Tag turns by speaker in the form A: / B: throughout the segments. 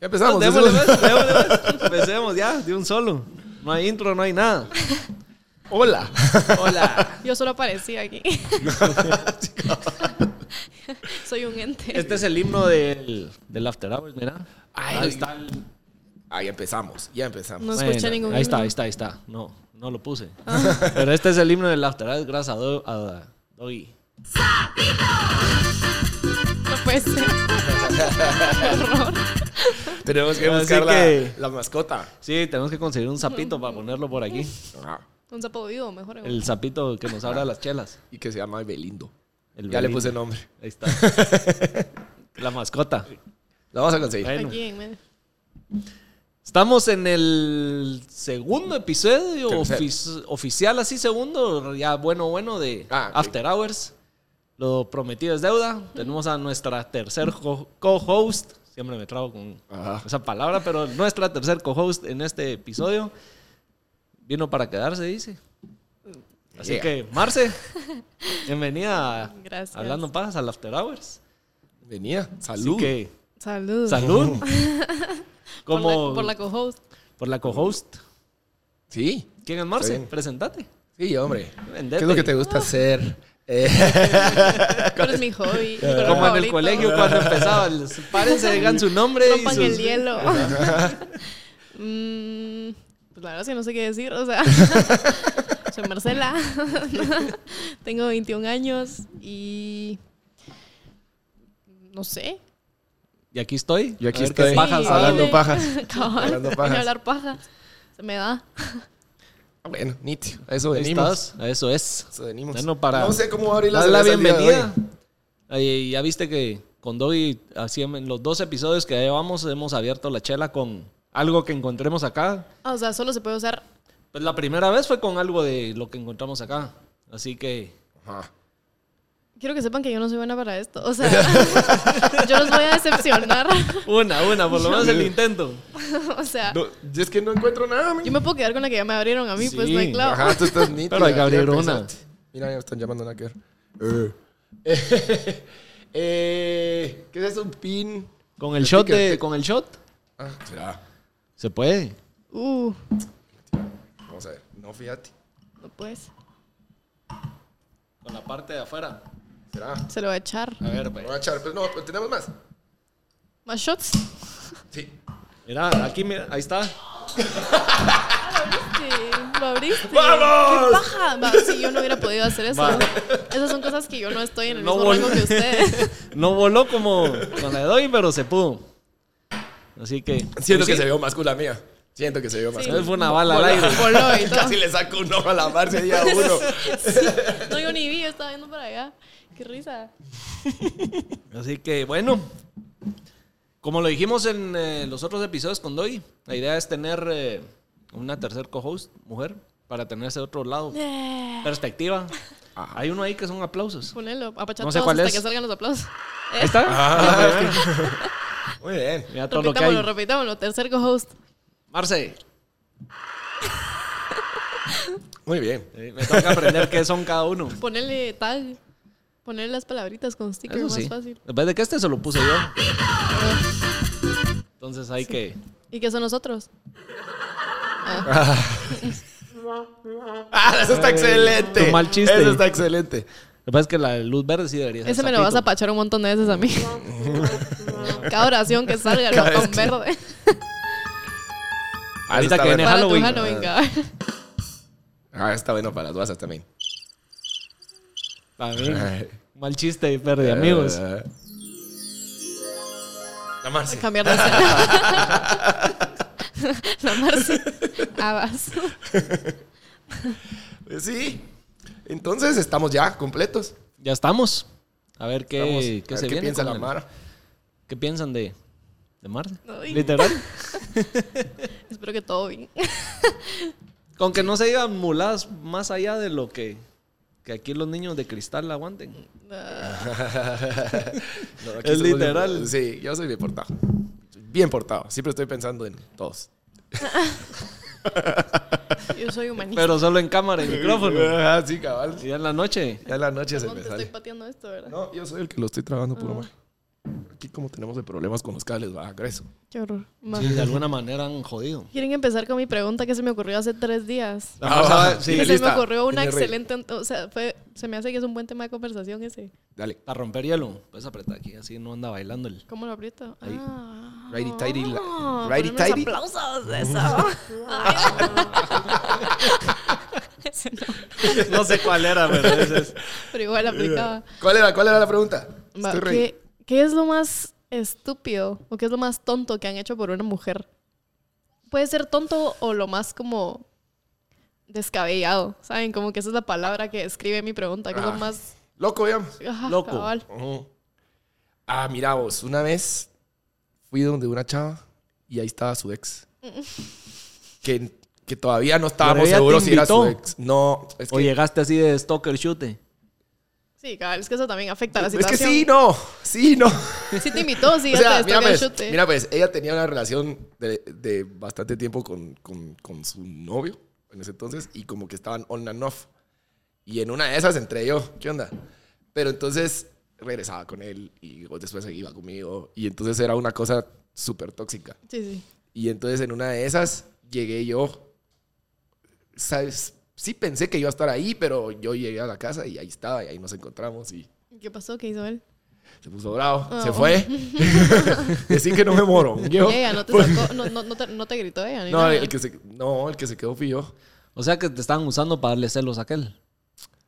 A: Ya empezamos.
B: démosle
A: decimos-
B: pues, démosle pues. Empecemos ya, de un solo. No hay intro, no hay nada.
A: Hola.
B: Hola.
C: Yo solo aparecí aquí. Soy un ente.
B: Este es el himno del, del After Hours, mira.
A: Ay,
B: ahí está. el-
A: Ahí empezamos, ya empezamos.
C: No escuché ningún
B: Ahí está,
C: himno.
B: ahí está, ahí está. No, no lo puse. Pero este es el himno del After Hours, gracias a, Do- a Doggy.
C: No puede ser. Qué horror.
A: Tenemos que
B: Así
A: buscar la-
B: que-
A: La, mascota.
B: Sí, tenemos que conseguir un sapito para ponerlo por aquí.
A: Ah,
C: Un sapo vivo, mejor. aún.
B: El sapito que nos abra las chelas.
A: y que se llama Belindo.
B: El
A: ya le
B: Belindo.
A: puse nombre.
B: Ahí está. La mascota.
A: La vamos a conseguir.
B: Bueno.
C: Aquí en medio.
B: Estamos en el segundo episodio
A: Tercero.
B: ofici- oficial, así segundo, ya bueno, bueno, de
A: Ah, ok.
B: After Hours. Lo prometido es deuda. Tenemos a nuestra tercer co- co-host. Siempre me trago con
A: Ajá.
B: esa palabra, pero nuestra tercer co-host en este episodio vino para quedarse, dice. Así
A: Yeah.
B: que, Marce, bienvenida a
C: Gracias.
B: Hablando Pajas al After Hours.
A: Venía.
B: Así
A: Salud.
B: que,
C: Salud.
B: salud.
C: Por
B: Como
C: la, por la co-host.
B: por la co-host.
A: Sí.
B: ¿Quién
A: Está
B: es Marce?
A: bien.
B: Presentate.
A: Sí, hombre.
B: Vendete.
A: ¿Qué es lo que te gusta hacer? Eh,
C: Pero es mi hobby. mi color
B: Como en el
C: favorito.
B: colegio cuando empezaba. les- Párense, digan su nombre. y
C: Rompan
B: sus-
C: el hielo. Mm, pues la verdad es que no sé qué decir. O sea, soy Marcela. Tengo 21 años y. No sé.
B: Y aquí estoy.
A: Yo aquí
B: A ver
A: estoy.
B: qué Pajas
C: Sí,
B: hablando.
C: dale.
A: hablando pajas.
C: Cabal,
A: Hablando
C: vine
A: pajas.
C: a hablar paja. Se me da.
A: Ah, Bueno, nítido. A eso
B: Ahí
A: venimos.
B: estás, a Eso es.
A: A Eso venimos.
B: Bueno, para-
A: No sé cómo va a abrir la
B: Dale la
A: cerveza el día de
B: bienvenida.
A: hoy.
B: Ay, ya viste que con Doggy, así en los dos episodios que llevamos, hemos abierto la chela con algo que encontremos acá.
C: Ah, o sea, solo se puede usar.
B: Pues la primera vez fue con algo de lo que encontramos acá. Así que.
A: Ajá.
C: Quiero que sepan que yo no soy buena para esto. O sea, yo los voy a decepcionar.
B: Una, una, por lo menos el intento.
C: o sea,
A: No, yo es que no encuentro nada, men.
C: yo me puedo quedar con la que ya me abrieron a mí, pues
B: Sí,
C: no hay clavo.
A: Ajá, tú estás nítido.
B: Pero hay que abrir una.
A: Mira, ya me están llamando nada que ver. Eh. Eh, ¿Qué es eso? Un pin.
B: Con el shot
A: Platica,
B: de.
A: te-
B: Con el shot.
A: Ah, será.
B: Se puede.
C: Uh,
A: Vamos a ver. No, fíjate.
C: no pues.
B: Con la parte de afuera.
A: Será. No
C: Se lo voy a echar.
B: A ver, pues.
A: voy a echar, pero no, pero tenemos más.
C: ¿Más shots?
A: Sí.
B: Mira, aquí, mira, ahí está.
C: Sí, lo Ah, abriste.
A: ¡Vamos!
C: ¡Qué paja! Va, sí, yo no hubiera podido hacer eso.
B: Va.
C: Esas son cosas que yo no estoy en el
B: No
C: mismo rango
B: vol-
C: que ustedes.
B: No voló como con la de Doggy, pero se pudo. Así que.
A: Siento
B: pues
A: que
B: sí,
A: se vio más con la mía. Siento que se vio más.
C: Sí.
A: cool.
B: Fue una bala al aire.
C: Voló y todo.
A: Casi le saco un ojo a la Marcia día uno.
C: No, yo ni vi, yo estaba viendo para allá. ¡Qué risa!
B: Así que, bueno. Como lo dijimos en eh, los otros episodios con Doggy, la idea es tener eh, una tercer co-host, mujer, para tener ese otro lado.
C: Eh.
B: Perspectiva.
A: Ah.
B: Hay uno ahí que son aplausos.
C: Ponelo, apachar
B: No sé
C: todos
B: cuál
C: hasta
B: es.
C: que salgan los aplausos.
B: Ahí está.
C: Ah.
A: Ah, Muy bien.
B: Mira todo lo que hay.
C: Repitámoslo, repitámoslo. Tercer co-host.
B: Marce,
A: Muy bien.
B: eh, me toca aprender qué son cada uno.
C: Ponele tag. Ponele las palabritas con sticker
B: Eso
C: más
B: sí.
C: fácil.
B: En vez de que este se lo puse yo. Entonces hay que.
C: ¿Y qué son nosotros?
B: Ah,
A: Ah, eso está excelente.
B: tu mal chiste.
A: Eso está excelente.
B: Lo que pasa es que la luz verde sí debería ser.
C: Ese me lo vas a
B: sapito.
C: apachar un montón de veces a mí. Cada oración que salga
A: Cada
C: lo
A: vez
C: con
A: que-
C: verde.
A: Ah, eso
B: Ahorita
A: está
B: que viene
A: bueno.
C: Para tu
B: Halloween.
C: Halloween, cabrón.
A: Ah, está bueno para las guasas también.
B: A ver, mal chiste, verde, amigos.
A: Eh, La Marcia.
C: Cambiar de escena. La Marce. Abas.
A: Pues Sí. Entonces estamos ya completos.
B: Ya estamos. A ver qué,
A: Estamos-
B: qué
A: a ver
B: se
A: ¿Qué
B: viene.
A: piensa
B: con
A: la
B: el-
A: Mara?
B: ¿Qué piensan de, de Marce?
C: Ay.
B: Literal.
C: Espero que todo bien.
B: Con que no se digan muladas más allá de lo que, que aquí los niños de cristal aguanten.
C: Ah,
A: No, aquí
B: Es
A: somos bien-
B: literal.
A: sí, yo soy bien portado. Bien portado. Siempre estoy pensando en todos.
C: Yo soy humanista.
B: Pero solo en cámara y micrófono.
A: Ah, sí, cabal.
B: Y ya en la noche.
A: Ya en la noche se
C: No
A: me
C: te estoy
A: sale.
C: pateando esto, ¿verdad? Ah.
A: No, yo soy el que lo estoy trabajando puro mal. Aquí como tenemos de problemas con los cables, va, grueso.
C: Qué horror. Va.
B: Sí, de alguna manera han jodido.
C: ¿Quieren empezar con mi pregunta que se me ocurrió hace tres días?
A: Ah, va,
B: sí,
A: sí,
C: Que se me
A: lista.
C: ocurrió una
A: Tiene rey.
C: excelente, o sea, fue, se me hace que es un buen tema de conversación ese.
A: Dale.
B: Para romper hielo, puedes apretar aquí, así no anda bailando el.
C: ¿Cómo lo aprieto?
A: Ahí.
C: Ah,
A: Righty tighty, la-
C: poner
A: righty
C: unos
A: tighty.
C: aplausos, eso. Ay. Ese no,
B: No sé cuál era, pero ese es.
C: pero igual aplicaba.
A: ¿Cuál era, cuál era la pregunta?
C: Ah. Va,
A: Estoy rey.
C: ¿qué, qué es lo más estúpido o qué es lo más tonto que han hecho por una mujer? Puede ser tonto o lo más como descabellado, ¿saben? Como que esa es la palabra que describe mi pregunta, que es lo
A: Ah.
C: más...
A: Loco, digamos.
C: ajá,
B: Loco.
C: cabal.
A: Ujú. Ah, mira vos, una vez fui donde una chava y ahí estaba su ex. que, que todavía no estábamos
B: ella te
A: seguros si era su
B: invitó?
A: ex. No, es que,
B: O llegaste así de stalker chute.
C: Sí, cabal, es que eso también afecta a la
A: es que
C: situación.
A: sí, no, sí, no.
C: Sí te invitó, sí,
A: O
C: ya
A: sea,
C: te
A: mira
C: estoy
A: pues,
C: chute.
A: mira pues, ella tenía una relación de, de bastante tiempo con, con- con su novio en ese entonces y como que estaban on and off. Y en una de esas entré yo, ¿qué onda? Pero entonces regresaba con él y luego después se iba conmigo y entonces era una cosa súper tóxica.
C: Sí, sí.
A: Y entonces en una de esas llegué yo, ¿sabes? Sí pensé que iba a estar ahí, pero yo llegué a la casa y ahí estaba y ahí nos encontramos y
C: ¿Y ¿Qué pasó? ¿Qué hizo él?
A: se puso bravo,
C: Ah,
A: se
C: oh.
A: fue. Decir que no me morongueó.
C: Ella no te sacó, no, no, no te, no te gritó ella, ni
A: pues, No,
C: nada.
A: el que se, no, el que se quedó fui yo.
B: O sea que te estaban usando para darle celos a aquel.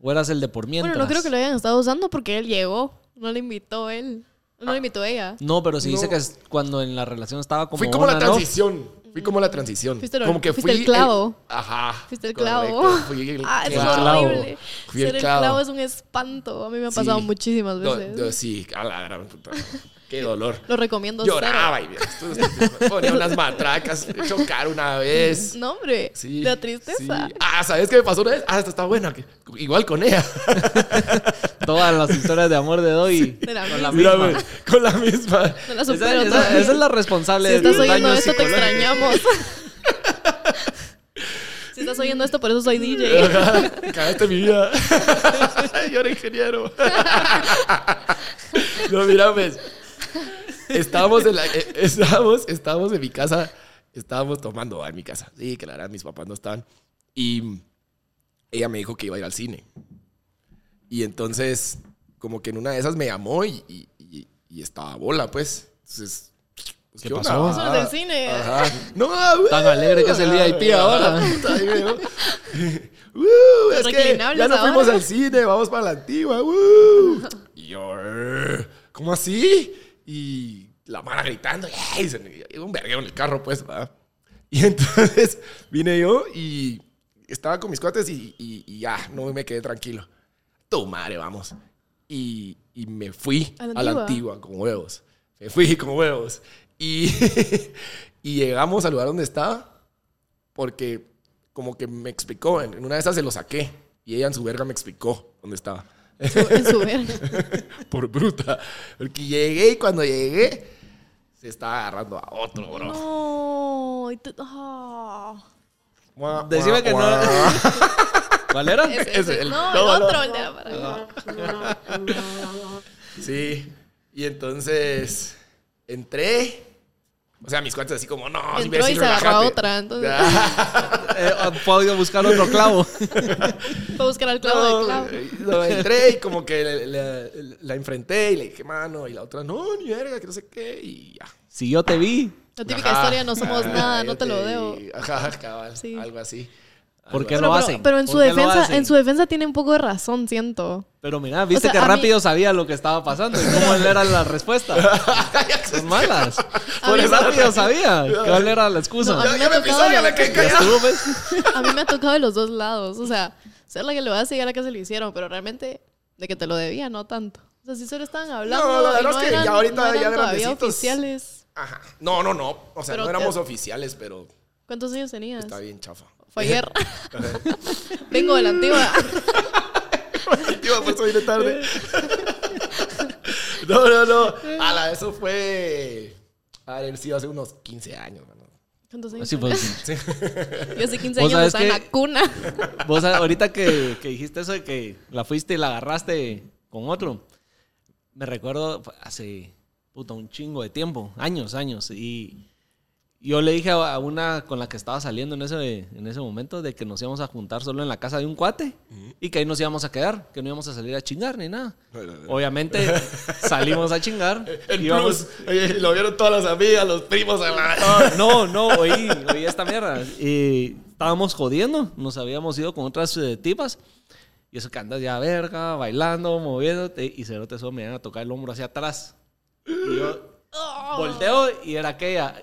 B: O eras el de por mientras.
C: Bueno, no creo que lo hayan estado usando porque él llegó. No le invitó él. No
A: Ah.
C: le invitó ella.
B: No, pero si dice
A: No.
B: que es cuando en la relación estaba como.
A: fui como la
B: on and off.
A: transición. Fui como la transición.
C: Mm. Fuiste lo-
A: como que
C: fuiste
A: fui
C: el clavo.
A: ajá.
C: Fuiste el
A: correcto,
C: clavo.
A: Fui el
C: Ah, eso es
B: clavo.
C: horrible.
A: Fui el
C: Ser el
A: clavo.
C: clavo es un espanto. A mí me ha
A: Sí.
C: pasado muchísimas
A: No,
C: veces.
A: no, sí, a la gran puta. Qué dolor.
C: Lo recomiendo
A: Lloraba y esto- esto- ponía unas matracas, chocar una vez.
C: cero. No, hombre.
A: Sí.
C: La Mm, tristeza.
A: sí. Ah, ¿sabes qué me pasó una vez? Ah, esta está buena. que- Igual con ella.
B: Todas las historias de amor de hoy.
C: De la
B: con la
A: Mira,
B: misma.
A: güey, con la misma.
C: No la
B: Esa,
C: supero
B: esa-
C: todavía.
B: esa es la responsable
C: Si
B: de
C: estás
B: tus
C: oyendo
B: daños
C: esto, te
B: psicológicos.
C: extrañamos. si estás oyendo esto, por eso soy DJ.
A: Cagaste mi vida. Yo era ingeniero. no, mira, pues. Estábamos en, la, eh, estábamos, estábamos en mi casa. Estábamos tomando ah, en mi casa. Sí, que la verdad, mis papás no estaban. Y ella me dijo que iba a ir al cine. Y entonces, como que en una de esas me llamó y, y- y- y estaba bola, pues. Entonces, pues,
B: ¿Qué
A: onda?
B: pasó?
C: Eso no es del cine.
A: Ajá. No, ah, güey. ah,
B: Tan alegre que es el VIP ahora.
A: Puta, ahí me veo. Uh, es
C: Los
A: que ya
C: reclinables
A: no
C: ahora.
A: fuimos al cine, vamos para la antigua. uh. Y yo, "Eh, ¿cómo así? Y la mala gritando, "Eh", y se me- y un vergueo en el carro, pues, ¿verdad? Y entonces vine yo y estaba con mis cuates y, y- y ya, no me quedé tranquilo. Tu madre, vamos. Y, y me fui
C: ¿A la
A: a la
C: antigua?
A: antigua con huevos. Me fui con huevos. Y, y llegamos al lugar donde estaba porque como que me explicó, en en una de esas se lo saqué y ella en su verga me explicó dónde estaba.
C: En su verga.
A: Por bruta. Porque llegué y cuando llegué se estaba agarrando a otro, bro.
C: No. y tú- ah.
A: Mua,
B: Decime
A: mua,
B: que no.
A: mua.
B: ¿Cuál era? Eh,
C: Ese,
A: Ese,
C: ese.
A: el-
C: no,
A: no,
C: el
A: no.
C: otro. el de la-
A: Sí. Y entonces entré. O sea, mis cuates así como, no, si
C: Entró
A: ves,
C: y
A: sí,
C: se agarró a
A: relájate.
C: otra. Entonces,
A: Ah,
B: Eh, puedo buscar otro clavo.
C: fue a buscar al clavo
A: No,
C: del clavo.
A: eh, no, entré y como que la, la- la enfrenté y le dije, mano, y la otra, no, ni verga, que no sé qué, y ya.
B: Si yo te vi,
C: La típica
A: Ajá.
C: historia, no somos
A: Ah,
C: nada,
A: yo
C: no te lo debo.
A: Ajá, cabal,
C: Sí.
A: algo así.
B: ¿por
A: Algo
B: qué
A: así.
B: lo
C: Bueno,
B: hacen?
C: pero, pero en
B: ¿Por
C: su
B: qué lo
C: defensa,
B: hacen?
C: en su defensa tiene un poco de razón, siento.
B: Pero mira, viste
C: O sea,
B: que
C: a mí-
B: rápido sabía lo que estaba pasando y cómo él era la respuesta. Son malas. Por
C: mí
B: eso
C: me-
B: rápido sabía cuál era la
C: No,
B: excusa.
C: a mí
A: Ya,
C: me
A: ya
C: ha
A: me
C: tocado-
A: pisaron, ya me quedé
B: Ya
A: callado.
B: estuvo, pues.
C: A mí me ha tocado de los dos lados. O sea, ser la que lo hace y a la que se lo hicieron, pero realmente de que te lo debía, no tanto. O sea, si solo estaban hablando.
A: No, la verdad
C: y no
A: es que
C: eran-
A: ya ahorita
C: no eran
A: ya
C: todavía
A: grandecitos.
C: oficiales.
A: Ajá. No, no, no. O sea,
C: Pero
A: no éramos
C: te-
A: oficiales, pero
C: ¿Cuántos años tenías?
A: está bien chafa.
C: Fue ayer. Vengo de la antigua.
A: Tío, por eso vine tarde. no, no, no. Ala, eso fue. A ver, sí, hace unos 15 años, mano.
C: ¿Cuántos años?
B: Sí, pues,
C: tenías? Yo hace 15
B: Vos
C: años
B: sabés
C: estaba en
B: que-
C: la cuna.
B: vos ahorita que, que dijiste eso de que la fuiste y la agarraste con otro, me recuerdo hace puta, un chingo de tiempo, años, años. Y yo le dije a a una con la que estaba saliendo en ese, en ese momento de que nos íbamos a juntar solo en la casa de un cuate y que ahí nos íbamos a quedar, que no íbamos a salir a chingar ni nada. Obviamente salimos a chingar.
A: El
B: íbamos-
A: plus. Oye, lo vieron todas las amigas, los primos. a la-
B: Ah, No, no, oí, oí esta mierda. Y estábamos jodiendo, nos habíamos ido con otras eh, tipas. Y eso que andas ya verga, bailando, moviéndote. Y cerote eso me iban a tocar el hombro hacia atrás. Y yo
C: Oh.
B: volteo y era
C: Ah.
B: aquella.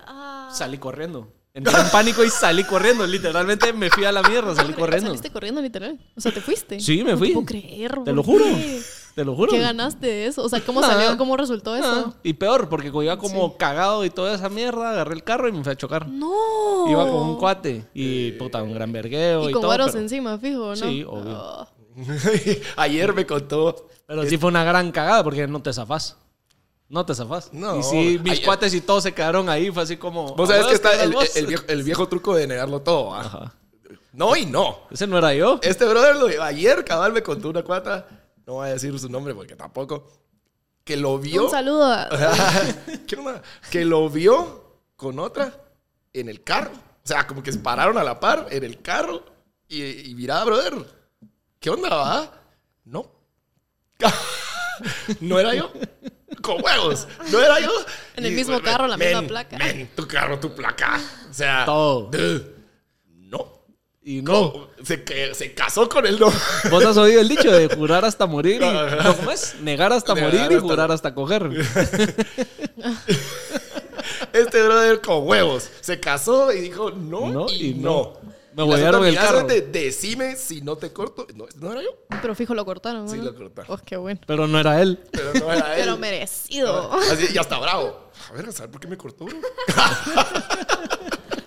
B: Salí corriendo. Entré en pánico y salí corriendo. Literalmente me fui a la mierda, salí corriendo.
C: ah, Saliste corriendo, literal. O sea, te fuiste.
B: Sí, me
C: No
B: fui.
C: Te puedo creer,
B: Te lo
C: ¿por
B: juro.
C: qué?
B: Te lo juro.
C: ¿Qué ganaste de eso? O sea, ¿cómo
B: Nada.
C: salió? ¿Cómo resultó
B: Ah,
C: eso?
B: y peor, porque iba como
C: Sí.
B: cagado y toda esa mierda, agarré el carro y me fui a chocar.
C: No.
B: Iba con un cuate y
A: Eh.
B: puta, un gran vergueo y,
C: Oh. Y con
B: todo.
C: varos
B: pero-
C: encima, fijo, ¿no?
B: Sí, obvio.
C: Ah.
A: Ayer me contó.
B: Pero sí fue una gran cagada porque no te zafás. No te zafás.
A: No.
B: Y sí, mis
A: Ay, eh.
B: cuates y todos se quedaron ahí. Fue así como.
A: Vos
B: "Ah,
A: sabés que está
B: sos
A: el,
B: vos".
A: el viejo, el viejo truco de negarlo todo. ¿va?
B: Ajá.
A: No y no.
B: Ese no era yo.
A: Este brother lo- ayer cabal me contó una cuata. No voy a decir su nombre porque tampoco. Que lo vio.
C: Un saludo a...
A: ¿Qué onda? Que lo vio con otra en el carro. O sea, como que se pararon a la par en el carro. Y, y mirá, brother, ¿qué onda, va? No. no era yo. Con huevos. No era yo.
C: En el mismo carro, la misma
A: "Men,
C: placa".
A: men, tu carro, tu placa. O sea.
B: Todo.
A: duh, No.
B: Y no.
A: No. Se, que- se casó con el no.
B: Vos has oído el dicho de jurar hasta morir. y-
A: Ajá.
B: no, ¿Cómo es? Negar hasta
A: Negar
B: morir y
A: hasta-
B: jurar hasta coger.
A: Este brother con huevos. Se casó y dijo no,
B: No
A: y,
B: y
A: no.
B: no. Me
A: Y las
B: huevearon
A: otras
B: el
A: miradas
B: carro.
A: de, decime si no te corto. No, no era yo,
C: Pero fijo, lo cortaron,
A: Sí,
C: ¿no?
A: lo cortaron.
C: Oh, qué bueno.
B: Pero no era él.
A: pero no era él. Ah,
C: Pero merecido.
A: Así, y hasta bravo. A ver, ¿sabes por qué me cortó? bro?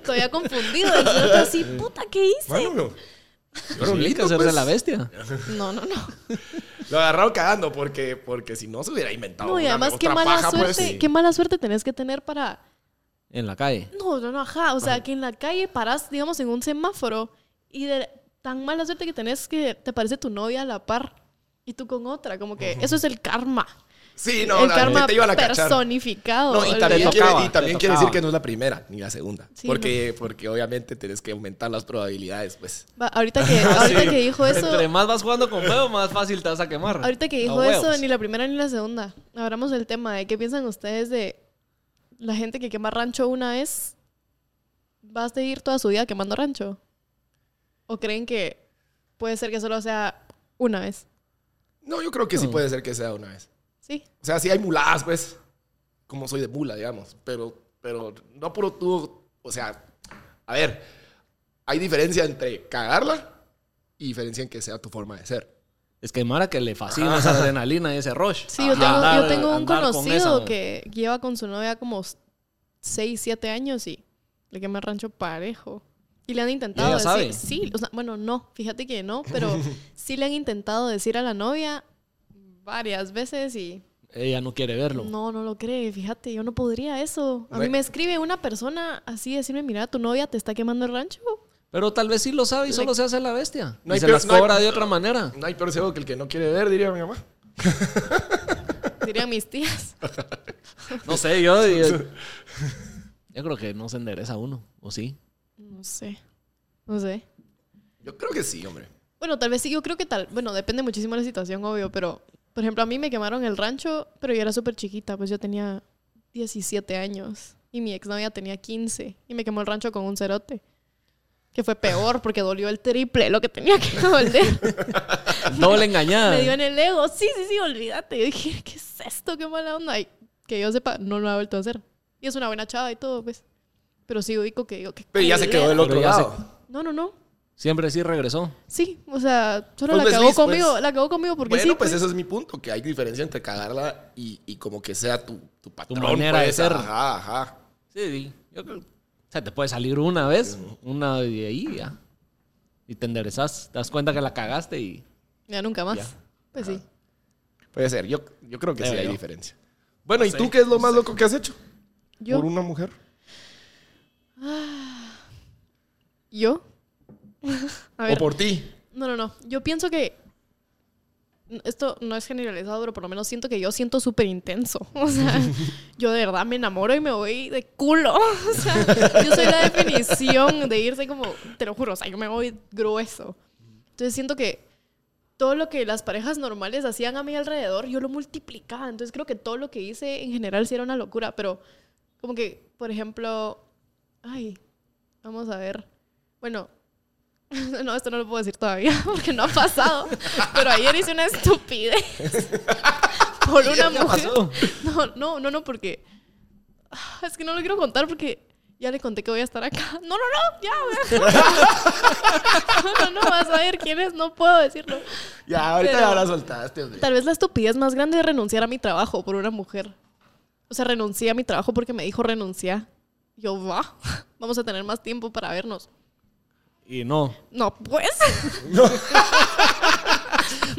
C: Todavía confundido. El cerote así, puta, ¿qué hice?
A: Mano, bro. Pero
B: Sí, hay
A: lindo,
B: que hacerse
A: pues.
B: la bestia.
C: No, no, no.
A: Lo agarraron cagando porque, porque si no se hubiera inventado.
C: No, y
A: una-
C: además, qué
A: otra
C: mala
A: paja,
C: suerte.
A: pues.
C: Qué mala suerte tenés que tener para...
B: En la calle.
C: No, no, no, ajá. O sea, que en la calle parás, digamos, en un semáforo y de tan mala suerte que tenés que te parece tu novia a la par y tú con otra. Como que eso es el karma.
A: Sí, no,
C: el
A: la-
C: karma
A: te iban a cachar.
C: personificado.
A: No, y
C: Olvídate.
A: también, quiere,
B: tocaba,
A: y también
B: te
A: quiere decir
B: tocaba.
A: que no es la primera ni la segunda.
C: Sí,
A: porque, porque obviamente tienes que aumentar las probabilidades, pues.
C: Va, ahorita que, ahorita
B: Ah, Sí.
C: que dijo eso,
B: Entre más vas jugando con fuego, más fácil te vas a quemar.
C: ahorita que
B: A
C: dijo
B: huevos.
C: eso, ni la primera ni la segunda. Abramos el tema de qué piensan ustedes de la gente que quema rancho una vez. ¿Vas a ir toda su vida quemando rancho? ¿O creen que puede ser que solo sea una vez?
A: No, yo creo que sí
B: No.
A: puede ser que sea una vez.
C: Sí.
A: O sea, sí hay muladas, pues. Como soy de mula, digamos. Pero, pero no puro tú. O sea, a ver, hay diferencia entre cagarla y diferencia en que sea tu forma de ser.
B: Es que Mara que le fascina esa adrenalina y ese rush.
C: Sí, yo
B: Y
C: tengo,
B: andar-
C: yo tengo un
B: andar con
C: conocido
B: esa, ¿no?
C: que lleva con su novia como 6, 7 años y le quema el rancho parejo. Y le han intentado
B: ella sabe?
C: decir, sí, o sea, bueno, no, fíjate que no, pero sí le han intentado decir a la novia varias veces y
B: Ella no quiere verlo.
C: no, no lo cree, fíjate, yo no podría eso. A mí
A: Re-
C: me escribe una persona así, decirme, mira, tu novia te está quemando el rancho.
B: Pero tal vez sí lo sabe y
C: Le-
B: solo se hace la bestia.
A: No
B: y
A: hay
B: se
A: peor-
B: las
A: no hay-
B: cobra de otra manera.
A: No hay peor ciego que el que no quiere ver, diría mi mamá.
C: Dirían mis tías.
B: No sé, yo, yo. yo creo que no se endereza uno, ¿o sí?
C: No sé, no sé.
A: Yo creo que sí, hombre.
C: Bueno, tal vez sí, yo creo que tal. Bueno, depende muchísimo de la situación, obvio, pero por ejemplo, a mí me quemaron el rancho, pero yo era súper chiquita, pues yo tenía 17 años y mi exnovia tenía 15 y me quemó el rancho con un cerote. Que fue peor porque dolió el triple lo que tenía que doler.
B: Doble engañada.
C: me dio en el ego. Sí, sí, sí, olvídate. Yo dije, ¿qué es esto? Qué mala onda. Y que yo sepa, no lo ha vuelto a hacer. Y es una buena chava y todo, pues. Pero sí ubico que digo que.
A: Pero ya se quedó del
B: Pero
A: otro
B: ya se-
A: lado.
C: No, no, no.
B: Siempre sí regresó.
C: Sí, o sea, solo
A: Pues
C: la cagó
A: desliz, pues.
C: conmigo. La cagó conmigo porque
A: Bueno,
C: sí.
A: pues, ese es mi punto, que hay diferencia entre cagarla y, y como que sea tu, tu patrón.
B: manera
A: pues.
B: de ser.
A: Ajá, ajá.
B: Sí, yo creo. O sea, te puede salir una vez, una de ahí y ya. Y te enderezas. Te das cuenta que la cagaste y.
C: Ya nunca más.
B: Ya.
C: Pues sí.
A: Puede ser. Yo, yo creo que sí
B: Creo
A: hay
B: yo.
A: diferencia. Bueno, ¿y tú qué es lo más loco que has hecho?
C: Yo,
A: ¿Por una mujer?
C: yo. A
A: ¿O
C: ver.
A: por ti?
C: No, no, no. Yo pienso que esto no es generalizado, pero por lo menos siento que yo siento súper intenso. O sea, yo de verdad me enamoro y me voy de culo. O sea, yo soy la definición de irse como, te lo juro, o sea, yo me voy grueso. Entonces siento que todo lo que las parejas normales hacían a mi alrededor, yo lo multiplicaba. Entonces creo que todo lo que hice en general sí era una locura, pero como que, por ejemplo, ay, vamos a ver. Bueno, no, esto no lo puedo decir todavía porque no ha pasado, pero ayer hice una estupidez por una
B: ¿Qué
C: mujer.
B: pasó?
C: No, no, no, no, porque ah, es que no lo quiero contar porque ya le conté que voy a estar acá. No, no, no, ya. voy a- No, no, no, vas a ver quién es, no puedo decirlo.
A: Ya, ahorita
C: Pero-
A: ya la soltaste, hombre.
C: Tal vez la estupidez más grande es renunciar a mi trabajo por una mujer. O sea, renuncié a mi trabajo porque me dijo renuncia. Yo, va, vamos a tener más tiempo para vernos.
B: Y no.
C: No, pues.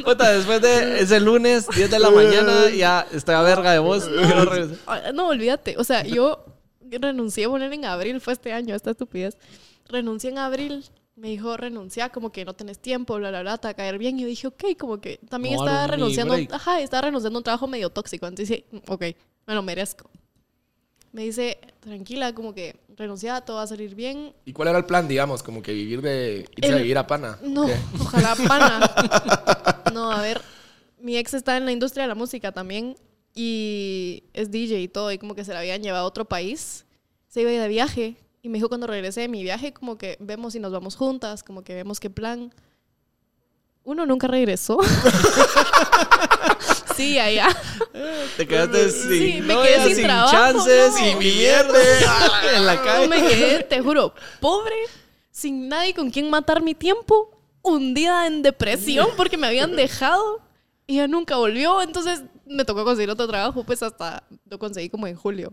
B: Puta, después de ese lunes, 10 de la mañana, ya estoy a verga de vos. quiero regresar.
C: Ah, No, olvídate. O sea, yo renuncié a poner en abril, fue este año, esta estupidez. Renuncié en abril, me dijo renuncia, como que no tenés tiempo, bla, bla, bla, te va a caer bien. Y yo dije, ok, como que también
B: No,
C: estaba
B: algún mini
C: renunciando,
B: break.
C: ajá, estaba renunciando a un trabajo medio tóxico. Entonces dije, "Mm, ok, me lo merezco. Me dice, tranquila, como que renuncia, todo va a salir bien.
A: ¿Y cuál era el plan, digamos? Como que vivir de. irse a
C: El-
A: vivir a pana.
C: No,
A: ¿Qué?
C: ojalá pana. No, a ver, mi ex está en la industria de la música también y es DJ y todo, y como que se la habían llevado a otro país. Se iba a ir de viaje y me dijo cuando regrese de mi viaje, como que vemos si nos vamos juntas, como que vemos qué plan. Uno nunca regresó. sí, allá.
B: Te quedaste sin
C: Sí, me
B: novia,
C: quedé sin trabajo,
B: chances,
C: no.
B: sin mierda, en la
C: No, me
B: calle.
C: quedé, te juro, pobre, sin nadie con quien matar mi tiempo, hundida en depresión porque me habían dejado y ya nunca volvió. Entonces me tocó conseguir otro trabajo, pues hasta lo conseguí como en julio,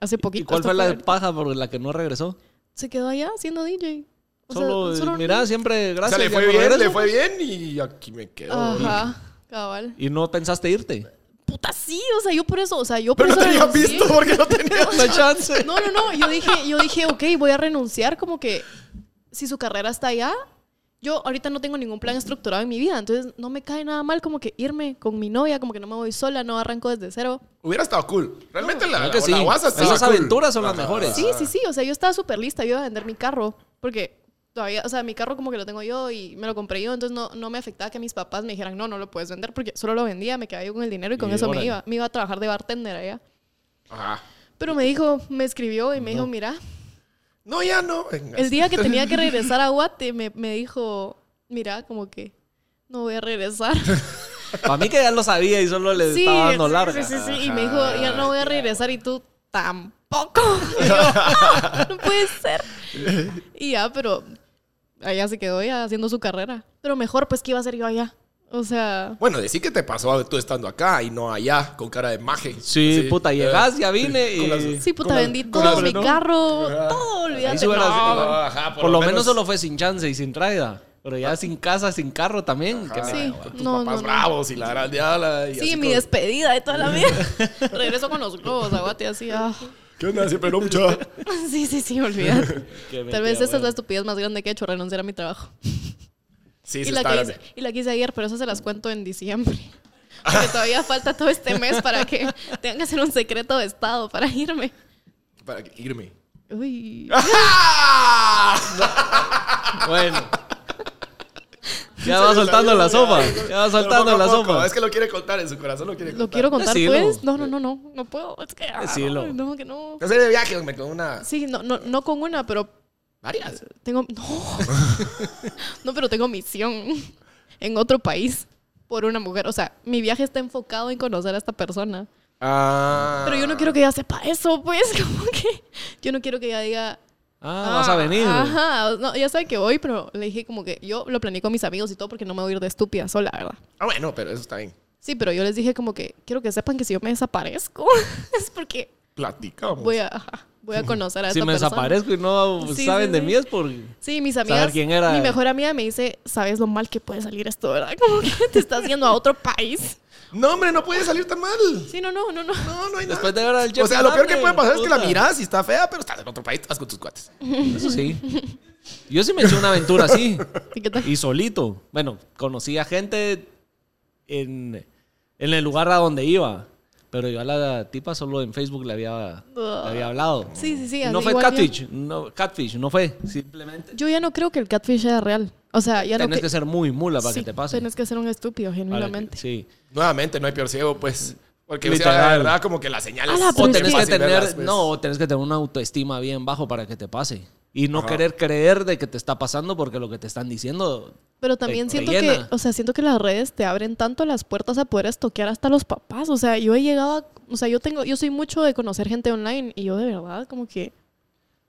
C: hace poquito.
B: ¿Y cuál
C: hasta
B: fue la
C: febrero.
B: paja por la que no regresó?
C: Se quedó allá siendo DJ. O sea, pues,
B: solo, eh, mira, siempre
A: O sea,
B: gracias.
A: le
B: ya
A: fue
B: no
A: bien,
B: regreso.
A: le fue bien y aquí me quedo.
C: Ajá, cabal.
B: Y no pensaste irte.
C: Puta, sí, o sea, yo por eso, o sea, yo por
A: Pero no
C: eso
A: te había
C: renuncié.
A: visto porque no tenía.
B: No hay chance.
C: No, no, no. Yo dije, yo dije, ok, voy a renunciar como que si su carrera está allá, yo ahorita no tengo ningún plan estructurado en mi vida, entonces no me cae nada mal como que irme con mi novia, como que no me voy sola, no arranco desde cero.
A: Hubiera estado cool. Realmente la,
B: Claro
A: la,
B: que sí.
A: la guasa estaba
B: Esas
A: cool.
B: aventuras son las mejores.
C: Sí, sí, sí. O sea, yo estaba súper lista, yo iba a vender mi carro, porque todavía, o sea, mi carro como que lo tengo yo y me lo compré yo, entonces no, no me afectaba que mis papás me dijeran, no, no lo puedes vender, porque solo lo vendía, me quedaba yo con el dinero y con
B: Y
C: eso
B: órale.
C: me iba. Me iba a trabajar de bartender allá.
A: Ajá.
C: Pero me dijo, me escribió y me dijo, mira,
A: No, ya no. Venga.
C: El día que tenía que regresar a Guate me, me dijo, mira, como que no voy a regresar.
B: Para mí que ya lo sabía y solo le estaba dando
C: sí,
B: larga.
C: sí, sí, sí. Y me dijo, ya no voy a regresar y tú tampoco. Y yo, "Ah, no puede ser. Y ya, pero allá se quedó ya haciendo su carrera. Pero mejor, pues, ¿qué iba a hacer yo allá? O sea,
A: Bueno, decí que te pasó tú estando acá y no allá, con cara de maje. Eh,
B: Sí,
A: Así.
B: puta, llegas, ya vine y...
A: Con las-
C: sí, puta,
A: Con la-
C: vendí
A: con
B: la-
C: todo, mi
B: ¿no?
C: carro, todo,
B: Ahí
C: olvídate.
B: sí hubieras-
C: No,
A: No, ajá,
B: por, lo menos, Ah. solo fue sin chance y sin traída. Pero ya sin casa, sin carro también. que me-
C: Sí,
A: Con tus
C: no,
A: papás
C: no, no.
A: bravos y la gran diabla. y así
C: Sí, mi
A: como,
C: despedida de toda la vida. Regreso con los globos a Guate así. ah.
A: ¿Qué onda? Siempre no, mucha.
C: Sí, sí, sí, olvídate.
B: que me
C: Tal vez
B: queda,
C: esa es la
B: bueno.
C: estupidez más grande que he hecho, renunciar a mi trabajo.
A: Sí,
C: Y
A: sí,
C: la,
A: está
C: que
A: grande.
C: hice, y la que hice ayer, pero eso se las cuento en diciembre. Porque todavía falta todo este mes para que tengan que hacer un secreto de estado para irme.
A: Para que- irme.
C: Uy.
A: Ah.
B: Bueno. Ya va soltando la sopa. Ya
A: Pero
B: va
A: poco
B: soltando
A: a
B: la
A: poco,
B: sopa.
A: Es que lo quiere contar, en su corazón lo quiere contar.
C: ¿Lo quiero contar
B: Decilo.
C: pues? No, no, no, no. No puedo. Es que. ah,
B: Decilo.
C: No, que no.
A: Hacer de viaje, hombre, con una.
C: Sí, no, no, no con una, pero
A: Varias.
C: tengo. No. No, pero tengo misión en otro país por una mujer. O sea, mi viaje está enfocado en conocer a esta persona.
A: Ah.
C: Pero yo no quiero que ella sepa eso, pues, como que yo no quiero que ella diga...
B: Ah, vas a venir.
C: Ajá, no, ya sabe que voy, pero le dije como que yo lo planeé con mis amigos y todo porque no me voy a ir de estúpida sola, ¿verdad?
A: Ah, bueno, pero eso está bien.
C: Sí, pero yo les dije como que quiero que sepan que si yo me desaparezco es porque
A: Platicamos.
C: voy a, ajá, voy a conocer a
B: Si
C: esta
B: me
C: persona.
B: desaparezco y no
C: Sí,
B: saben
C: sí,
B: de
C: sí.
B: mí es porque...
C: Sí, mis
B: Saber
C: amigas.
B: quién era.
C: Mi mejor amiga me dice, sabes lo mal que puede salir esto, ¿verdad? Como que te estás yendo a otro país.
A: No, hombre, no puede salir tan mal.
C: Sí, no, no, no, no.
A: No, no hay nada.
B: Después de ver al
A: O
B: Jeff
A: sea, lo peor que puede
B: Fernández,
A: pasar es que la
B: puta.
A: miras y está fea, pero estás en otro país, estás con tus cuates.
B: Eso sí. Yo sí me hice una aventura así.
C: ¿Y qué tal?
B: Y solito. Bueno, conocí a gente en, en el lugar a donde iba. Pero yo a la tipa solo en Facebook le había, le había hablado.
C: Sí, sí, sí.
B: no
C: así
B: fue
C: igual ya-
B: catfish, no, catfish, no fue. Simplemente
C: Yo ya no creo que el catfish sea real. O sea, ya no
B: tenés que ser muy mula para
C: sí,
B: que te pase.
C: Tienes que ser un estúpido,
B: Para que-
C: genuinamente.
B: sí.
A: Nuevamente, no hay peor ciego, pues. Porque o sea,
B: Literal.
A: la verdad, como que las señales.
C: A Ah, la
B: O
C: Pero es
B: tenés
C: que-
B: que
A: fácil
B: tener,
A: verlas, pues.
B: no, o tenés que tener una autoestima bien bajo para que te pase. Y no
A: Ajá.
B: querer creer de que te está pasando porque lo que te están diciendo.
C: Pero también
B: te
C: siento
B: llena.
C: que, o sea, siento que las redes te abren tanto las puertas a poder estoquear hasta los papás. O sea, yo he llegado a, o sea, yo tengo, yo soy mucho de conocer gente online y yo de verdad como que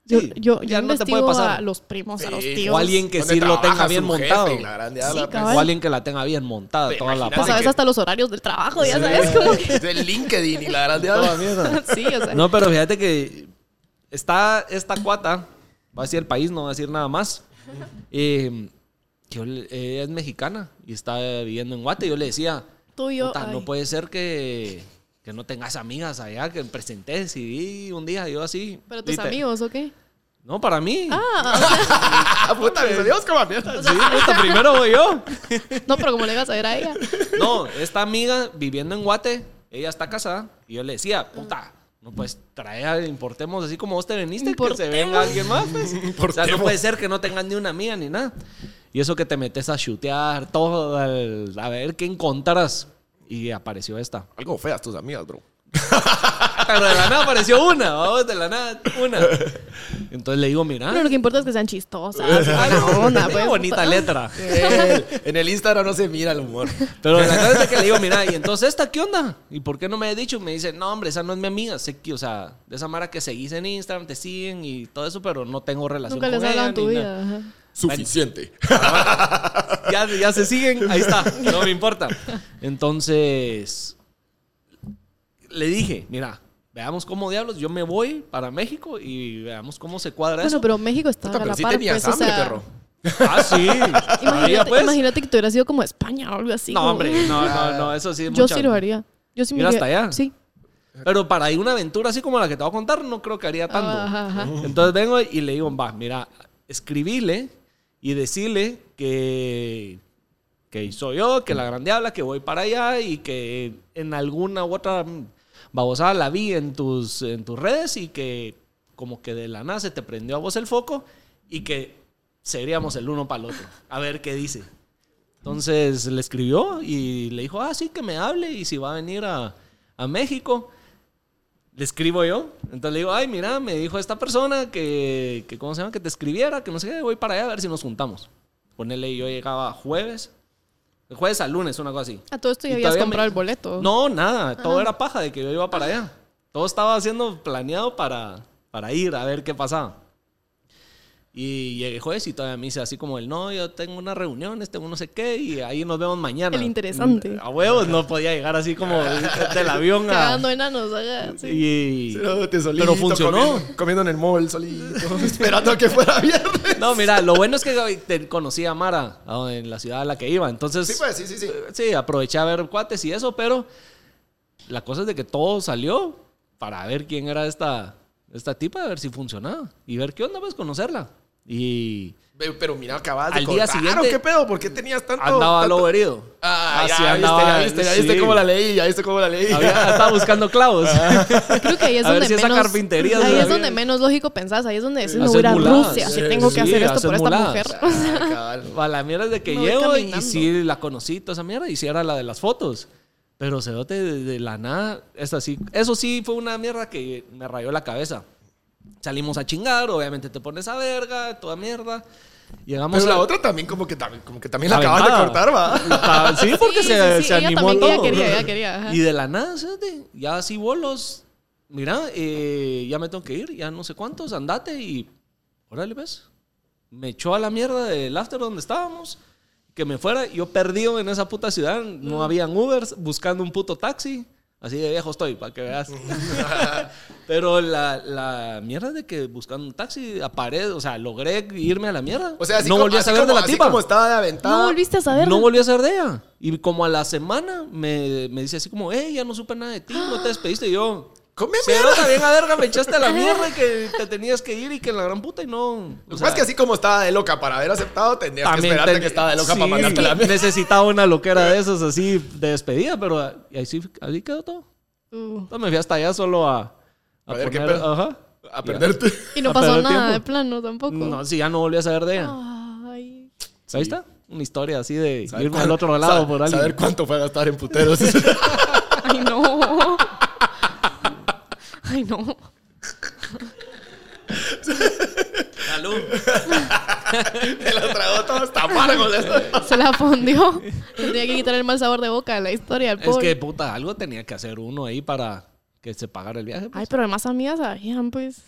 C: yo,
B: Sí,
C: yo,
B: ya
C: yo
B: no te puede
C: investigo
B: pasar.
C: a los primos, a los
A: Sí.
C: tíos.
B: O alguien que
A: ¿Dónde
B: sí lo
A: trabaja
B: tenga bien
A: su jefe?
B: montado.
A: La gran
C: Sí,
A: diabla, pues.
C: cabal.
B: O alguien que la tenga bien montada,
A: Te
B: toda la
A: imaginas
C: Pues
A: Así
C: sabes
A: que-
C: hasta los horarios del trabajo,
A: pues.
C: ya sabes como que
A: Del LinkedIn y la gran diabla.
C: sí, o sea.
B: No, pero fíjate que está esta cuata, va a decir el país, no va a decir nada más. Eh, que yo le- ella es mexicana y está viviendo en Guate. Yo le decía,
C: Tú y yo,
B: "Puta, no
C: ay.
B: puede ser que, que no tengas amigas allá, que presenté CD un día, yo así.
C: Pero tus
B: liter-
C: amigos, ¿o qué?
B: No, para mí.
A: Ah, puta, mis amigos como mierda.
B: Sí, puta, primero voy yo.
C: No, pero como le ibas a ver a ella.
B: No, esta amiga viviendo en Guate, ella está casada. Y yo le decía, puta, no puedes traer, importemos así como vos te veniste, que se
C: Importemos.
B: venga alguien más. pues. O sea, no
A: Importemos.
B: puede ser que no tengas ni una amiga ni nada. Y eso que te metes a chutear todo, al- a ver qué encontrarás. Y apareció esta.
A: Algo feas tus amigas, bro.
B: Pero de la nada apareció una, vamos, de la nada, una. Entonces le digo, mira,
C: Pero lo que importa es que sean chistosas. buena onda,
B: Ah. qué
C: pues.
B: bonita letra.
A: en el Instagram no se mira el humor.
B: Pero la cosa es que le digo, mira, y entonces esta, ¿qué onda? ¿Y por qué no me he dicho? Me dice, no, hombre, esa no es mi amiga. Sé que, o sea, de esa mara que seguís en Instagram, te siguen y todo eso, pero no tengo relación
C: Nunca les
B: con ella.
C: hablan tu
B: ni
C: vida.
B: nada".
C: ajá.
A: Suficiente.
B: Ya, ya se siguen, ahí está, no me importa. Entonces, le dije, mira, veamos cómo diablos, yo me voy para México y veamos cómo se cuadra
C: Bueno,
B: eso.
C: pero México está
A: Puta,
C: a
A: pero
C: la
A: sí
C: par,
A: tenías
C: pues, o
A: hambre,
C: sea,
A: perro.
B: Ah, sí. Todavía,
C: Imagínate,
B: pues.
C: imagínate que tú hubieras sido como España o algo así.
B: No,
C: como-
B: hombre, no, no, no, eso sí es
C: Yo
B: mucha-
C: sí lo haría. Yo sí me
B: ¿Ir hasta
C: iría-
B: allá?
C: Sí.
B: Pero para ir una aventura así como la que te voy a contar, no creo que haría tanto.
C: Ah, Ajá, ajá.
B: Entonces vengo y le digo, va, mira, escribile y decile que, que soy yo, que la grande habla, que voy para allá y que en alguna u otra babosada la vi en tus, en tus redes y que como que de la nada se te prendió a vos el foco y que seríamos el uno para el otro. A ver qué dice. Entonces le escribió y le dijo, ah, sí, que me hable y si va a venir a, a México. Le escribo yo. Entonces le digo, ay, mira, me dijo esta persona que, que ¿cómo se llama? Que te escribiera, que no sé qué, voy para allá a ver si nos juntamos. Ponele, yo llegaba jueves, de jueves al lunes, una cosa así.
C: A todo esto ya
B: Y
C: habías
B: todavía
C: comprado
B: me-
C: el boleto.
B: No, nada, todo era paja de que yo iba para allá. Todo estaba siendo planeado para, para ir a ver qué pasaba. Y llegué jueves y todavía me dice así como el no, yo tengo unas reuniones, tengo no sé qué y ahí nos vemos mañana.
C: El interesante.
B: A huevos no podía llegar así como del avión a...
C: Cagando enanos. ajá, sí.
B: Y-
A: Cerote, solito,
B: pero funcionó.
A: Comiendo, comiendo en el mall solito, esperando a que fuera viernes.
B: No, mira, lo bueno es que te conocí a Mara a- en la ciudad a la que iba. Entonces,
A: Sí, pues, sí, sí, sí.
B: sí, aproveché a ver cuates y eso, pero la cosa es de que todo salió para ver quién era esta, esta tipa, a ver si funcionaba y ver qué onda, pues conocerla. Y
A: Ve, Pero mira, acabas de
B: Al día
A: cortar,
B: siguente-
A: ¿o ¿Qué pedo? ¿Por qué tenías tanto?
B: andaba
A: tanto-
B: lo herido.
A: Ah,
B: Así
A: ya, viste,
B: andaba,
A: ya viste, ya viste
B: sí.
A: cómo la leí, ya viste cómo la leí.
B: Había- estaba buscando clavos.
C: Creo que ahí es
B: A ver
C: donde
B: si esa
C: menos.
B: carpintería
C: ahí
B: todavía-
C: es donde menos lógico pensás. Ahí es donde decís, no
B: Haces
C: voy a ir a
B: muladas.
C: Rusia.
A: Sí,
C: Si tengo
A: sí,
C: que hacer esto
B: haces
C: por esta
B: muladas.
C: mujer.
A: Ah, cabal.
B: A la mierda es de que
C: Me voy
B: llego y
C: caminando.
B: sí la conocí, toda esa mierda, y sí era la de las fotos. Pero se dote de, de la nada, es así. Eso sí fue una mierda que me rayó la cabeza. Salimos a chingar, obviamente te pones a verga, toda mierda. Llegamos
A: Pero
B: a
A: la otra también como que, tam- como que también la
B: Aventada.
A: acabas de cortar, va.
B: Ah, sí, porque
C: Sí,
B: se,
C: sí, sí,
B: se
C: ella
B: animó a
C: también,
B: todo.
C: ella quería, ella quería, ajá.
B: Y de la nada, fíjate, ya así bolos. Mira, eh, ya me tengo que ir, ya no sé cuántos, andate y. Órale, ves. Me echó a la mierda del after donde estábamos. Que me fuera, yo perdido en esa puta ciudad,
C: Mm.
B: no habían Ubers, buscando un puto taxi. Así de viejo estoy, para que veas. Pero la, la mierda de que buscando un taxi, a pared, o sea, logré irme a la mierda.
A: O sea, así
B: no
A: como-
B: volví a
A: así
B: saber
A: como-
B: de la
A: así
B: tipa.
A: como estaba de aventada.
C: No volviste a saber.
B: No volví a saber de ella. Y como a la semana me, me dice así como, hey, ya no supe nada de ti, no te despediste. Y yo,
A: come mierda.
B: Pero también a verga me echaste a la mierda que te tenías que ir y que en la gran puta y no. o
A: Lo que
B: sea,
A: pasa es que así como estaba de loca para haber aceptado, tendrías que esperarte
B: ten-
A: que estaba de loca
B: sí,
A: para mandarte la mierda.
B: Necesitaba una loquera de esas así de despedida, pero ahí sí ahí quedó todo.
C: Uh,
B: Entonces me fui hasta allá solo a,
A: A ver qué pedo.
B: ajá.
A: A perderte.
C: Y no
B: A
C: pasó
B: perder
C: nada
B: tiempo.
C: de plano tampoco.
B: No, sí, ya no volví a saber de
C: Ah.
B: ella.
C: Ay.
B: Ahí está. Una historia así de
A: Saber
B: irme al
A: cuán-
B: otro lado
A: saber-
B: por alguien.
A: Saber cuánto fue a gastar en puteros.
C: Ay, no. Ay, no.
B: Salud.
A: Te lo tragó todo hasta amargo. de-
C: Se la fondió. Tendría que quitar el mal sabor de boca a la historia al
B: Es
C: pobre.
B: que puta, algo tenía que hacer uno ahí para que se pagara el viaje. pues.
C: Ay, pero además amigas sabían, pues.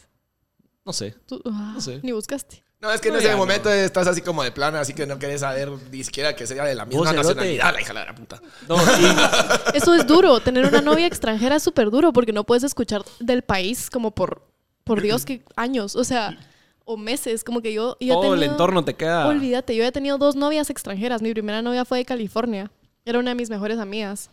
B: No sé.
C: tú- ah,
B: No sé.
C: Ni buscaste.
A: No, es que en
B: No,
A: ese
B: ya no.
A: momento estás así como de plana, así que no querés saber ni siquiera que sea de la misma
B: Vos, cerote.
A: nacionalidad, la hija de la gran puta.
B: No, y-
C: Eso es duro. Tener una novia extranjera es súper duro porque no puedes escuchar del país como por, por Dios, que años. O sea, o meses. Como que yo. yo he
B: todo el
C: tenido-
B: entorno te queda.
C: Olvídate, yo he tenido dos novias extranjeras. Mi primera novia fue de California. Era una de mis mejores amigas.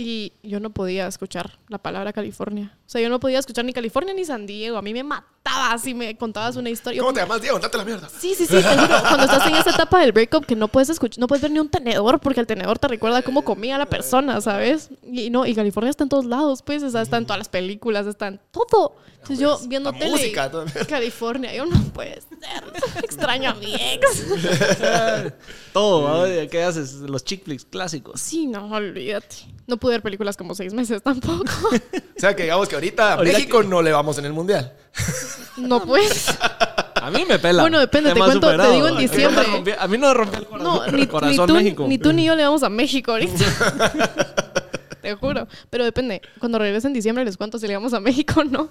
C: Y yo no podía escuchar la palabra California. O sea, yo no podía escuchar ni California ni San Diego. A mí me matabas si me contabas una historia. Yo
A: ¿Cómo te llamas, Diego? Date la mierda.
C: Sí, sí, sí, te juro. Cuando estás en esa etapa del breakup que no puedes escuchar, no puedes ver ni un tenedor porque el tenedor te recuerda cómo comía la persona, ¿sabes? Y no, y California está en todos lados, pues, o sea, está en todas las películas, está en todo. Entonces yo viendo
A: Pues, la
C: tele,
A: música también.
C: California, yo no puede ser. Extraño a mi ex.
B: Todo, ¿va? ¿qué haces? Los chick flicks clásicos.
C: Sí, no, olvídate. No pude ver películas como seis meses tampoco.
A: O sea, que digamos que ahorita, a
B: Ahorita
A: México no le vamos en el mundial.
C: No pues.
B: A mí me pela.
C: Bueno, depende, te
B: Tema
C: cuento, te
B: superado.
C: digo en
B: A mí no me
C: diciembre.
B: rompió- A mí no me rompió el
C: No,
B: corazón,
C: ni, ni
B: corazón
C: tú,
B: México.
C: ni tú ni yo le vamos a México ahorita. Te juro. Pero depende. Cuando regrese en diciembre les cuento si le vamos a México o no.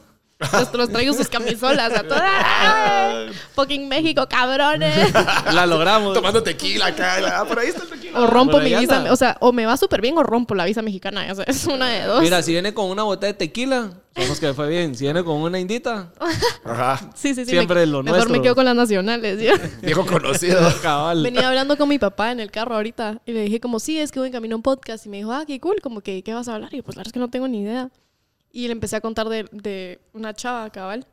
C: Los, los traigo sus camisolas a todas. ¡Ay! Fucking México, cabrones.
B: La logramos.
A: Tomando tequila acá. la- ah, por ahí está el tequila.
C: O rompo
B: Bueno,
C: mi
B: ya
C: visa.
B: está.
C: O sea, o me va súper bien o rompo la visa mexicana. O sea, es una de dos.
B: Mira, si viene con una botella de tequila, sabemos que fue bien. Si viene con una indita,
A: Ajá.
C: sí, sí, sí.
B: siempre
C: me-
B: lo
C: mejor
B: nuestro.
C: me quedo con las nacionales. ¿ya?
A: Viejo conocido.
B: cabal.
C: Venía hablando con mi papá en el carro ahorita y le dije como, sí, es que voy en camino a un podcast. Y me dijo, ah, qué cool, como que, ¿qué vas a hablar? Y yo, pues la verdad es que no tengo ni idea. Y le empecé a contar de, de una chava, cabal.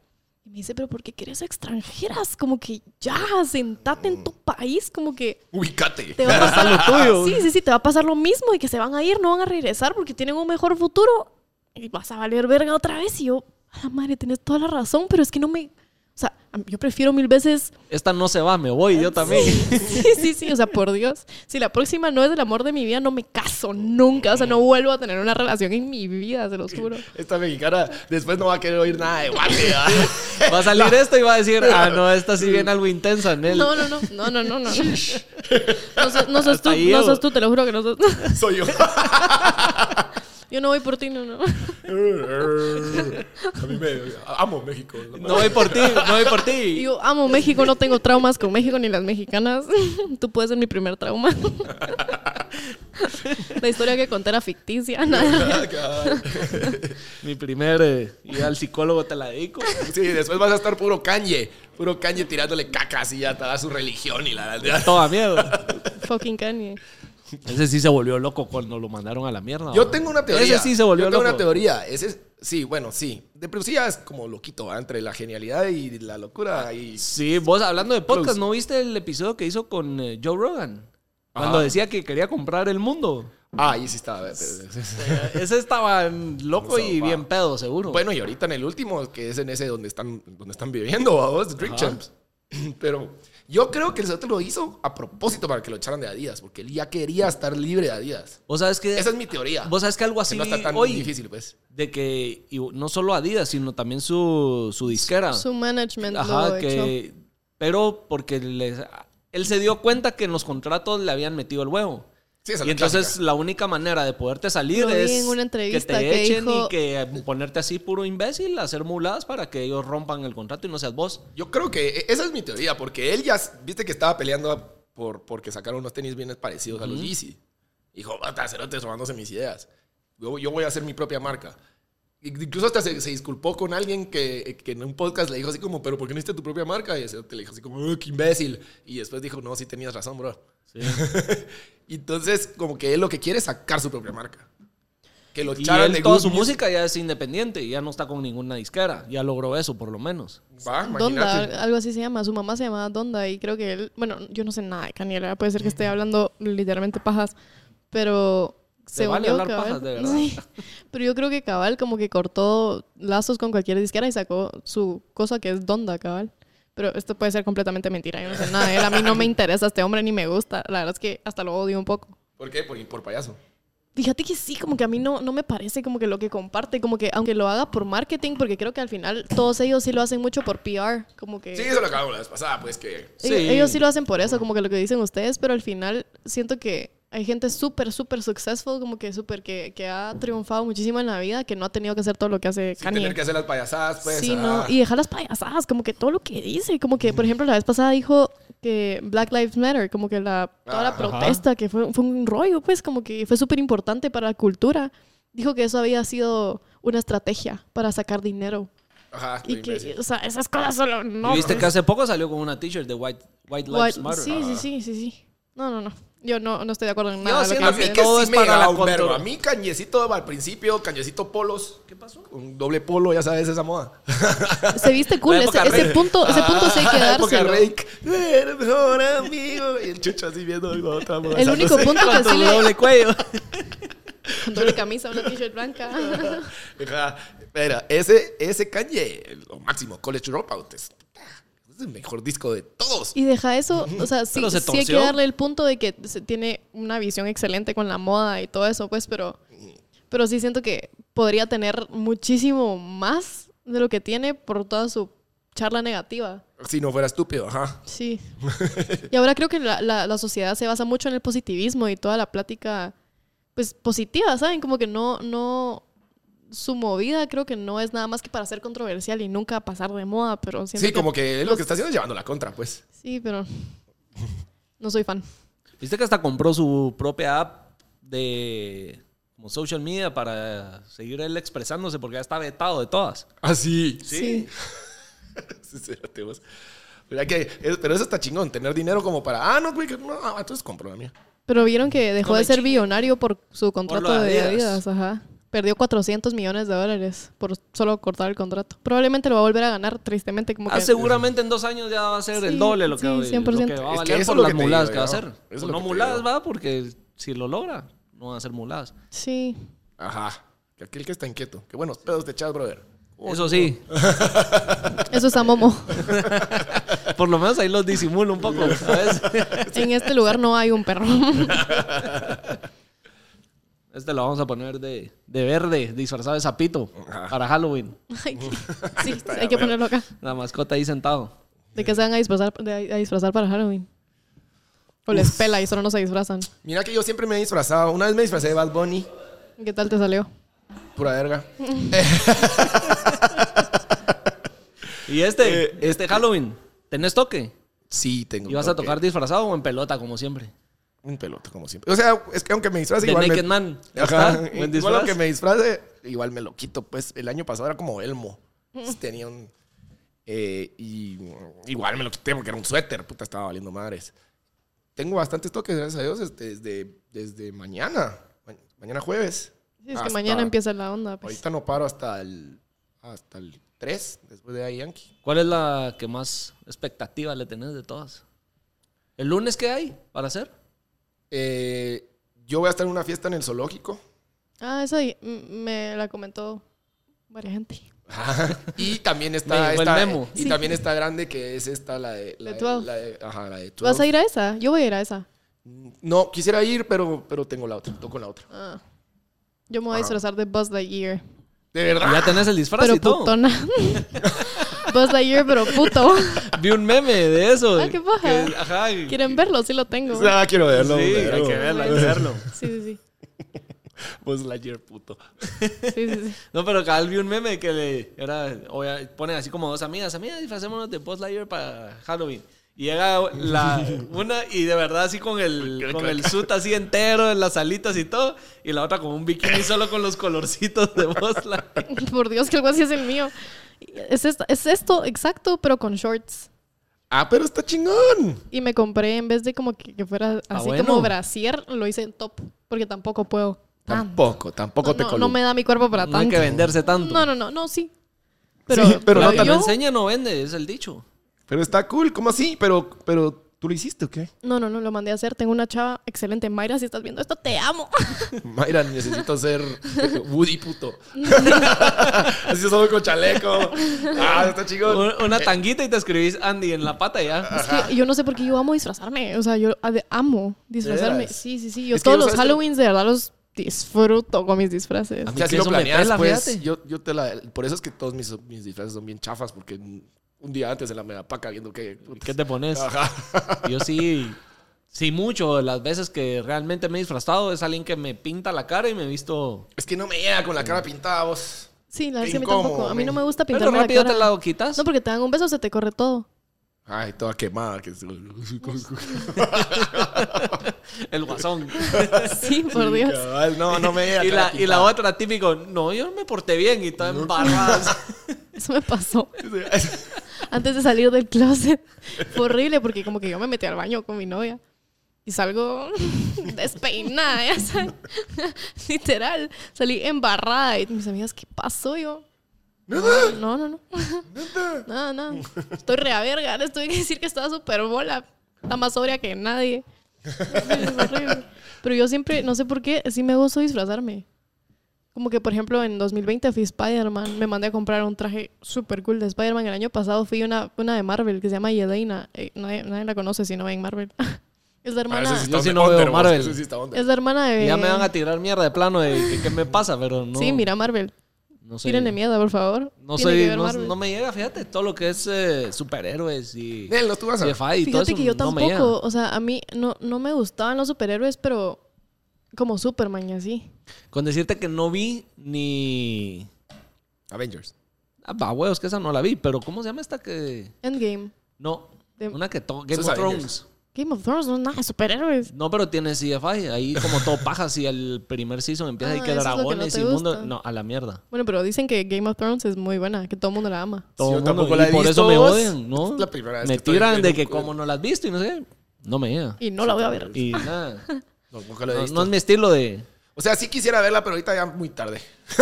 C: Y me dice, pero ¿por qué quieres extranjeras? Como que ya, sentate en tu país, como que
A: Ubicate.
C: te va a pasar
B: lo tuyo.
C: Sí, sí, sí, te va a pasar lo mismo y que se van a ir, no van a regresar porque tienen un mejor futuro y vas a valer verga otra vez. Y yo, a la madre, tenés toda la razón, pero es que no me... O sea, a mí- yo prefiero mil veces
B: Esta no se va, me voy yo también.
C: Sí, sí, sí, o sea, por Dios. Si la próxima no es el amor de mi vida, no me caso nunca. O sea,
B: Mm.
C: no vuelvo a tener una relación en mi vida, se los juro.
A: Esta mexicana después no va a querer oír nada de Guate. ¿va?
B: Va a salir esto y va a decir, ah, no, esta sí viene algo intensa en él.
C: No, no, no, no, no, no, no. No, sos, no sos tú,
B: Hasta ahí
C: no
B: llego.
C: sos tú, te lo juro que no sos
A: Soy yo.
C: Yo no voy por ti, no, no.
A: a mí me amo México. la
B: No voy por ti, no voy por
C: Y
B: ti.
C: Yo amo México, no tengo traumas con México ni las mexicanas. Tú puedes ser mi primer trauma. La historia que conté era ficticia, nada.
A: verdad.
B: Mi primer eh, ida al psicólogo te la dedico.
A: Sí, después vas a estar puro Kanye. Puro Kanye tirándole caca así ya a su religión y la
B: Toda mierda.
C: Fucking Kanye.
B: Ese sí se volvió loco cuando lo mandaron a la mierda.
A: Yo
B: ¿va?
A: tengo una teoría.
B: Ese sí se volvió
A: Yo tengo una
B: loco.
A: teoría. Ese es- sí, bueno, sí. De por sí ya es como loquito ¿va? entre la genialidad y la locura. Y
B: Sí, vos hablando de podcast,
A: Close.
B: ¿no viste el episodio que hizo con eh, Joe Rogan? Cuando
A: Ajá.
B: decía que quería comprar el mundo.
A: Ah, ahí sí estaba.
B: Ese estaba mm, loco y
A: Sopa.
B: bien pedo, seguro.
A: Bueno, y ahorita en el último, que es en ese donde están, donde están viviendo, ¿va vos? Drink Champs. Pero yo creo que el Cerote lo hizo a propósito para que lo echaran de Adidas, porque él ya quería estar libre de Adidas.
B: vos sabes que.
A: Esa es mi teoría.
B: Eh, Vos sabes que algo así
A: que no está tan
B: hoy,
A: difícil, pues.
B: de que y no solo Adidas, sino también su, su disquera.
C: Su management lo
B: Ah. Ajá,
C: echó.
B: que. Pero porque les- él se dio cuenta que en los contratos le habían metido el huevo.
A: Sí, esa es
B: Y
A: la
B: entonces
A: clásica.
B: la única manera de poderte salir
C: Lo vi
B: es
C: en una entrevista
B: que te
C: que
B: echen
C: dijo-
B: y que ponerte así puro imbécil, hacer muladas para que ellos rompan el contrato y no seas vos.
A: Yo creo que e- esa es mi teoría, porque él ya, s- viste que estaba peleando por, porque sacaron unos tenis bien parecidos a los Yeezy. Dijo, bata, cerotes robándose mis ideas. Yo, yo voy a hacer mi propia marca. Inc- Incluso hasta se, se disculpó con alguien que, que en un podcast le dijo así como, pero ¿por qué no hiciste tu propia marca? Y el cerote le dijo así como, "Ugh, qué imbécil. Y después dijo, no, sí tenías razón, bro. Entonces, como que él lo que quiere es sacar su propia marca. que lo
B: Y
A: echaran
B: él
A: Pues de
B: toda
A: Good
B: su
A: Music.
B: música ya es independiente, ya no está con ninguna disquera. Ya logró eso, por lo menos.
A: Va,
B: Ah,
C: Donda,
A: imagínate.
C: al- algo así se llama. Su mamá se llamaba Donda y creo que él, bueno, yo no sé nada de Kanye, ¿verdad? puede ser que esté hablando literalmente pajas, pero
B: vale
C: yo,
B: hablar pajas, de verdad.
C: Sí. pero yo creo que Cabal como que cortó lazos con cualquier disquera y sacó su cosa que es Donda, Cabal. Pero esto puede ser completamente mentira, yo no sé nada de él. A mí no me interesa este hombre ni me gusta. La verdad es que hasta lo odio un poco.
A: ¿Por qué? Por, por payaso.
C: Fíjate que sí, como que a mí no, no me parece como que lo que comparte, como que aunque lo haga por marketing, porque creo que al final todos ellos sí lo hacen mucho por PR, como que...
A: Sí, eso lo acabamos la vez pasada, pues que.
C: Ellos,
B: Sí.
C: ellos sí lo hacen por eso, como que lo que dicen ustedes, pero al final siento que hay gente súper, súper successful, como que súper que, que ha triunfado muchísimo en la vida, que no ha tenido que hacer todo lo que hace
A: Sin
C: Kanye.
A: tener que hacer las payasadas, pues.
C: sí,
A: ah.
C: no, y dejar las payasadas, como que todo lo que dice, como que, por ejemplo, la vez pasada dijo que Black Lives Matter, como que la, toda la
A: Ajá.
C: protesta, que fue, fue un rollo, pues, como que fue súper importante para la cultura. Dijo que eso había sido una estrategia para sacar dinero.
A: Ajá,
C: Y
A: estoy
C: que,
A: Ah, imbécil.
C: o sea, esas cosas solo no...
B: y viste que hace poco salió con una t-shirt de White, White Lives
C: What-
B: Matter.
C: Sí, sí, sí, sí, sí. No, no, no. Yo no, no estoy de acuerdo en nada. de lo
B: siento
A: A
C: que
A: mí
C: hace.
A: que
B: todo
A: sí
B: es
A: me
B: para la
A: llegaba un verbo.
B: control.
A: A mí, cañecito al principio, cañecito polos. ¿Qué pasó? Un doble polo, ya sabes esa moda.
C: Se viste cool.
B: La
C: Ese,
B: época
C: ese
B: Rey.
C: punto, ese punto sí hay que
A: Ah, época
C: dárselo.
A: Rake. Eres mejor amigo. Y el chucho así viendo la otra moda.
C: El único punto que
B: Con
C: sí
B: tu
C: le...
B: doble cuello.
C: Con doble camisa, una t-shirt blanca.
A: Ajá. Espera, ese, ese Kanye, lo máximo, College Dropout, es, es el mejor disco de todos.
C: Y deja eso, o sea, sí,
B: Pero se
C: sí hay que
B: torció.
C: darle el punto de que se tiene una visión excelente con la moda y todo eso, pues, pero, pero sí siento que podría tener muchísimo más de lo que tiene por toda su charla negativa.
A: Si no fuera estúpido, ajá.
C: Sí. Y ahora creo que la, la- la sociedad se basa mucho en el positivismo y toda la plática, pues positiva, ¿saben? Como que no, no, su movida creo que no es nada más que para ser controversial y nunca pasar de moda, pero siento
A: Sí, como que él lo que está haciendo es llevando la contra, pues.
C: Sí, pero no soy fan.
B: Viste que hasta compró su propia app de como social media para seguir él expresándose porque ya está vetado de todas.
A: Ah, sí.
C: Sí.
A: Sinceramente, vos. Mira que, es- pero eso está chingón, tener dinero como para, ah, no, güey, que no, ah, entonces compro la mía.
C: Pero vieron que dejó
B: No
C: de
B: me
C: ser
B: chingue.
C: billonario por su contrato
B: lo de
C: de
B: Adidas.
C: Adidas, ajá. Perdió 400 millones de dólares por solo cortar el contrato. Probablemente lo va a volver a ganar, tristemente, como
B: Ah,
C: que...
B: seguramente en dos años ya va a ser
C: Sí,
B: el doble lo que,
C: sí,
B: lo
C: 100%.
B: que va a
A: Es que eso
B: valer
A: es
B: por
A: lo
B: las
A: que te
B: muladas
A: digo
B: que va a
A: yo.
B: hacer.
A: Eso es
B: O
A: lo
B: no
A: que te
B: muladas,
A: digo.
B: va, porque si lo logra, no van a ser muladas.
C: Sí.
A: Ajá. Que aquel que está inquieto. Qué buenos pedos te echas, brother.
B: Eso sí,
C: Eso es a Momo.
B: por lo menos ahí los disimulo un poco, ¿sabes?
C: En este lugar no hay un perro.
B: Este lo vamos a poner de, de verde, disfrazado de sapito,
A: Ajá.
B: para Halloween.
C: Ay, qué- sí, hay que ponerlo acá.
B: La mascota ahí sentado.
C: ¿De qué se van a disfrazar, de- a disfrazar para Halloween? O les pela y solo no se disfrazan.
A: Mira que yo siempre me he disfrazado. Una vez me disfrazé de Bad Bunny,
C: ¿Qué tal te salió?
A: pura verga.
B: Y este,
A: Eh,
B: este, Halloween, ¿tenés toque?
A: Sí, tengo.
B: ¿Y vas a
A: toque.
B: tocar disfrazado o en pelota, como siempre?
A: Un pelota, como siempre. O sea, es que aunque me disfrace
B: De
A: igual.
B: Naked
A: me...
B: Man. Ya
A: Ajá.
B: está, buen
A: Igual
B: disfraz.
A: aunque me disfrace, igual me lo quito. Pues el año pasado era como Elmo. Entonces, Tenía un. eh, y igual me lo quité porque era un suéter. Puta, estaba valiendo madres. Tengo bastantes toques, gracias a Dios, este, desde, desde mañana. Ma- Mañana jueves.
C: Sí, es que
A: Hasta-
C: mañana empieza la onda. pues.
A: Ahorita no paro hasta el. Hasta el 3, después de ahí Yankee.
B: ¿Cuál es la que más expectativa le tenés de todas? ¿El lunes qué hay para hacer?
A: Eh, yo voy a estar en una fiesta en el zoológico.
C: Ah, esa y- m- me la comentó varias gente.
A: y también
B: Me
A: está
B: llegó el
A: esta,
B: memo.
A: y también está grande que es esta la de la
C: De 12.
A: la de- ajá, la de
C: ¿Tú vas a
A: 12.
C: ir a esa? Yo voy a ir a esa.
A: No, quisiera ir, pero pero tengo la otra, toco la otra.
C: Ah. Yo me voy a
A: Ah.
C: disfrazar de Buzz Lightyear.
A: De
B: ¿Y
A: verdad.
B: ¿Ya tenés el disfraz
C: Pero
B: y todo?
C: putona. Buzz Lightyear, pero puto.
B: Vi un meme de eso.
C: Ah, qué paja.
B: que- ajá. y-
C: ¿Quieren verlo? Sí lo tengo. Sí,
A: Ah, quiero verlo.
B: Sí, hay
A: verlo.
B: que verlo, hay que verlo.
C: sí, sí.
A: Buzz Lightyear, puto.
C: Sí, sí, sí.
B: No, pero cabal vi un meme que le era, obvia- ponen así como dos amigas, amigas, disfracémonos de Post Lightyear para Halloween. Y llega la, una y de verdad así con el, con el suit así entero, en las alitas y todo, y la otra con un bikini solo con los colorcitos de Post Lightyear.
C: Por Dios, que algo así es el mío. Es esto, es esto exacto, pero con shorts.
A: Ah, pero está chingón.
C: Y
A: Ah,
C: me compré, en vez de como que, que fuera así
B: bueno.
C: como brasier, lo hice en top, porque tampoco puedo. Ah,
A: Tampoco, tampoco
C: no,
A: te
C: no,
A: colu-
C: no me da mi cuerpo para
B: No
C: tanto.
B: hay que venderse tanto.
C: No, no, no, no, sí. Pero,
A: Pero, pero,
B: la
A: no
B: que
A: tan-
B: no
C: yo-
B: enseña no vende, es el dicho.
A: pero está cool, ¿cómo así? Pero, pero tú lo hiciste, ¿o qué?
C: No, no, no, lo mandé a hacer. Tengo una chava excelente. Mayra, si estás viendo esto, te amo.
A: Mayra, necesito ser Woody puto. Así solo con chaleco. Ah, está chico.
B: Una, una tanguita y te escribís Andy en la pata y ya.
C: Es que yo no sé por qué yo amo disfrazarme. O sea, yo a- de- amo disfrazarme.
A: veras?
C: Sí, sí, sí. Yo
A: Es que Ah,
C: todos
A: yo,
C: los
A: ¿sabes qué?
C: Halloweens de verdad los disfruto con mis disfraces.
A: A mí
B: Ya,
A: si
B: eso
A: lo
B: me
A: planeas,
B: pela,
A: pues,
B: fíjate.
A: yo, yo te la... Por eso es que todos mis, mis disfraces son bien chafas, porque un día antes en la megapaca viendo que...
B: ¿Qué te pones?
A: Ajá.
B: Yo sí, sí mucho. Las veces que realmente me he disfrazado es alguien que me pinta la cara y me he visto...
A: Es que no me llega con la cara pintada, vos.
C: Sí, la verdad es que a mí
A: Incómodo,
C: tampoco. A mí no
A: men.
C: me gusta
B: Pero
C: pintarme la
B: rápido te
C: cara.
B: la quitas.
C: No, porque te dan un beso, se te corre todo.
A: Ay, toda quemada. Que...
C: Pues,
B: El guasón.
C: Sí, por Dios.
A: Cabal, No, no me llega
B: Y
A: cara
B: la, y la
A: pintada.
B: otra típico, no, yo me porté bien y toda embarrada.
C: Eso me pasó antes de salir del closet. Fue horrible porque como que yo me metí al baño con mi novia y salgo despeinada, ya saben. Literal, salí embarrada y mis amigas, ¿qué pasó yo? No, no, no. No, no. no. Estoy rea verga, les tuve que decir que estaba súper bola. Está más sobria que nadie. Es horrible. Pero yo siempre, no sé por qué, sí me gozo disfrazarme. Como que, por ejemplo, en 2020 fui Spider-Man. Me mandé a comprar un traje súper cool de Spider-Man. El año pasado fui una, una de Marvel que se llama Yelena. Eh, nadie, nadie la conoce si no ven Marvel. es
A: Ah,
C: la hermana,
A: eso sí
B: Yo
A: está
B: sí
A: under-
B: no veo
A: under, vos.
B: Marvel.
A: Eso sí está under.
C: es la hermana de...
B: ya me van a tirar mierda de plano de que- qué me pasa, pero no.
C: Eh. Sí, mira Marvel.
B: No sé.
C: Tírenle mierda, por favor.
B: No
C: Tiene que
B: soy,
C: ver
B: no,
C: Marvel.
B: no me llega, fíjate, todo lo que es eh, superhéroes y
A: Nel, no tú vas a...
B: sci-fi y todo
C: Fíjate
B: eso
C: que yo
B: no me
C: tampoco,
B: llega.
C: o sea, a mí no, no me gustaban los superhéroes, pero como Superman y así.
B: Con decirte que no vi ni...
A: Avengers.
B: Ah, va, huevos, que esa no la vi, pero ¿cómo se llama esta que...?
C: Endgame.
B: No,
C: De-
B: una que... to- Game
A: Eso es
B: of
A: Avengers.
B: Thrones.
C: Game of Thrones no es nada de superhéroes.
B: No, pero tiene CFI, ahí como todo paja, si el primer season empieza
C: Ah,
B: y que
C: eso es lo que no
B: dragones
C: te
B: y mundo...
C: gusta.
B: No, a la mierda.
C: Bueno, pero dicen que Game of Thrones es muy buena, que todo el mundo la ama.
B: Todo
A: yo
B: el mundo,
A: tampoco la
B: y
A: he
B: por
A: visto,
B: eso me
A: vos.
B: odian, ¿no?
A: Es la primera vez
B: me
A: que estoy
B: tiran de
A: viendo
B: que
A: un-
B: como no la has visto y no sé, no me llega.
C: Y no la voy a ver.
B: Y nada,
A: Tampoco lo he
B: no,
A: visto.
B: no es mi estilo de...
A: O sea, sí quisiera verla, pero ahorita ya muy tarde.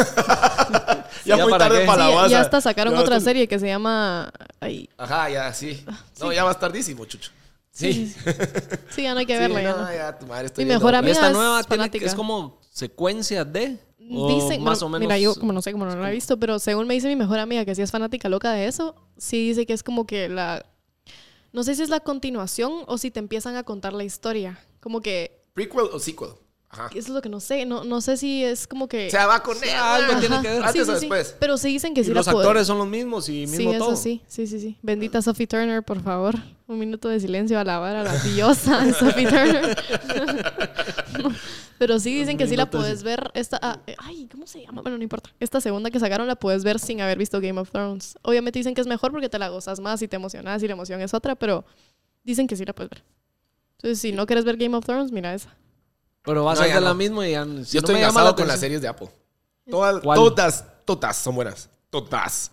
A: ya
B: ¿Ya
A: muy
B: para
A: tarde
B: qué?
A: para la
C: Sí,
A: baza.
C: ya hasta sacaron
A: Ya
C: otra
A: bastante-
C: serie que se llama... Ay,
A: Ajá, ya, sí. No, ya vas tardísimo, chucho.
C: sí. Sí, sí, ya no hay que
A: Sí,
C: verla. ya
A: no,
C: no.
A: ya, tu madre estoy
C: Mi
A: viendo
C: mejor
A: otra.
C: amiga-
B: esta
C: es
B: nueva tiene,
C: fanática.
B: es como secuencia de... o
C: Dicen,
B: más
C: bueno,
B: o menos...
C: mira, yo como no sé, como no lo he visto, pero según me dice mi mejor amiga, que sí es fanática loca de eso, sí dice que es como que la... No sé si es la continuación o si te empiezan a contar la historia. Como que...
A: ¿Prequel o sequel? Ajá.
C: Eso es lo que no sé. No, no sé si es como que...
A: O sea, va con él.
B: algo
A: Ajá.
B: tiene que ver.
A: Antes
C: Sí,
A: o
C: sí, sí.
A: después.
C: Pero sí dicen que
B: Y
C: sí
B: los
C: la puede.
B: actores son los mismos y mismo
C: sí,
B: todo.
C: eso sí, sí, sí, sí. Bendita Sophie Turner, por favor. Un minuto de silencio a alabar a la diosa de Sophie Turner. Pero sí dicen que sí la
B: minuto de
C: puedes ver. Esta, ah, eh, ay, ¿cómo se llama? Bueno, no importa. Esta segunda que sacaron la puedes ver sin haber visto Game of Thrones. Obviamente dicen que es mejor porque te la gozas más y te emocionas y la emoción es otra, pero dicen que sí la puedes ver. Entonces, si no quieres ver Game of Thrones, mira esa.
B: Pero va a
A: No, ya
B: ser
A: no.
B: la misma y ya... si
A: Yo
B: no
A: estoy
B: me llama
A: engasado con las
B: atención-
A: series de Apple. Todas,
B: ¿Cuál?
A: todas, todas son buenas. Todas.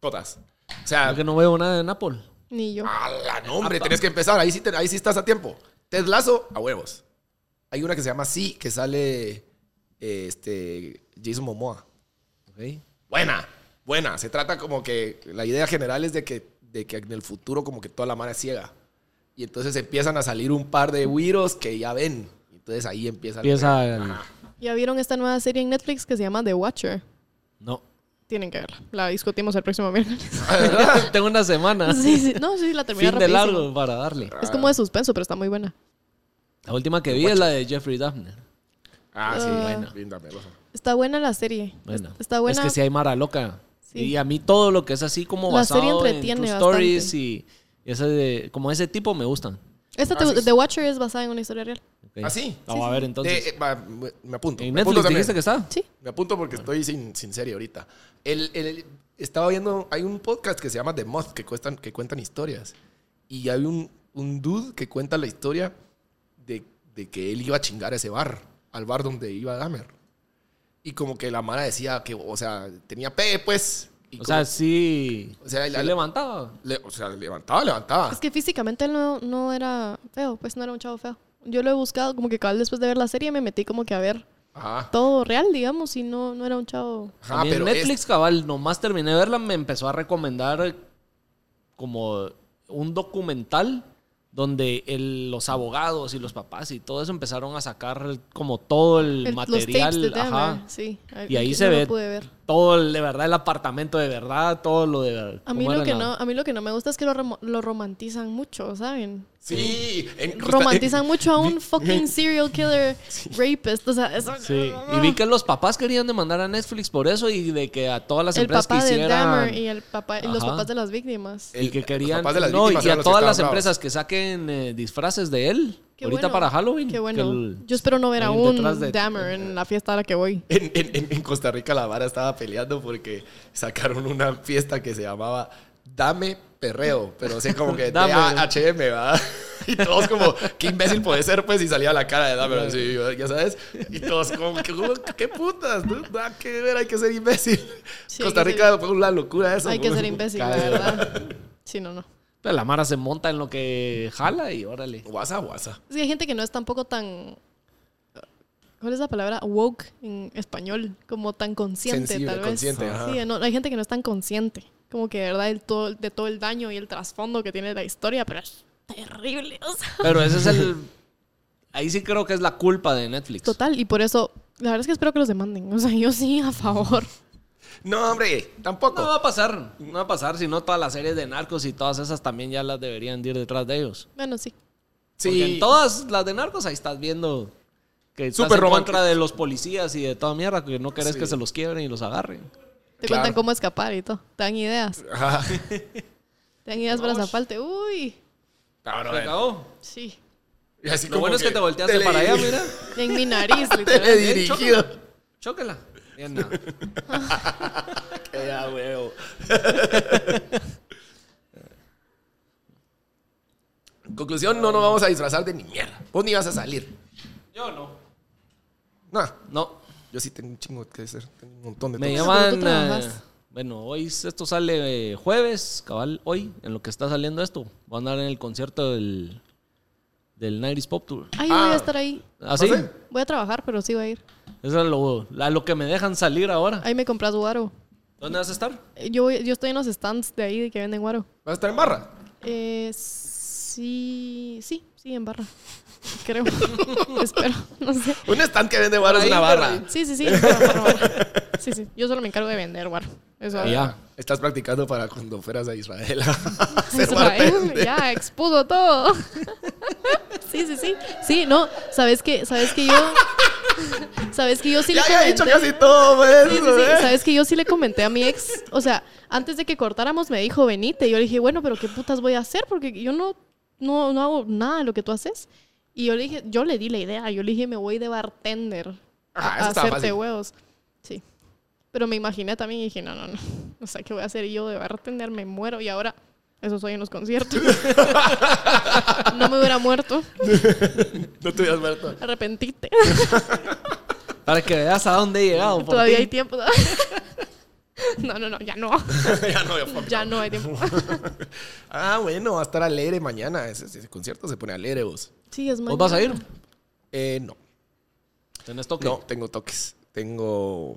A: Todas. O sea,
B: Porque no veo nada de Napol.
C: Ni yo.
A: ¡Hala, no, hombre! Tenés que empezar. Ahí sí, te- ahí sí estás a tiempo. Ted Lasso, a huevos. Hay una que se llama Sí, que sale eh, este, Jason Momoa. Buena, buena. Se trata como que la idea general es de que, de que en el futuro como que toda la mano es ciega. Y entonces empiezan a salir un par de güiros que ya ven. Entonces ahí empiezan.
B: Empieza el-
C: ¿Ya vieron esta nueva serie en Netflix que se llama The Watcher?
B: No.
C: Tienen que verla. La discutimos el próximo miércoles.
B: Tengo una semana.
C: Sí, sí. No, sí, la terminé
B: fin de
C: rapidísimo.
B: largo para darle.
C: Es como de suspenso, pero está muy buena.
B: La última que vi es la de Jeffrey Daphne.
A: Ah, sí,
C: Ah.
A: buena. Linda, melosa.
C: Está buena la serie.
B: Bueno,
C: Es- Está buena.
B: Es que si hay Mara Loca.
C: Sí.
B: Y a mí todo lo que es así como
C: La
B: basado
C: serie
B: en
C: entretiene
B: true
C: bastante.
B: stories y y ese de- como ese tipo me gustan.
C: Esta
A: Ah,
C: te-
A: sí.
C: The Watcher es basada en una historia real.
B: Ok.
A: ¿Ah, sí?
B: La voy a ver entonces.
A: Eh, eh, va, me me apunto.
B: en
A: me apunto
B: Netflix
A: también.
B: dijiste que está.
C: Sí.
A: Me apunto porque estoy sin, sin serie ahorita. El, el- estaba viendo, hay un podcast que se llama The Moth, que, cuestan, que cuentan historias. Y hay un, un dude que cuenta la historia de, de que él iba a chingar a ese bar, al bar donde iba Dahmer. Y como que la mara decía que, o sea, tenía pe, pues. Y
B: O
A: como-
B: sea, sí.
A: o sea,
B: sí
A: la-
B: levantaba.
A: le- o sea, levantaba,
B: Ah.
A: levantaba.
C: Es que físicamente él no, no era feo, pues no era un chavo feo. Yo lo he buscado, como que cabal después de ver la serie me metí como que a ver
A: Ajá.
C: todo real, digamos, y no, no era un chavo.
A: Ajá,
B: A mí en
A: pero
B: Netflix,
A: es-
B: cabal, nomás terminé de verla, me empezó a recomendar como un documental donde el- los abogados y los papás y todo eso empezaron a sacar como todo el,
C: El-
B: material,
C: de eh. Dahmer,
B: ajá,
C: sí.
B: Y ahí
C: Yo
B: se
C: no lo
B: ve
C: pude ver.
B: todo el, de verdad el apartamento de verdad, todo lo de verdad.
C: A mí, lo que no, a mí lo que no me gusta es que lo, remo- lo romantizan mucho, ¿saben?
A: Sí, en-
B: eh,
C: Romantizan mucho a un
A: vi-
C: fucking serial killer rapist. O sea, eso.
B: Sí, y vi que los papás querían demandar a Netflix por eso y de que a todas las
C: El
B: empresas
C: papá de
B: quisieran
C: Dahmer y, el papá, y los
B: Ajá.
C: papás de las víctimas.
B: y que
A: los
B: querían
A: papás de las
B: no, y
A: víctimas eran
B: a
A: los que
B: todas las
A: estaban
B: empresas que saquen eh, disfraces de él
C: Qué
B: ahorita
C: bueno,
B: para Halloween.
C: Qué
B: que
C: bueno.
B: el-
C: Yo espero no ver a
B: ahí
C: un
B: detrás de-
C: Dahmer en la fiesta a la que voy.
A: En, en- en- en Costa Rica la vara estaba peleando porque sacaron una fiesta que se llamaba Dame Perreo, pero así como que
B: Dame.
A: D-A-H-M, ¿verdad? Y todos como, qué imbécil puede ser, pues, y salía la cara de Dame, así, ya sabes. Y todos como, qué, qué putas, ¿no? Nada que ver, hay que ser imbécil.
C: Sí, hay
A: Costa
C: que
A: Rica fue una locura eso.
C: Hay que ser imbécil, la
B: Cae.
C: verdad. Sí, no, no.
B: Pero Pues, la Mara se monta en lo que jala y órale.
A: Guasa, guasa.
C: Es que hay gente que no es tampoco tan. ¿Cuál es la palabra? Woke en español. Como tan consciente,
A: Sensible,
C: tal vez.
A: consciente, ajá.
C: Sí, no, hay gente que no es tan consciente. Como que, de verdad, el todo, de todo el daño y el trasfondo que tiene la historia, pero es terrible. o sea.
B: Pero ese es el. Ahí sí creo que es la culpa de Netflix.
C: Total, y por eso, la verdad es que espero que los demanden. O sea, yo sí, a favor.
A: No, hombre, tampoco.
B: No va a pasar, no va a pasar, si no todas las series de narcos y todas esas también ya las deberían de ir detrás de ellos.
C: Bueno, sí.
B: Porque
A: sí,
B: en todas las de narcos ahí estás viendo que estás
A: Súper
B: en
A: romántico.
B: contra de los policías y de toda mierda que no querés
A: Sí.
B: que se los quiebren y los agarren.
C: Te
A: Claro.
C: cuentan cómo escapar y todo. Te dan ideas.
A: Ajá.
C: Te dan ideas para zafalte. Uy,
A: Ahora,
B: Se acabó.
C: sí.
A: y así
B: Lo
A: como
B: bueno es que te volteaste para allá, mira.
C: En mi nariz, literal.
A: Teledirigido.
B: Chócala. Bien, no.
A: Ya, huevo. En conclusión, no nos vamos a disfrazar de ni mierda. Vos ni vas a salir.
B: Yo no.
A: No,
B: No.
A: yo sí tengo un chingo que hacer. Tengo un montón de
B: Me
A: cosas.
C: llama- ¿Cuándo
B: llaman.
C: tú trabajas?
B: eh, bueno, hoy s- esto sale eh, jueves, cabal, hoy, en lo que está saliendo esto. Voy a andar en el concierto del, del 90s Pop Tour.
C: Ay, voy
A: Ah.
C: a estar ahí.
B: Así.
A: ¿Ah, sí?
C: Voy a trabajar, pero sí voy a ir.
B: Eso es lo, la- lo que me dejan salir ahora.
C: Ahí me compras guaro.
B: ¿Dónde vas a estar?
C: Eh, Yo, voy- yo estoy en los stands de ahí de que venden guaro.
A: ¿Vas a estar en barra?
C: Eh, sí, sí, sí, en barra. Creo. Espero. No sé.
A: Un stand que vende guaro es
B: ahí,
A: una
B: por
A: barra.
B: ahí.
C: Sí, sí, sí. en barra, barra, barra. Sí, sí. Yo solo me encargo de vender guaro.
A: Ah.
C: Eso.
B: Ya.
A: Estás practicando para cuando fueras a Israel.
C: Eso, eh, ya expuso todo. sí, sí, sí. Sí, no, sabes que, sabes que yo. Sabes que yo sí
A: ya
C: le
A: ya he
C: comenté.
A: dicho casi todo, pues, ¿ves?
C: Sí, sí, sí. Sabes que yo sí le comenté a mi ex, o sea, antes de que cortáramos me dijo, venite. Yo le dije, bueno, pero ¿qué putas voy a hacer? Porque yo no, no, no hago nada de lo que tú haces. Y yo le dije, yo le di la idea, yo le dije, me voy de bartender a,
A: Ah,
C: a
A: eso estaba
C: hacerte
A: fácil.
C: huevos. Sí. Pero me imaginé también y dije, no, no, no. O sea, ¿qué voy a hacer yo de bartender? Me muero y ahora eso soy en los conciertos. no me hubiera muerto.
A: No te hubieras muerto.
C: Arrepentite.
B: Para que veas a dónde he llegado. por
C: Todavía
B: ti.
C: hay tiempo. no, no, no, ya no.
A: ya no, ya fuck.
C: Ya no hay tiempo.
A: Ah, bueno, va a estar alegre mañana. Ese, ese concierto se pone alegre vos.
C: Sí, es
B: ¿Vos vas a ir?
A: Eh, no.
B: ¿Tenés toque?
A: No, tengo toques. Tengo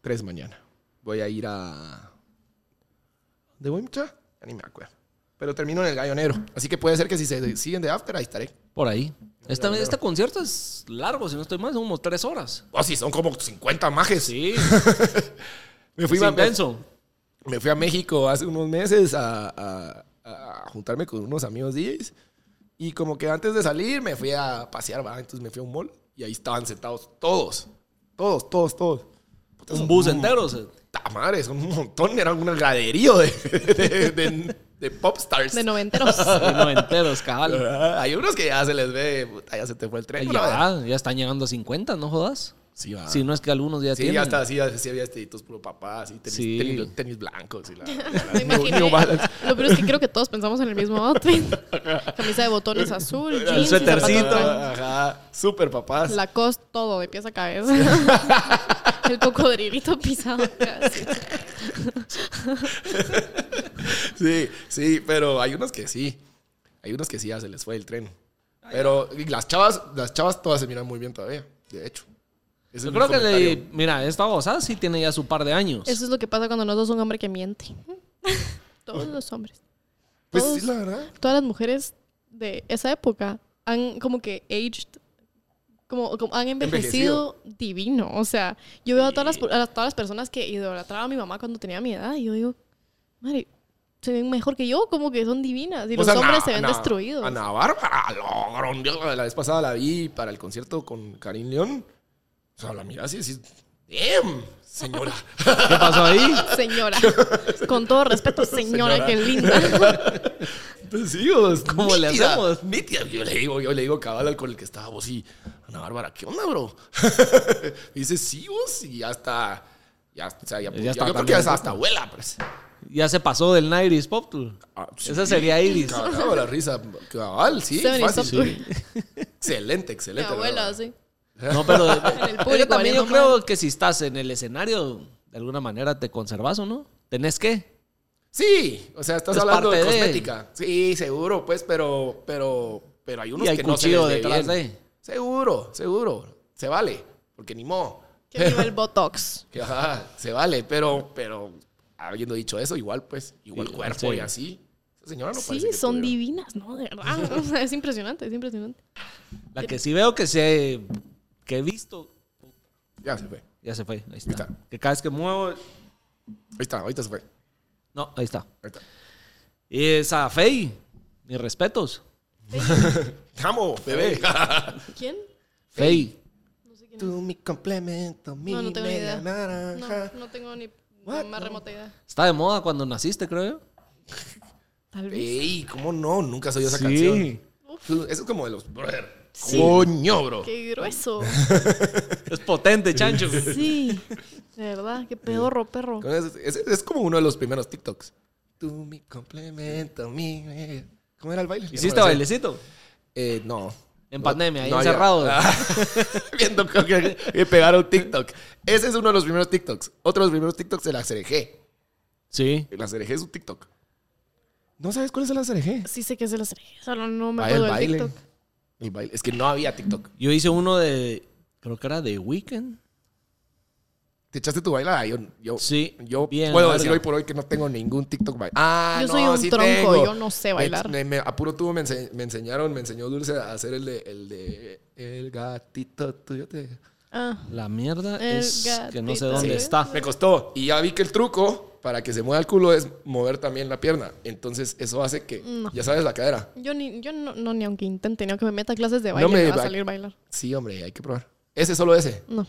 A: tres mañana. Voy a ir a. ¿De voy, mucha? Ya ni me acuerdo. Pero termino en el Gallo Negro. Así que puede ser que si se siguen de after, ahí estaré.
B: Por ahí. Este, este concierto es largo, si no estoy mal, son como tres horas.
A: Oh, sí, son como 50 majes.
B: Sí,
A: Me fui,
B: es
A: a,
B: intenso.
A: me fui a México hace unos meses a, a- a juntarme con unos amigos DJs. Y como que antes de salir me fui a pasear, ¿va? entonces me fui a un mall y ahí estaban sentados todos. Todos, todos, todos. Puta,
B: Un
A: son
B: bus entero. o sea.
A: ¡Ta madre! Son un montón. Era un graderío de, de, de, de popstars.
C: De noventeros.
B: De noventeros, cabal.
A: Ah, Hay unos que ya se les ve. Puta, ya se te fue el tren. brother.
B: Ya, ya están llegando a 50, no jodas.
A: Sí, va.
B: Si
A: Sí,
B: no es que algunos ya tienen.
A: ya está. Sí, ya, sí había estaditos puro papás. Y tenis,
B: Sí.
A: tenis, tenis blancos. Y la,
C: Me
A: la-
C: imaginé.
A: New Balance.
C: Lo peor es que creo que todos pensamos en el mismo outfit. Camisa de botones azul, jeans,
B: suétercito.
C: zapatos blancos,
A: Ajá. Super papás.
C: Lacoste, todo, de pies a cabeza. el cocodrilito pisado.
B: pues.
A: Sí, sí. Pero hay unos que sí. Hay unos que sí ya se les fue el tren. Pero y las chavas, las chavas todas se miran muy bien todavía. De hecho. Ese
B: Yo
A: es
B: creo
A: mi
B: que le.
A: comentario.
B: Mira, esta gozada sí tiene ya su par de años.
C: Eso es lo que pasa cuando no sos un hombre que miente. Todos los hombres.
A: Pues
C: todos-
A: sí, la verdad.
C: Todas las mujeres de esa época han como que aged, como, como han envejecido, divino. O sea, yo veo a todas, las, a las- todas las personas que idolatraba a mi mamá cuando tenía mi edad y yo digo, madre, se ven mejor que yo, como que son divinas. Y
A: Pues
C: los
A: Ana-
C: hombres se ven
A: Ana-
C: destruidos.
A: Ana Bárbara, logrón. Yo la vez pasada la vi para el concierto con Karim León. O sea, la miras y decís, damn, señora.
B: ¿Qué pasó ahí?
C: Señora, con todo respeto, señora,
A: Señora.
C: qué linda.
A: Entonces, sí, o es
B: ¿Cómo le
A: nítida,
B: hacemos?
A: nítida. Yo le digo, yo le digo cabal al con el que estaba vos y Ana Bárbara, ¿qué onda, bro? Y dice, sí, vos, y ya está. Ya, o sea, ya,
B: Ya
A: ya,
B: está
A: yo creo que ya es
B: también.
A: hasta abuela, pues.
B: Ya se pasó del 90s Pop Tour.
A: Ah, sí,
B: Esa sería Iris.
A: Cagado la risa, cabal, sí,
C: Se ven
A: fácil.
C: top tour.
A: Excelente,
C: Mi
A: excelente. la
C: abuela,
A: verdad.
C: sí.
B: No, pero.
C: el
B: pero
C: público
B: también yo
C: valiendo
B: creo que si estás en el escenario, de alguna manera te conservas o no. Tenés que.
A: Sí, o sea, estás
B: Es
A: hablando de
B: parte de-
A: cosmética. Sí, seguro, pues, pero, pero, pero hay unos
B: Y hay
A: que no se
B: cuchillo
A: les ve
B: detrás
A: bien.
B: de.
A: Seguro, seguro. Se vale, porque ni modo.
C: ¿Qué nivel Botox?
A: Que, ajá, se vale, pero, pero, habiendo dicho eso, igual, pues, igual
B: Sí,
A: cuerpo
B: sí.
A: y así. Esa señora no parece
C: Sí,
A: que
C: son
A: pudiera.
C: divinas, ¿no? De verdad. O sea, es impresionante, es impresionante.
B: La que sí veo que se. que he visto.
A: Ya se fue. Ahí
B: Ya se fue. Ahí está.
A: está.
B: Que cada vez que muevo.
A: está, ahorita se fue. Ahí
B: No, ahí está.
A: está.
B: Y esa Fey. Mis respetos.
A: Te amo, bebé.
C: ¿Quién?
B: Fey.
C: No sé quién es.
A: Tú mi complemento, mi
C: No, no tengo ni
A: media
C: idea.
A: naranja.
C: No, no tengo ni
A: What?
C: la más
A: No.
C: remota idea.
B: Está de moda cuando naciste, creo yo.
C: Tal vez.
A: Ey, ¿cómo no? Nunca has oído esa canción.
C: Uf,
A: Eso es como de los... Brother.
C: Sí.
A: Coño, bro.
C: qué grueso.
B: Es potente, chancho.
C: Sí. De verdad, qué pedorro, perro.
A: Con ese- ese- Es, como uno de los primeros TikToks. Tú mi complemento, mi... media- ¿Cómo era el baile?
B: ¿Hiciste
A: Ya no me lo sé.
B: bailecito?
A: Eh, no.
B: En
A: No,
B: pandemia, ahí
A: no Ah. había.
B: encerrado.
A: Viendo que- que, que pegaron TikTok. Ese es uno de los primeros TikToks. Otro de los primeros TikToks de la CRG.
B: Sí.
A: La CRG es un TikTok. ¿No sabes cuál es la CRG?
C: Sí sé que es de las tres. Solo no me
A: Ah, el
C: acuerdo del
A: baile.
C: TikTok.
A: El baile. Es que no había TikTok.
B: Yo hice uno de. Creo que era de Weekend.
A: ¿Te echaste tu bailada? Yo, yo,
B: Sí,
A: yo
B: bien
A: puedo
B: larga.
A: decir hoy por hoy que no tengo ningún TikTok bail. Ah,
C: Yo
A: no,
C: soy un
A: sí
C: tronco,
A: tengo.
C: yo no sé
A: Me-
C: bailar.
A: Me, me- a puro tubo me, ense- me enseñaron, me enseñó Dulce a hacer el de el, de, el gatito tuyo. Te...
C: Ah,
B: La mierda
C: El
B: es que no sé
C: gatito.
B: dónde
C: Sí.
B: está.
A: Me costó. Y ya vi que el truco para que se mueva el culo es mover también la pierna. Entonces eso hace que,
C: No.
A: ya sabes, la cadera.
C: yo ni, yo no, no, ni aunque intente, ni aunque me meta a clases de baile,
A: me
C: me, va
A: ba-
C: a salir a bailar.
A: Sí, hombre, hay que probar. Ese, solo ese.
C: No.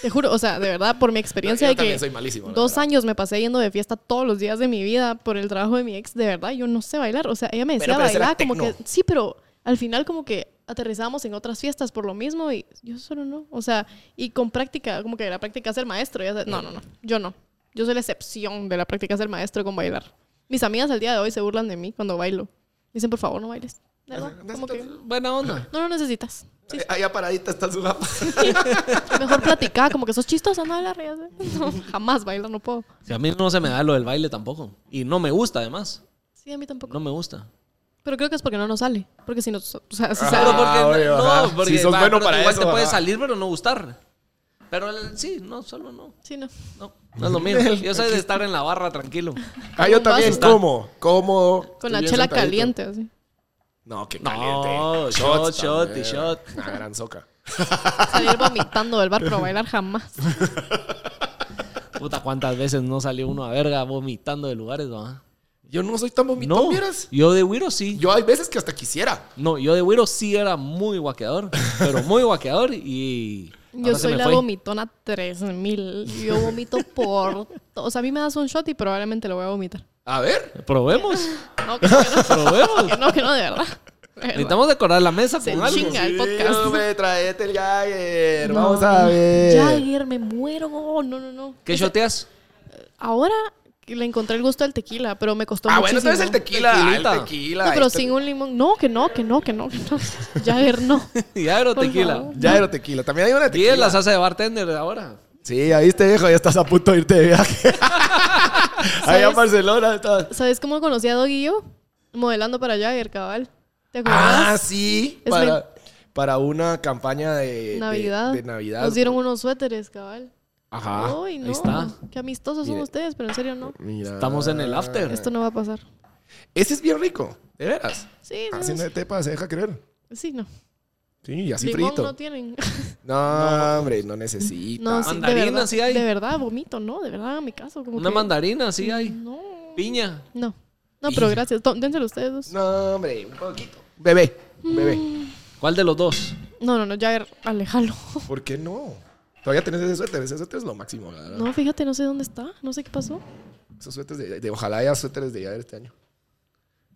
C: Te juro, o sea, de verdad, por mi experiencia
A: Yo
C: de
A: también
C: que
A: soy malísimo. la
C: dos
A: verdad.
C: años me pasé yendo de fiesta todos los días de mi vida por el trabajo de mi ex, de verdad, yo no sé bailar. O sea, ella me
A: Pero,
C: decía
A: pero ese era
C: bailar como que.
A: tecno.
C: Sí, pero al final, como que aterrizábamos en otras fiestas por lo mismo y yo solo no. O sea, y con práctica, como que la práctica es el maestro. ya sabes. no, no, no, yo no. Yo soy la excepción de la práctica es el maestro con bailar. Mis amigas al día de hoy se burlan de mí cuando bailo. Dicen, por favor, no bailes. De verdad, como que
B: Buena onda.
C: no lo necesitas. Sí,
A: Eh, Allá paradita está su gapa.
C: Mejor platicar, como que sos chistosa, no bailar. ya sabes. No, jamás bailar, no puedo.
B: Si a mí no se me da lo del baile tampoco. Y no me gusta, además.
C: Sí, a mí tampoco.
B: No me gusta.
C: Pero creo que es porque no nos sale. Porque si nos. O sea, si
A: Ah,
C: sale-
B: pero porque,
A: oye,
B: no,
A: ajá.
B: porque
A: Si sos
B: va,
A: bueno
B: creo que
A: para
B: igual
A: eso,
B: te puede
A: ajá.
B: salir, pero no gustar. Pero el- sí, no, solo no.
C: Sí, no.
B: No, no es lo mío. Yo soy de estar en la barra tranquilo.
A: Ah, yo
C: Un vaso.
A: también. ¿Cómo? ¿Cómo?
C: Con
A: Estoy
C: la
A: bien
C: chela
A: sentadito.
C: caliente, así.
A: No, que
B: No,
A: caliente.
B: shot, shot
A: también.
B: y shot.
A: Una gran soca.
C: Salir vomitando del bar, pero bailar jamás.
B: Puta, cuántas veces no salió uno a verga vomitando de lugares, ¿no?
A: Yo no soy tan vomitón,
B: No,
A: vieras.
B: yo de Wiro sí.
A: Yo hay veces que hasta quisiera.
B: No, yo de Wiro sí era muy guaqueador, pero muy guaqueador y...
C: Yo
B: ahora se
C: soy
B: me
C: la
B: fue.
C: vomitona 3000. Yo vomito por. O sea, a mí me das un shot y probablemente lo voy a vomitar.
A: A ver.
B: Probemos,
C: No, que no, que no.
B: probemos.
C: Que no, que no, de verdad. De verdad.
B: Necesitamos decorar la mesa
C: Se
B: con algo.
C: chinga el podcast.
A: Hombre, traete el Jagger.
C: No.
A: Vamos a ver. Ah,
C: Jagger, me muero. No, no, no.
B: ¿Qué shoteas?
C: Ahora que le encontré el gusto del tequila, pero me costó
A: Ah, bueno,
C: muchísimo.
A: entonces el tequila.
B: Tequilita.
A: El tequila.
C: No, pero
A: Este-
C: sin un limón. No, que no, que no, que no. que no. Jagger, no.
B: Ya era
C: Por
B: tequila.
C: favor.
A: Jagger o tequila. También hay una de
B: Y
A: tequila.
B: es la salsa de bartender ahora.
A: Sí, ahí te dejo. Ya estás a punto de irte de viaje. Allá en
C: ¿Sabes?
A: Barcelona. estás-
C: ¿Sabes cómo conocí a Doggy y yo? Modelando para Jagger, cabal. ¿Te acuerdas?
A: Ah, sí.
C: Es
A: para-
C: men-
A: para una campaña de de-
C: Navidad.
A: De, Navidad.
C: Nos dieron unos suéteres, cabal.
A: Ajá.
C: Ay, no.
B: Ah, está.
C: Qué amistosos son
A: Mire.
C: ustedes, pero en serio no.
A: Mira.
B: Estamos en el after.
C: Ah, Esto no va a pasar.
A: Ese es bien rico, de veras.
C: Sí,
B: ah,
C: no.
A: Haciendo de tepa se deja creer.
C: Sí, no.
A: Sí, y así
C: Limón
A: frito.
C: no tienen.
A: No, hombre, no necesita.
C: No, sí, de
B: Mandarina
C: verdad,
B: sí hay.
C: De verdad, vomito, ¿no? De verdad, hágame caso. Como
B: Una
C: que- Mm.
B: mandarina, sí hay.
C: No.
B: Piña.
C: No. No, pero gracias. To- Dénselo ustedes dos.
A: No, hombre, un poquito. Mm. Bebé, bebé.
B: ¿Cuál de los dos?
C: No, no, no, ya er, alejalo.
B: Ah.
A: ¿Por qué no? Todavía tenés ese suéter, ese suéter es lo máximo, la verdad.
C: No, fíjate, no sé dónde está. No sé qué pasó.
A: Esos suéteres de, de- ojalá haya suéteres de ya de este año.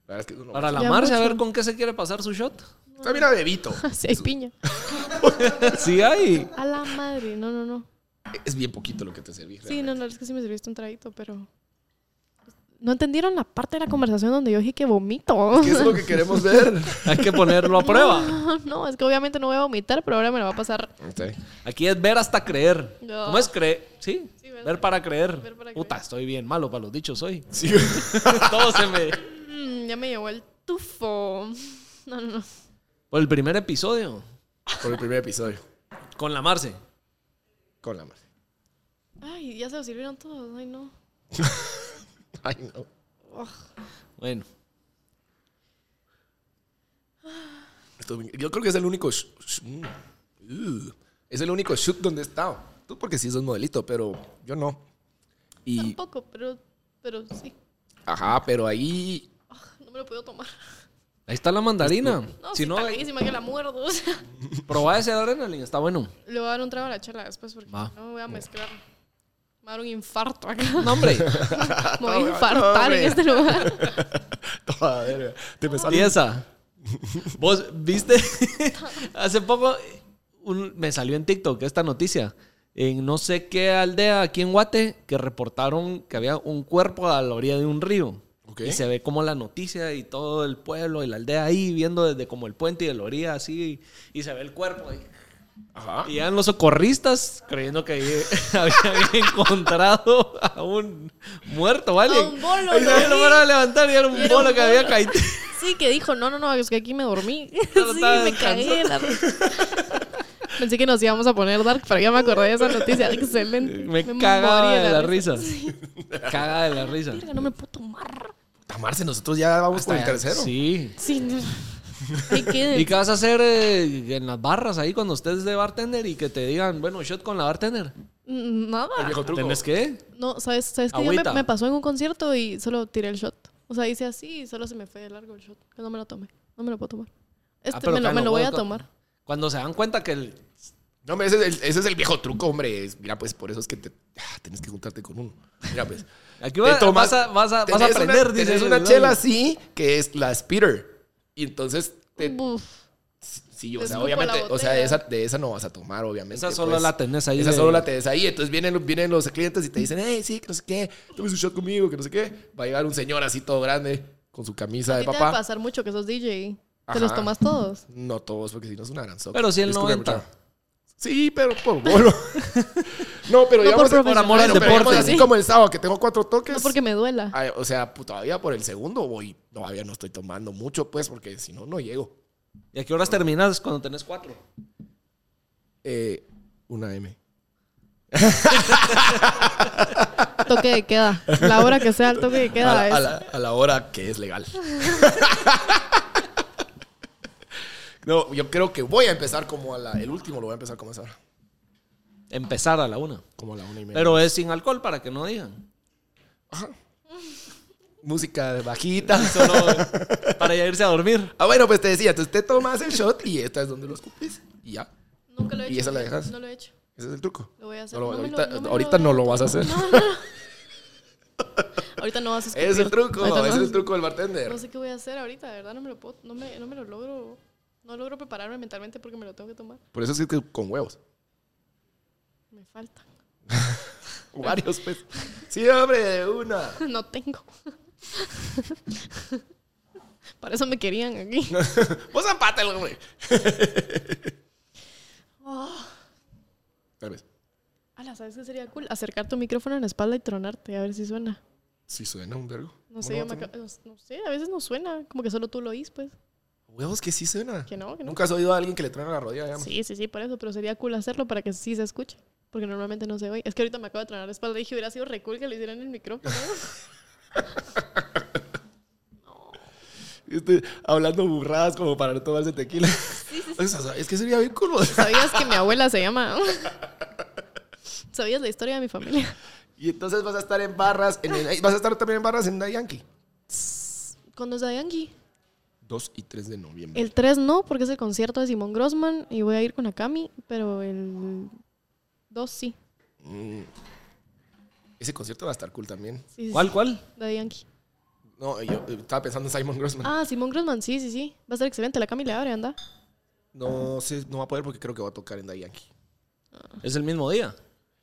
A: La verdad es que es lo
B: Para la
C: Ya
B: Marce, a
C: mucho.
B: ver con qué se quiere pasar su shot.
A: máximo. Está bien a bebito.
C: Sí, hay piña.
B: Sí hay.
C: A la madre. No, no, no.
A: Es bien poquito lo que te serví.
C: Sí, no, no, es que sí me serviste un traguito, pero. No entendieron la parte de la conversación donde yo dije que vomito.
A: ¿Qué es lo que queremos ver?
B: Hay que ponerlo a prueba.
C: No, no, es que obviamente no voy a vomitar, pero ahora me la va a pasar.
B: Aquí es ver hasta creer.
C: No.
B: ¿Cómo es creer? Sí,
C: Sí,
B: ver,
C: ver-
B: para creer.
C: ver para
B: Puta,
C: creer.
B: estoy bien malo para los dichos hoy.
A: Sí.
B: Todo se me...
C: Mm, ya me llevó el tufo. No, no, no.
B: Por el primer episodio,
A: Por el primer episodio.
B: con la Marce.
A: Con la madre.
C: Ay, ya se lo sirvieron todos. Ay, no.
A: Ay, no.
B: Bueno,
A: Esto- yo creo que es el único. sh- sh- mm, uh, es el único shoot donde he estado. Tú, porque sí sos modelito, pero yo no. Y.
C: Tampoco, pero, pero sí.
A: Ajá, pero ahí.
C: No me lo puedo tomar.
B: ahí está la mandarina.
C: No,
B: si no,
C: está carísima que la muerdo. o sea.
B: probá ese adrenalina, está bueno.
C: Le voy a dar un trago a la chela después porque
B: Va.
C: no me voy a mezclar. Me va a dar un infarto acá.
B: No, hombre,
C: Me voy a
A: No,
C: infartar
A: hombre.
C: en este lugar.
A: Toda verga. Te me sale-
B: piensa. Vos viste, hace poco un- me salió en TikTok esta noticia. En no sé qué aldea aquí en Guate que reportaron que había un cuerpo a la orilla de un río.
A: Ok.
B: Y se ve como la noticia y todo el pueblo y la aldea ahí viendo desde como el puente y de la orilla así. Y se ve el cuerpo. Y,
A: Ajá.
B: Y llegan los socorristas creyendo que ahí habían encontrado a un muerto, ¿vale?
C: A un bolo,
B: Ahí se
C: ¿no?
B: lo fueron a levantar y era un
C: Era un
B: bolo que había
C: bolo.
B: caído.
C: Sí, que dijo, no, no, no, es que aquí me dormí.
B: Solo
C: sí,
B: estaba
C: me cagué. la re- Pensé que nos íbamos a poner dark, pero ya me acordé de esa noticia. Excelente.
B: Me
C: moría
B: cagaba de la risa. Cagaba de la risa.
C: Verga, no me puedo tomar.
A: Tamarse, nosotros ya vamos por el tercero.
B: Sí.
C: Sí, no. Ahí quede.
B: ¿Y qué vas a hacer eh, en las barras ahí cuando estés de bartender y que te digan, bueno, shot con la bartender?
A: El
C: Mm, Nada.
A: viejo Ah, truco.
B: ¿Tenés que?
C: No, ¿sabes, sabes qué? Yo
B: Agüita.
C: me, me pasó en un concierto y solo tiré el shot. O sea, hice así y solo se me fue de largo el shot. Yo no me lo tomé. No me lo puedo tomar. Este
B: Ah, pero
C: me lo,
B: acá
C: me
B: no
C: lo voy
B: puedo
C: a
B: co-
C: tomar.
B: Cuando se dan cuenta que el...
A: No, hombre, ese es, el, ese es el viejo truco, hombre. Es- mira, pues por eso es que te, ah, tienes que juntarte con uno. Mira, pues.
B: Aquí va-
A: te tomas-
B: vas, a, vas, a, vas a
A: tenés una-
B: aprender, dice.
A: tenés una chela así, que es la Speeder. Y entonces, te-
C: Uf.
A: sí, o
C: te
A: sea,
C: escupo
A: obviamente,
C: la
A: o sea, de esa,
C: botella.
A: de esa no vas a tomar, obviamente.
B: Esa solo
A: pues.
B: la tenés ahí.
A: Esa
B: de-
A: solo la tenés ahí. Entonces vienen, vienen los clientes y te dicen, hey, sí, que no sé qué, tomes un shot conmigo, que no sé qué. Va a llegar un señor así todo grande, con su camisa
C: A
A: de
C: ti te va a
A: papá.
C: pasar mucho que sos DJ.
A: Ajá.
C: Te los tomas todos.
A: No todos, porque si no es una gran soca.
B: Pero sí el
A: Disculpe,
B: 90.
A: muchacho. Sí, pero por bolo. no, pero
C: No
A: digamos,
C: por
A: pero-
B: amor al
A: pero digamos
B: deporte.
A: así como el sábado que tengo cuatro toques.
C: No porque me duela.
A: Ay, o sea, pu- todavía por el segundo voy. Todavía no estoy tomando mucho, pues, porque si no, no llego.
B: ¿Y a qué horas terminas cuando tenés cuatro?
A: Eh, una M.
C: Toque de queda. La hora que sea el toque de
A: A
C: queda
A: la,
C: es.
A: a la- a la hora que es legal. no, yo creo que voy a empezar como a la. El último lo voy a empezar como a esa hora,
B: Empezar a la una.
A: Como a la una y media.
B: Pero es sin alcohol para que no digan.
A: Música bajita.
B: Solo para ya irse a dormir.
A: Ah, bueno, pues te decía, entonces te tomas el shot y esta es donde lo escupes. Y ya.
C: Nunca lo he
A: ¿Y
C: hecho.
A: esa la dejas?
C: No lo he hecho.
A: Ese es el truco.
C: Lo voy a hacer.
A: No lo-
C: No me lo-
A: ahorita
C: no me lo
A: ahorita
C: voy
A: no
C: a
A: lo vas a hacer.
C: Ahorita no vas a escupir.
A: Es el truco,
C: Ahorita no
A: es
C: vas-
A: el truco del bartender.
C: No sé qué voy a hacer ahorita, de verdad. No me lo puedo. No me, no me lo logro. No logro prepararme mentalmente porque me lo tengo que tomar.
A: Por eso es que con huevos.
C: Me falta.
A: Varios, pues. Sí, hombre, de una.
C: No tengo. Para eso me querían aquí.
A: Vos zapátelo, Pues hombre.
C: Oh.
A: Tal vez.
C: Ala, ¿sabes qué sería cool? Acercar tu micrófono en la espalda y tronarte, a ver si suena.
A: Si suena un vergo.
C: No sé, yo me acabo- no, no sé, a veces no suena, como que solo tú lo oís, pues.
A: Huevos que sí suena.
C: Que no, que no.
A: Nunca has oído a alguien que le truena la rodilla, digamos.
C: Sí, sí, sí, por eso, pero sería cool hacerlo para que sí se escuche. Porque normalmente no se oye. Es que ahorita me acabo de tronar la espalda y dije, hubiera sido re cool que le hicieran el micrófono.
A: Este, hablando burradas como para no tomarse tequila. O sea, es que sería bien cool.
C: ¿Sabías que mi abuela se llama? ¿Sabías la historia de mi familia?
A: Y entonces vas a estar en barras, en el- vas a estar también en barras en la Yankee.
C: Cuando es de Yankee.
A: 2 y 3 de noviembre.
C: El 3 no, porque es el concierto de Simón Grossman y voy a ir con Akami, pero el 2 sí.
A: Mm. Ese concierto va a estar cool también.
C: Sí, sí,
B: ¿Cuál,
C: sí,
B: cuál?
C: de Yankee.
A: No, yo eh, estaba pensando en Simon Grossman.
C: Ah, Simón Grossman, sí, sí, sí. Va a ser excelente. La Akami le abre, anda.
A: No sé, no va a poder porque creo que va a tocar en Da Yankee.
B: Es el mismo día.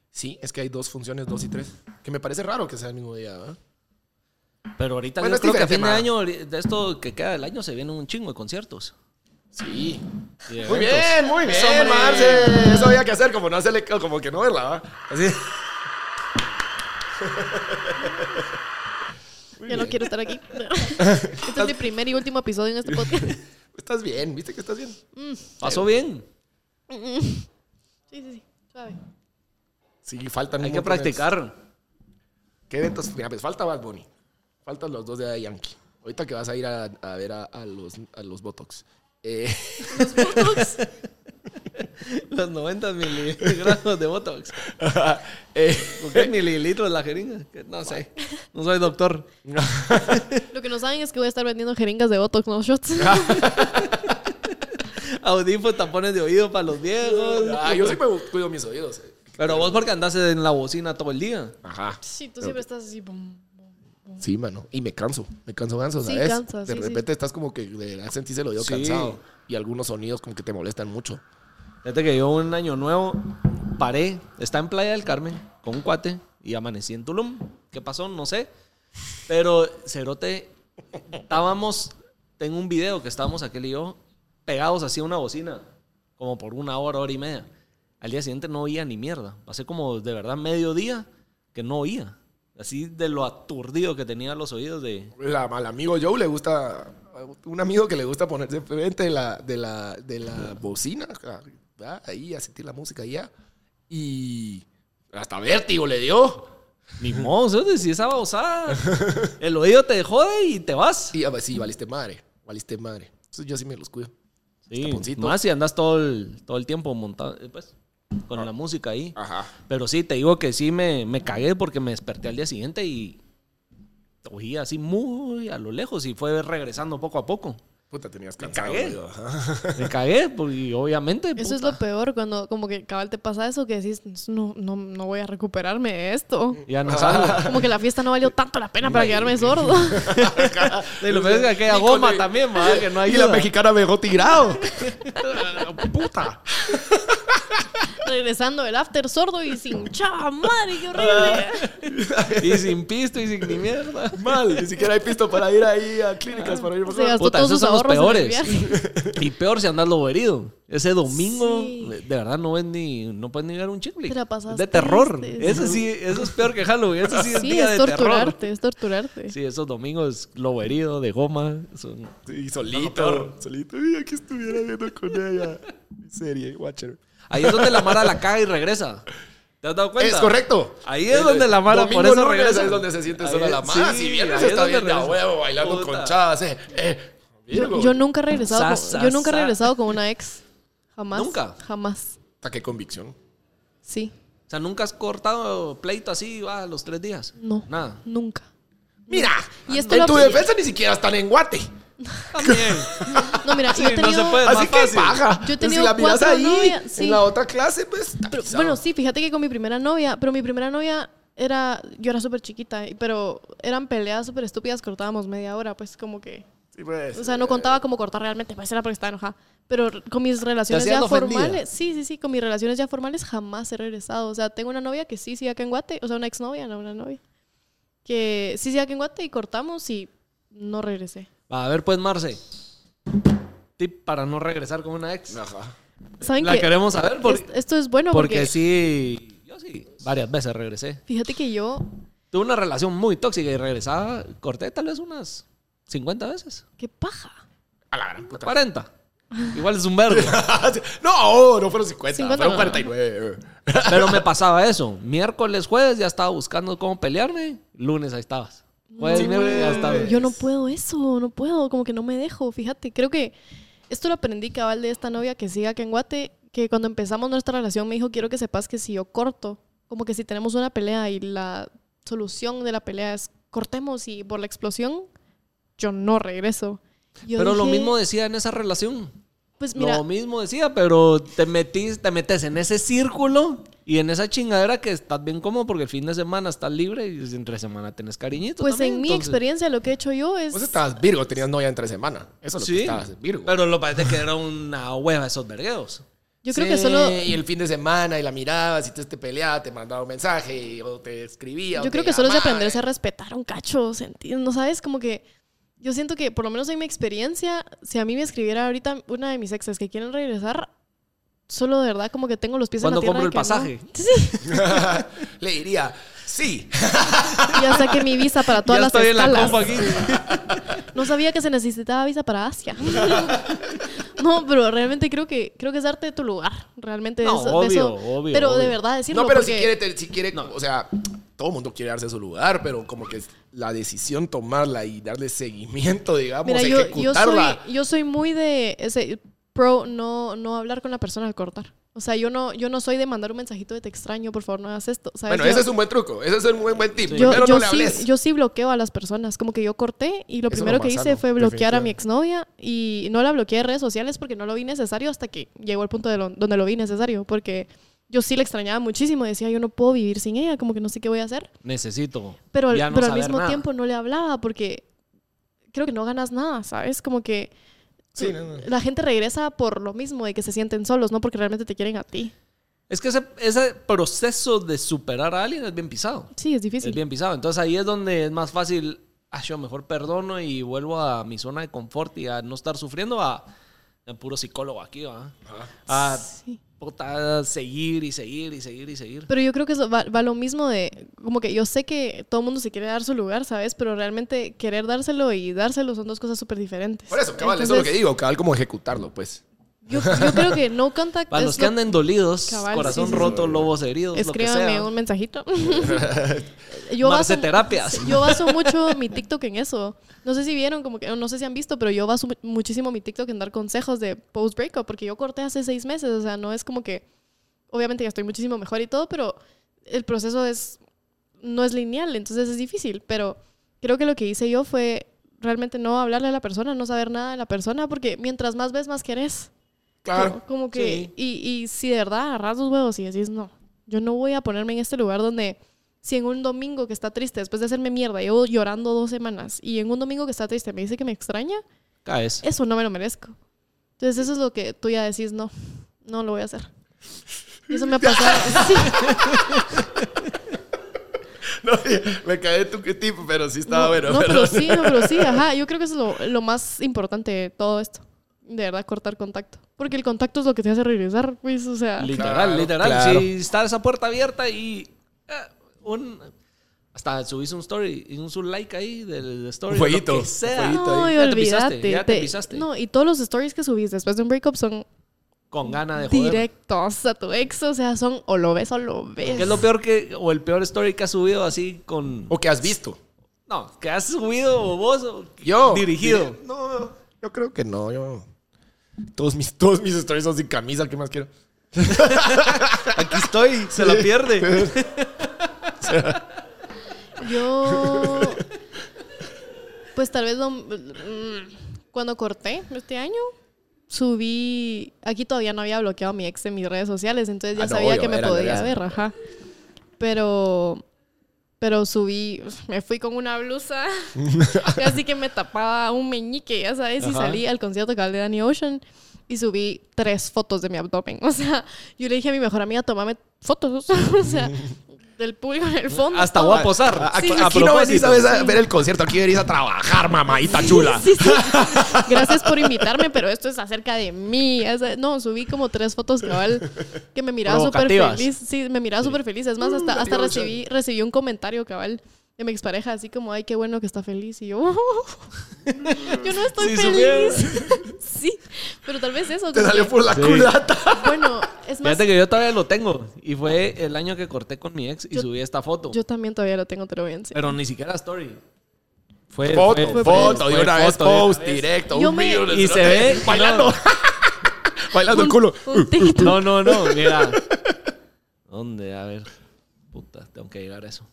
A: Sí, es que hay dos funciones, dos y tres. Que me parece raro que sea el mismo día, ¿verdad?
B: Pero ahorita
A: Bueno,
B: yo
A: es
B: creo que a fin de
A: diferente,
B: año, ori- de esto que queda del año, se viene un chingo de conciertos.
A: Sí.
B: y de
A: Muy
B: eventos.
A: bien, muy bien,
B: hombre.
A: Marce. Eso había que hacer, como no hacerle, como que no verla, ¿verdad? Así. Muy
C: Ya no
A: bien.
C: quiero estar aquí. este es mi primer y último episodio en este podcast.
A: Estás bien, viste que estás bien.
B: Pasó bien.
C: Sí, sí, sí. Suave.
A: Sí, faltan. un
B: Hay que
A: montón de-
B: practicar.
A: ¿Qué eventos? Mira, pues falta Bad Bunny. Faltan los dos de Da Yankee. Ahorita que vas a ir a, a ver a, a los, a los Botox. Eh,
B: Los 90 miligramos de Botox.
A: eh,
B: ¿Con qué mililitros la jeringa? Que No sé. No soy doctor.
C: Lo que no saben es que voy a estar vendiendo jeringas de Botox, no shots.
B: Ah. Audífonos, tapones de oído para los viejos.
A: ah, yo siempre cuido mis oídos. eh.
B: Pero vos porque andás en la bocina todo el día.
A: Ajá.
C: Sí, tú siempre estás así. bum, bum.
A: Sí, mano. Y me canso. Me canso ganso,
C: Sí,
A: ¿sabes?
C: cansa,
A: de
C: sí,
A: repente estás como que de verdad sentís el oído
B: Sí.
A: cansado. Y algunos sonidos como que te molestan mucho.
B: Fíjate que yo un año nuevo paré, está en Playa del Carmen con un cuate y amanecí en Tulum. ¿Qué pasó? No sé. Pero Cerote, estábamos, tengo un video que estábamos aquel y yo pegados así a una bocina, como por una hora, hora y media. Al día siguiente no oía ni mierda. Pasé como de verdad mediodía que no oía. Así de lo aturdido que tenía los oídos de...
A: La, al amigo Joe le gusta. Un amigo que le gusta ponerse frente de la, de la, de la bocina. ah, Ahí a sentir la música ahí, ya. Y. Hasta vértigo le dio.
B: Ni modo, cerote, si esa babosada. El oído te jode y te vas.
A: Y ah, pues sí, valiste madre. Valiste madre. Entonces yo sí me los cuido.
B: Sí,
A: taponcito.
B: más si andas todo el, todo el tiempo montado, eh, pues, con la música ahí.
A: Ajá.
B: Pero sí, te digo que sí me, me cagué porque me desperté al día siguiente y oí así muy a lo lejos y fue regresando poco a poco.
A: Puta, tenías
B: Me
A: cansado.
B: cagué.
A: digo, ajá.
B: Me cagué porque obviamente...
C: Eso es
B: puta,
C: lo peor, cuando como que cabal te pasa eso, que decís, no, no, no voy a recuperarme de esto.
B: Ya no salgo.
C: Como que la fiesta no valió tanto la pena para quedarme sordo.
B: Y lo peor es que aquella
A: Y con
B: goma
A: el-
B: también, ma, que no
A: y
B: hay
A: la mexicana me dejó tirado. Puta.
C: Regresando del after sordo y sin chava madre, qué
B: Ah.
C: horrible.
B: Y sin pisto y sin ni mierda.
A: Mal. Ni siquiera hay pisto para ir ahí a clínicas para ir
C: Se gastó
B: Puta,
C: todos
B: esos
C: sus
B: son los
C: ahorros en el
B: peores.
C: viaje.
B: Y peor si andas lo herido. Ese domingo,
C: Sí.
B: de de verdad, no ves ni, no puedes ni ver un chicle.
C: Te la pasas
B: de terror.
C: triste.
B: Ese sí, eso es peor que Halloween. Ese sí es
C: Sí,
B: día
C: es
B: de
C: torturarte,
B: terror.
C: es torturarte.
B: Sí, esos domingos lo herido, de goma. son-
A: Y solito. Solito. Y aquí estuviera viendo con ella. Mi serie, Watcher.
B: Ahí es donde la Mara la caga y regresa. ¿Te has dado cuenta?
A: Es correcto.
B: Ahí es donde la Mara,
A: Domingo,
B: por eso
A: lunes,
B: regresa.
A: Es donde se siente
B: Ahí
A: sola
B: es-
A: la mara.
B: sí,
A: si viernes
B: ahí es
A: está
B: donde
A: bien de a
B: regresa.
A: huevo bailando
B: Puta.
A: con chavas. Eh, eh.
C: Yo,
A: Virgo.
C: yo nunca he regresado,
B: Sa,
C: con,
B: sa,
C: yo nunca he
B: sa.
C: regresado con una ex. Jamás.
B: ¿Nunca?
C: Jamás.
A: Puta, qué convicción.
C: Sí.
B: O sea, nunca has cortado pleito así, va, a los tres días.
C: No.
B: Nada.
C: Nunca.
A: Mira,
C: Y esto
A: en
C: lo-
A: tu defensa ni siquiera están en Guate.
B: También.
C: No, mira,
B: Sí,
C: yo he
B: no se
C: tenido-
B: puede. Es
A: Así
B: más
A: que
B: fácil.
A: paja.
C: Yo he
A: Pues
C: tenido
A: si la miras
C: cuatro
A: ahí,
C: novias, sí.
A: en la otra clase, pues. está
C: Pero,
A: pisado.
C: bueno, sí, fíjate que con mi primera novia, pero mi primera novia era, yo era súper chiquita, eh, pero eran peleas súper estúpidas, cortábamos media hora, pues como que,
A: Sí, pues.
C: o sea, no contaba cómo cortar realmente, pues era porque estaba enojada. Pero r- con mis relaciones
B: hacían
C: ya
B: ofendida?
C: formales, sí, sí, sí, con mis relaciones ya formales jamás he regresado. O sea, tengo una novia que sí sigue acá en Guate, o sea, una exnovia, no una novia, que sí sigue acá en Guate y cortamos y no regresé.
B: Va, a ver, pues, Marce. Tip para no regresar con una ex.
A: Ajá.
C: ¿Saben
B: La
C: qué?
B: queremos saber porque,
C: Es- esto es bueno
B: porque
C: porque,
B: sí. Yo sí. Varias veces regresé.
C: fíjate que yo,
B: Tuve una relación muy tóxica y regresaba, corté tal vez unas 50 veces.
C: qué paja.
A: A la gran puta.
B: 40. Igual es un verbo.
A: no, no fueron 50,
C: 50.
A: fueron 49.
B: Pero me pasaba eso. Miércoles, jueves ya estaba buscando cómo pelearme. Lunes ahí estabas. Jueves,
A: Sí,
B: miércoles ya
A: güey.
B: estabas.
C: Yo no puedo eso, no puedo, como que no me dejo, fíjate, creo que esto lo aprendí cabal de esta novia que sigue acá en Guate, que cuando empezamos nuestra relación me dijo, quiero que sepas que si yo corto, como que si tenemos una pelea y la solución de la pelea es cortemos y por la explosión, yo no regreso. Yo
B: Pero lo
C: dije,
B: mismo decía en esa relación.
C: pues mira,
B: Lo mismo decía, pero te metís, te metes en ese círculo y en esa chingadera que estás bien cómodo porque el fin de semana estás libre y entre semana tenés cariñito.
C: pues
B: también,
C: en mi
B: entonces-
C: experiencia lo que he hecho yo es...
A: Vos estabas Virgo, tenías novia entre semana. Eso es lo que estabas, Virgo.
B: Pero lo parece que era una hueva esos vergueos.
C: Yo creo
A: Sí,
C: que solo...
A: Y el fin de semana, y la mirabas, y te, te peleaba, te mandaba un mensaje, y- o te escribía. o
C: Yo
A: te
C: creo que solo es de
A: llamaba.
C: aprenderse a respetar un cacho, ¿sentí? ¿no sabes? Como que yo siento que, por lo menos en mi experiencia, si a mí me escribiera ahorita una de mis exes que quieren regresar, solo de verdad como que tengo los pies
B: Cuando
C: en la tierra.
B: compro
C: de
B: el
C: que no.
B: pasaje.
C: Sí,
A: Le diría, sí.
C: y ya saqué mi visa para todas
B: ya
C: las
B: estoy en la
C: escalas.
B: compa aquí.
C: No sabía que se necesitaba visa para Asia. no, pero realmente creo que creo que es darte tu lugar. Realmente
B: No,
C: es- de
B: obvio,
C: eso.
B: obio,
C: pero de
B: obio.
C: verdad decirlo.
A: No, pero si
C: porque-
A: quiere, te- si quiere o sea, todo el mundo quiere darse su lugar, pero como que la decisión tomarla y darle seguimiento, digamos,
C: Mira, yo, yo, soy,
A: ejecutarla.
C: yo soy muy de ese pro no, no hablar con la persona al cortar. O sea, yo no, yo no soy de mandar un mensajito de te extraño, por favor, no hagas esto. ¿sabes?
A: Bueno,
C: yo,
A: ese es un buen truco, ese es un buen, buen tip.
B: Sí.
C: yo,
A: Primero
C: yo
A: no le hables.
C: sí, yo sí bloqueo a las personas. Como que yo corté y lo
A: Eso
C: primero
A: no
C: que
A: pasa,
C: hice
A: no,
C: fue bloquear a mi exnovia y no la bloqueé de redes sociales porque no lo vi necesario hasta que llegó el punto de lo- donde lo vi necesario. Porque yo sí la extrañaba muchísimo. Decía, yo no puedo vivir sin ella, como que no sé qué voy a hacer.
B: Necesito.
C: Pero, al-
B: ya no
C: pero al
B: saber
C: mismo
B: nada.
C: tiempo no le hablaba porque creo que no ganas nada, ¿sabes? Como que
A: Sí, no, no.
C: la gente regresa por lo mismo de que se sienten solos, no porque realmente te quieren a ti.
B: Es que ese, ese proceso de superar a alguien es bien pisado.
C: Sí, es difícil.
B: Es bien pisado. Entonces ahí es donde es más fácil. Ah, yo mejor perdono y vuelvo a mi zona de confort y a no estar sufriendo a, a puro psicólogo aquí, ¿va? A
C: Sí.
B: puta, seguir y seguir y seguir y seguir.
C: Pero yo creo que eso va, va lo mismo de, como que yo sé que todo el mundo se quiere dar su lugar, ¿sabes? Pero realmente querer dárselo y dárselo son dos cosas súper diferentes.
A: Por eso, cabal, eso es lo que
C: Entonces,
A: digo, cabal, como ejecutarlo, pues.
C: Yo, yo creo que no contact
B: Para
C: es
B: los
C: lo-
B: que anden dolidos,
C: Cabal,
B: corazón
C: sí, sí, sí.
B: roto, lobos heridos, lo que
C: Escríbame
B: sea.
C: un mensajito. yo
B: Marce
C: baso-
B: terapias.
C: Yo baso mucho mi TikTok en eso. No sé si vieron, como que no sé si han visto, pero yo baso mu- muchísimo mi TikTok en dar consejos de post breakup porque yo corté hace seis meses. O sea, no es como que. Obviamente ya estoy muchísimo mejor y todo, pero el proceso es no es lineal, entonces es difícil. Pero creo que lo que hice yo fue realmente no hablarle a la persona, no saber nada de la persona, porque mientras más ves, más querés.
A: Claro.
C: Como, como que, y, y si de verdad agarras los huevos y decís, no, yo no voy a ponerme en este lugar donde, si en un domingo que está triste, después de hacerme mierda, llevo llorando dos semanas, y en un domingo que está triste me dice que me extraña,
B: Caes.
C: eso no me lo merezco. Entonces eso es lo que tú ya decís, no, no lo voy a hacer. Y eso me ha pasado. Sí.
A: No, me caí de tu tip, pero sí estaba
C: No,
A: bueno.
C: no,
A: pero-
C: pero sí, no, pero sí, ajá. Yo creo que eso es lo, lo más importante de todo esto. De verdad, cortar contacto. Porque el contacto es lo que te hace regresar, pues, o sea...
B: Literal,
A: Claro,
B: literal.
A: claro.
B: Si está esa puerta abierta y eh, un hasta subís un story y un sub like ahí del story.
A: Un fueguito,
B: lo que sea.
A: un fueguito
C: No,
A: ahí.
C: y
B: Ya te pisaste,
C: olvídate.
B: ya te
C: Te-
B: pisaste.
C: No, y todos los stories que subís después de un breakup son
B: Con ganas Ah, de joder.
C: directos a tu ex. O sea, son o lo ves o lo ves.
B: ¿Qué es lo peor que, o el peor story que has subido así con.
A: O que has visto.
B: No, que has subido vos o
A: Yo.
B: dirigido.
A: Dir- No, yo creo que no. Yo... Todos, mis, todos mis stories son sin camisa, ¿qué más quiero?
B: Aquí estoy, se la pierde.
C: Yo... Pues tal vez lo- mm, cuando corté este año, subí... Aquí todavía no había bloqueado a mi ex en mis redes sociales, entonces ya
A: Ah, no,
C: sabía
A: obvio,
C: que me
A: era
C: podía
A: vergas.
C: ver, ajá. Pero... Pero subí, me fui con una blusa, así que me tapaba un meñique, ya sabes, y
B: Ajá.
C: salí al concierto cabal de Danny Ocean y subí tres fotos de mi abdomen. O sea, yo le dije a mi mejor amiga, tomame fotos, o sea, del público en el fondo.
B: Hasta
C: todo.
B: voy a posar.
A: A- Aquí,
C: Sí,
A: aquí no venís a ver, a ah, ver el concierto, aquí venís a trabajar, mamadita chula.
C: Sí, sí. Gracias por invitarme, pero esto es acerca de mí. O sea, no, subí como tres fotos cabal que me miraba súper
B: Provocativas. Mm,
C: feliz. Sí, me miraba súper feliz. Es más, hasta, hasta
A: Danny Ocean.
C: recibí, recibí un comentario cabal de mi expareja, así como, ay, qué bueno que está feliz. Y yo, "Oh". yo no estoy
B: Sí,
C: feliz. sí, pero tal vez eso.
A: Te
C: como
A: salió
C: que-
A: por la
B: Sí.
A: culata.
C: Bueno, es más,
B: Fíjate que yo todavía lo tengo. Y fue el año que corté con mi ex y
C: Yo-
B: subí esta foto.
C: yo también todavía lo tengo, te lo voy a enseñar.
B: pero ni siquiera story. Fue
A: foto,
B: fue-
A: foto,
B: fue
A: de una vez
B: foto, de una
A: post,
B: vez.
A: directo,
C: Yo
A: un
C: me-
A: reel,
B: Y
A: el
B: se
A: cerote
B: ve, y
A: bailando.
B: no.
A: bailando el culo.
C: Un TikTok.
B: No, no, no, mira. ¿Dónde? A ver. Puta, tengo que llegar a eso.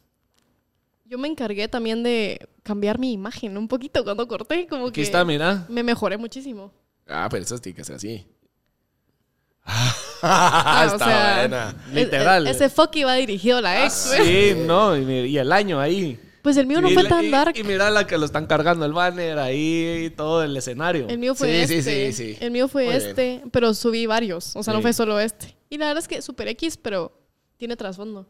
C: Yo me encargué también de cambiar mi imagen un poquito cuando corté, como
B: Aquí
C: que
B: está, mira.
C: me mejoré muchísimo.
A: Ah, pero eso tiene que ser así.
C: Ah, o
A: está
C: sea,
A: buena.
C: E- e-
B: Literal.
C: ese fuck iba dirigido a la ex. güey.
B: Sí, no, y, mi- y el año ahí.
C: Pues el mío no
B: Y
C: fue
B: la-
C: tan
B: y-
C: dark.
B: Y mira la que lo están cargando el banner ahí, y todo el escenario.
C: El mío fue
A: Sí, sí,
C: este.
A: sí, sí.
C: El mío fue
A: Muy bien.
C: este, pero subí varios. O sea, no
B: Sí.
C: fue solo este. Y la verdad es que super X, pero tiene trasfondo.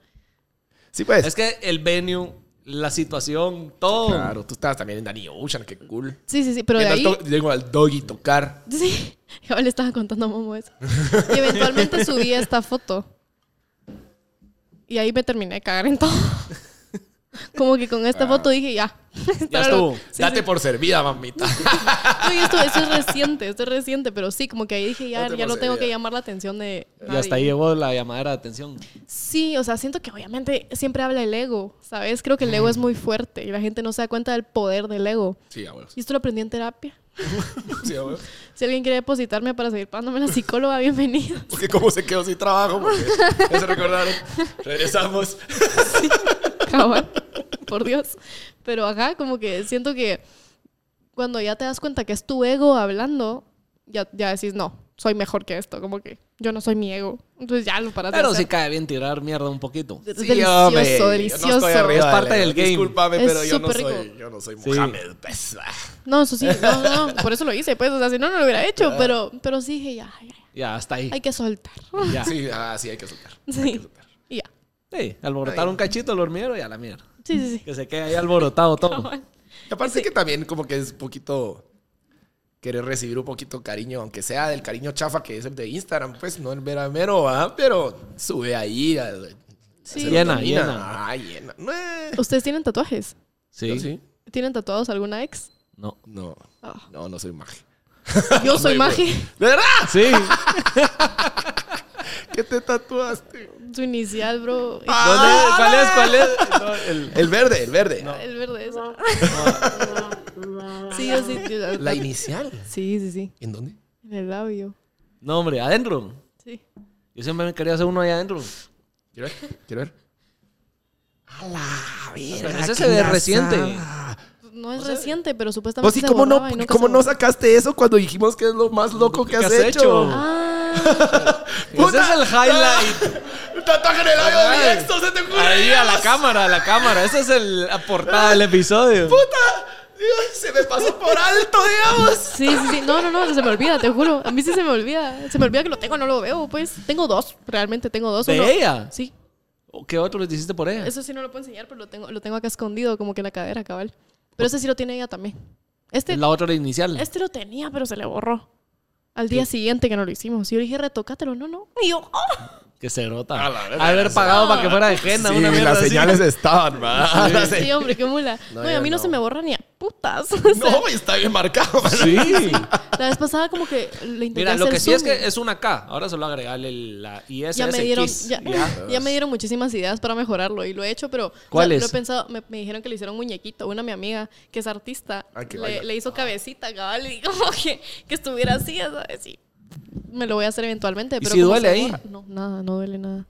A: Sí, pues.
B: Es que el venue, la situación, todo.
A: Claro, tú estabas también en Danny Ocean, qué cool.
C: Sí, sí, sí, pero de
A: Mientras
C: ahí.
A: to- Llego al doggy tocar.
C: Sí, yo le estaba contando a Momo eso. Y eventualmente subí esta foto. Y ahí me terminé de cagar en todo. Como que con esta foto dije, ya.
B: Ya estuvo.
C: Sí,
A: Date
C: sí.
A: por servida, mamita.
C: No, y esto, eso es reciente, esto es reciente, pero sí, como que ahí dije, ya,
A: Date
C: ya
A: por
C: no tengo que
A: servida.
C: llamar la atención de.
B: Y hasta ahí
C: nadie.
B: llegó la llamadera de atención.
C: Sí, o sea, siento que obviamente siempre habla el ego, ¿sabes? Creo que el ego es muy fuerte y la gente no se da cuenta del poder del ego.
A: Sí, abuelos.
C: Y esto lo aprendí en terapia.
A: Sí, abuelos.
C: Si alguien quiere depositarme para seguir pagándome la psicóloga, bienvenida.
A: Porque como se quedó sin trabajo, porque ya se recordaron. Regresamos.
C: Cabal, por Dios. Pero acá como que siento que cuando ya te das cuenta que es tu ego hablando, ya, ya decís, no, soy mejor que esto, como que yo no soy mi ego. Entonces ya lo paras de
B: Pero
C: hacer.
B: sí cae bien tirar mierda un poquito.
C: Es
A: Sí,
C: delicioso,
A: hombre, yo no
C: delicioso.
A: estoy arriba
B: Es
A: del
B: parte
A: ego.
B: del game.
A: Discúlpame,
C: Es
A: pero yo no,
C: súper
A: soy,
C: rico.
A: yo no soy
B: Sí.
A: Mohamed. pues, ah.
C: No, eso sí, no, no, no, por eso lo hice, pues, o sea, si no, no lo hubiera hecho, pero, pero sí dije, ya, ya,
B: Ya, hasta ahí.
C: hay que soltar.
B: Ya. Sí.
A: Sí, ah, sí, hay que soltar. Hay que
C: Sí,
A: soltar.
C: y ya.
B: alborotar un cachito el hormiguero y a la mierda.
C: Sí, sí, sí.
B: Que se quede ahí alborotado todo.
C: Cabal.
A: Y aparte que también como que es un poquito querer recibir un poquito cariño, aunque sea del cariño chafa que es el de Instagram, pues no el mero mero, ¿ah? pero sube ahí. a-
C: Sí.
B: Llena,
A: serotonina.
B: llena.
A: Ah, llena. No, eh.
C: ¿Ustedes tienen tatuajes?
A: Yo
B: Sí.
A: sí.
C: ¿Tienen tatuados alguna ex?
B: No.
A: No,
C: Ah.
A: no, no soy magia.
C: Yo soy
A: Soy
C: magia.
A: ¿De verdad?
B: Sí.
A: ¿Qué te tatuaste? Ah.
C: Su inicial, bro.
B: ¿Dónde? ¿Cuál es? ¿Cuál es? No, el-
A: El verde, el verde.
C: El verde es. Sí, yo sí. yo-
A: La inicial.
C: Sí, sí, sí.
A: ¿En dónde?
C: En el labio.
B: no, hombre, adentro.
C: Sí.
B: Yo siempre me quería hacer uno allá adentro.
A: Quiero ver, quiero ver. A la verga.
B: Pero ese
A: qué
B: se ve reciente.
A: lazada.
C: No es reciente, pero supuestamente.
A: Vos, ¿y
C: se
A: cómo no,
C: borraba y nunca
A: cómo
C: se
A: no
C: borraba.
A: sacaste eso cuando dijimos que es lo más loco que
B: ¿Qué
A: has
B: has
A: hecho?
B: hecho?
C: Ah,
B: Ese es el highlight.
A: Un tatuaje en el labio de mi
B: Ay.
A: ex, ¿no se te ocurre?
B: Ahí a la cámara, a la cámara. Esa es el- la portada del episodio.
A: puta. Dios, se me pasó por alto, digamos.
C: sí, sí, sí. No, no, no, se me olvida, te juro. A mí sí se me olvida. Se me olvida que lo tengo, no lo veo, pues. Tengo dos, realmente tengo dos.
B: ¿De
C: uno-
B: ella?
C: Sí.
B: ¿O ¿Qué otro les hiciste por ella?
C: Eso sí no lo puedo enseñar, pero lo tengo, lo tengo acá escondido, como que en la cadera, cabal. Pero ese sí lo tiene ella también. Este,
B: La otra inicial.
C: este lo tenía, pero se le borró. Al día siguiente que no lo hicimos. Y yo le dije, retócatelo, no, no. Y yo, "Ah".
B: Que se rota.
A: A la verga,
B: Haber
A: esa-
B: pagado para que fuera de henna. una mierda así.
A: estaban, man. Las
C: Sí,
A: se-
C: hombre, qué mula. No, y a
A: yo
C: mí no,
A: no.
C: se me borra ni a putas. O sea,
A: No, está bien marcado, man.
B: Sí.
C: La vez pasada como que le intenté
B: Mira, lo
C: hacer
B: que sí es
C: zoom.
B: que es una K. Ahora solo agregarle la ISS.
C: ya me dieron
B: Kiss.
C: ya,
B: Ya.
C: ya me dieron muchísimas ideas para mejorarlo y lo he hecho, pero o sea,
B: ¿Cuál es?
C: lo he pensado, me, me dijeron que le hicieron muñequito, una mi amiga que es artista,
A: Ah, que baila.
C: le, le hizo cabecita, cabal, y como que, que estuviera así, ya ¿sabes? Y me lo voy a hacer eventualmente, pero
B: si
C: como
B: duele
C: se
B: ahí?
C: borra- No, nada, no duele nada.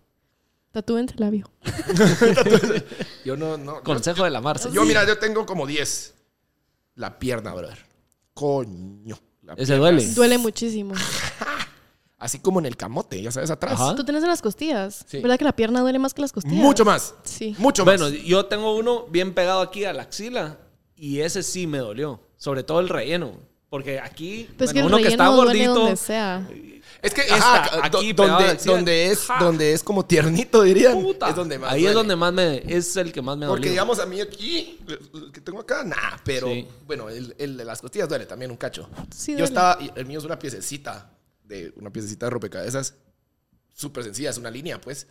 C: Tatúense el labio.
A: Yo no, no.
B: Consejo de la Marce.
A: Yo, mira, yo tengo como 10. La pierna, brother. Coño. La
B: Ese duele.
C: Duele muchísimo.
A: Así como en el camote, ya sabes, atrás.
B: Ajá.
C: Tú tienes en las costillas,
A: Sí.
C: ¿verdad que la pierna duele más que las costillas?
A: Mucho más.
C: Sí.
A: Mucho más.
B: Bueno, yo tengo uno bien pegado aquí a la axila. Y ese sí me dolió. Sobre todo el relleno. Porque aquí, bueno,
C: Pues que el
B: uno que está
C: relleno duele donde
B: gordito. eh,
C: sea.
A: Es que
B: Esta,
A: ajá,
B: aquí,
A: do-
B: pegada a
A: donde,
B: la axila.
A: donde es
B: Ja.
A: donde es como tiernito dirían,
B: puta,
A: es donde más
B: Ahí es
A: duele.
B: donde más me. Es el que más me
A: porque
B: dolió.
A: digamos a mí aquí el- el que tengo acá nah, pero
B: Sí.
A: bueno, el, el de las costillas duele también un cacho.
C: Sí,
A: Yo
C: duele.
A: estaba y el mío es una piececita de una piececita de rompecabezas súper sencilla, es una línea, pues.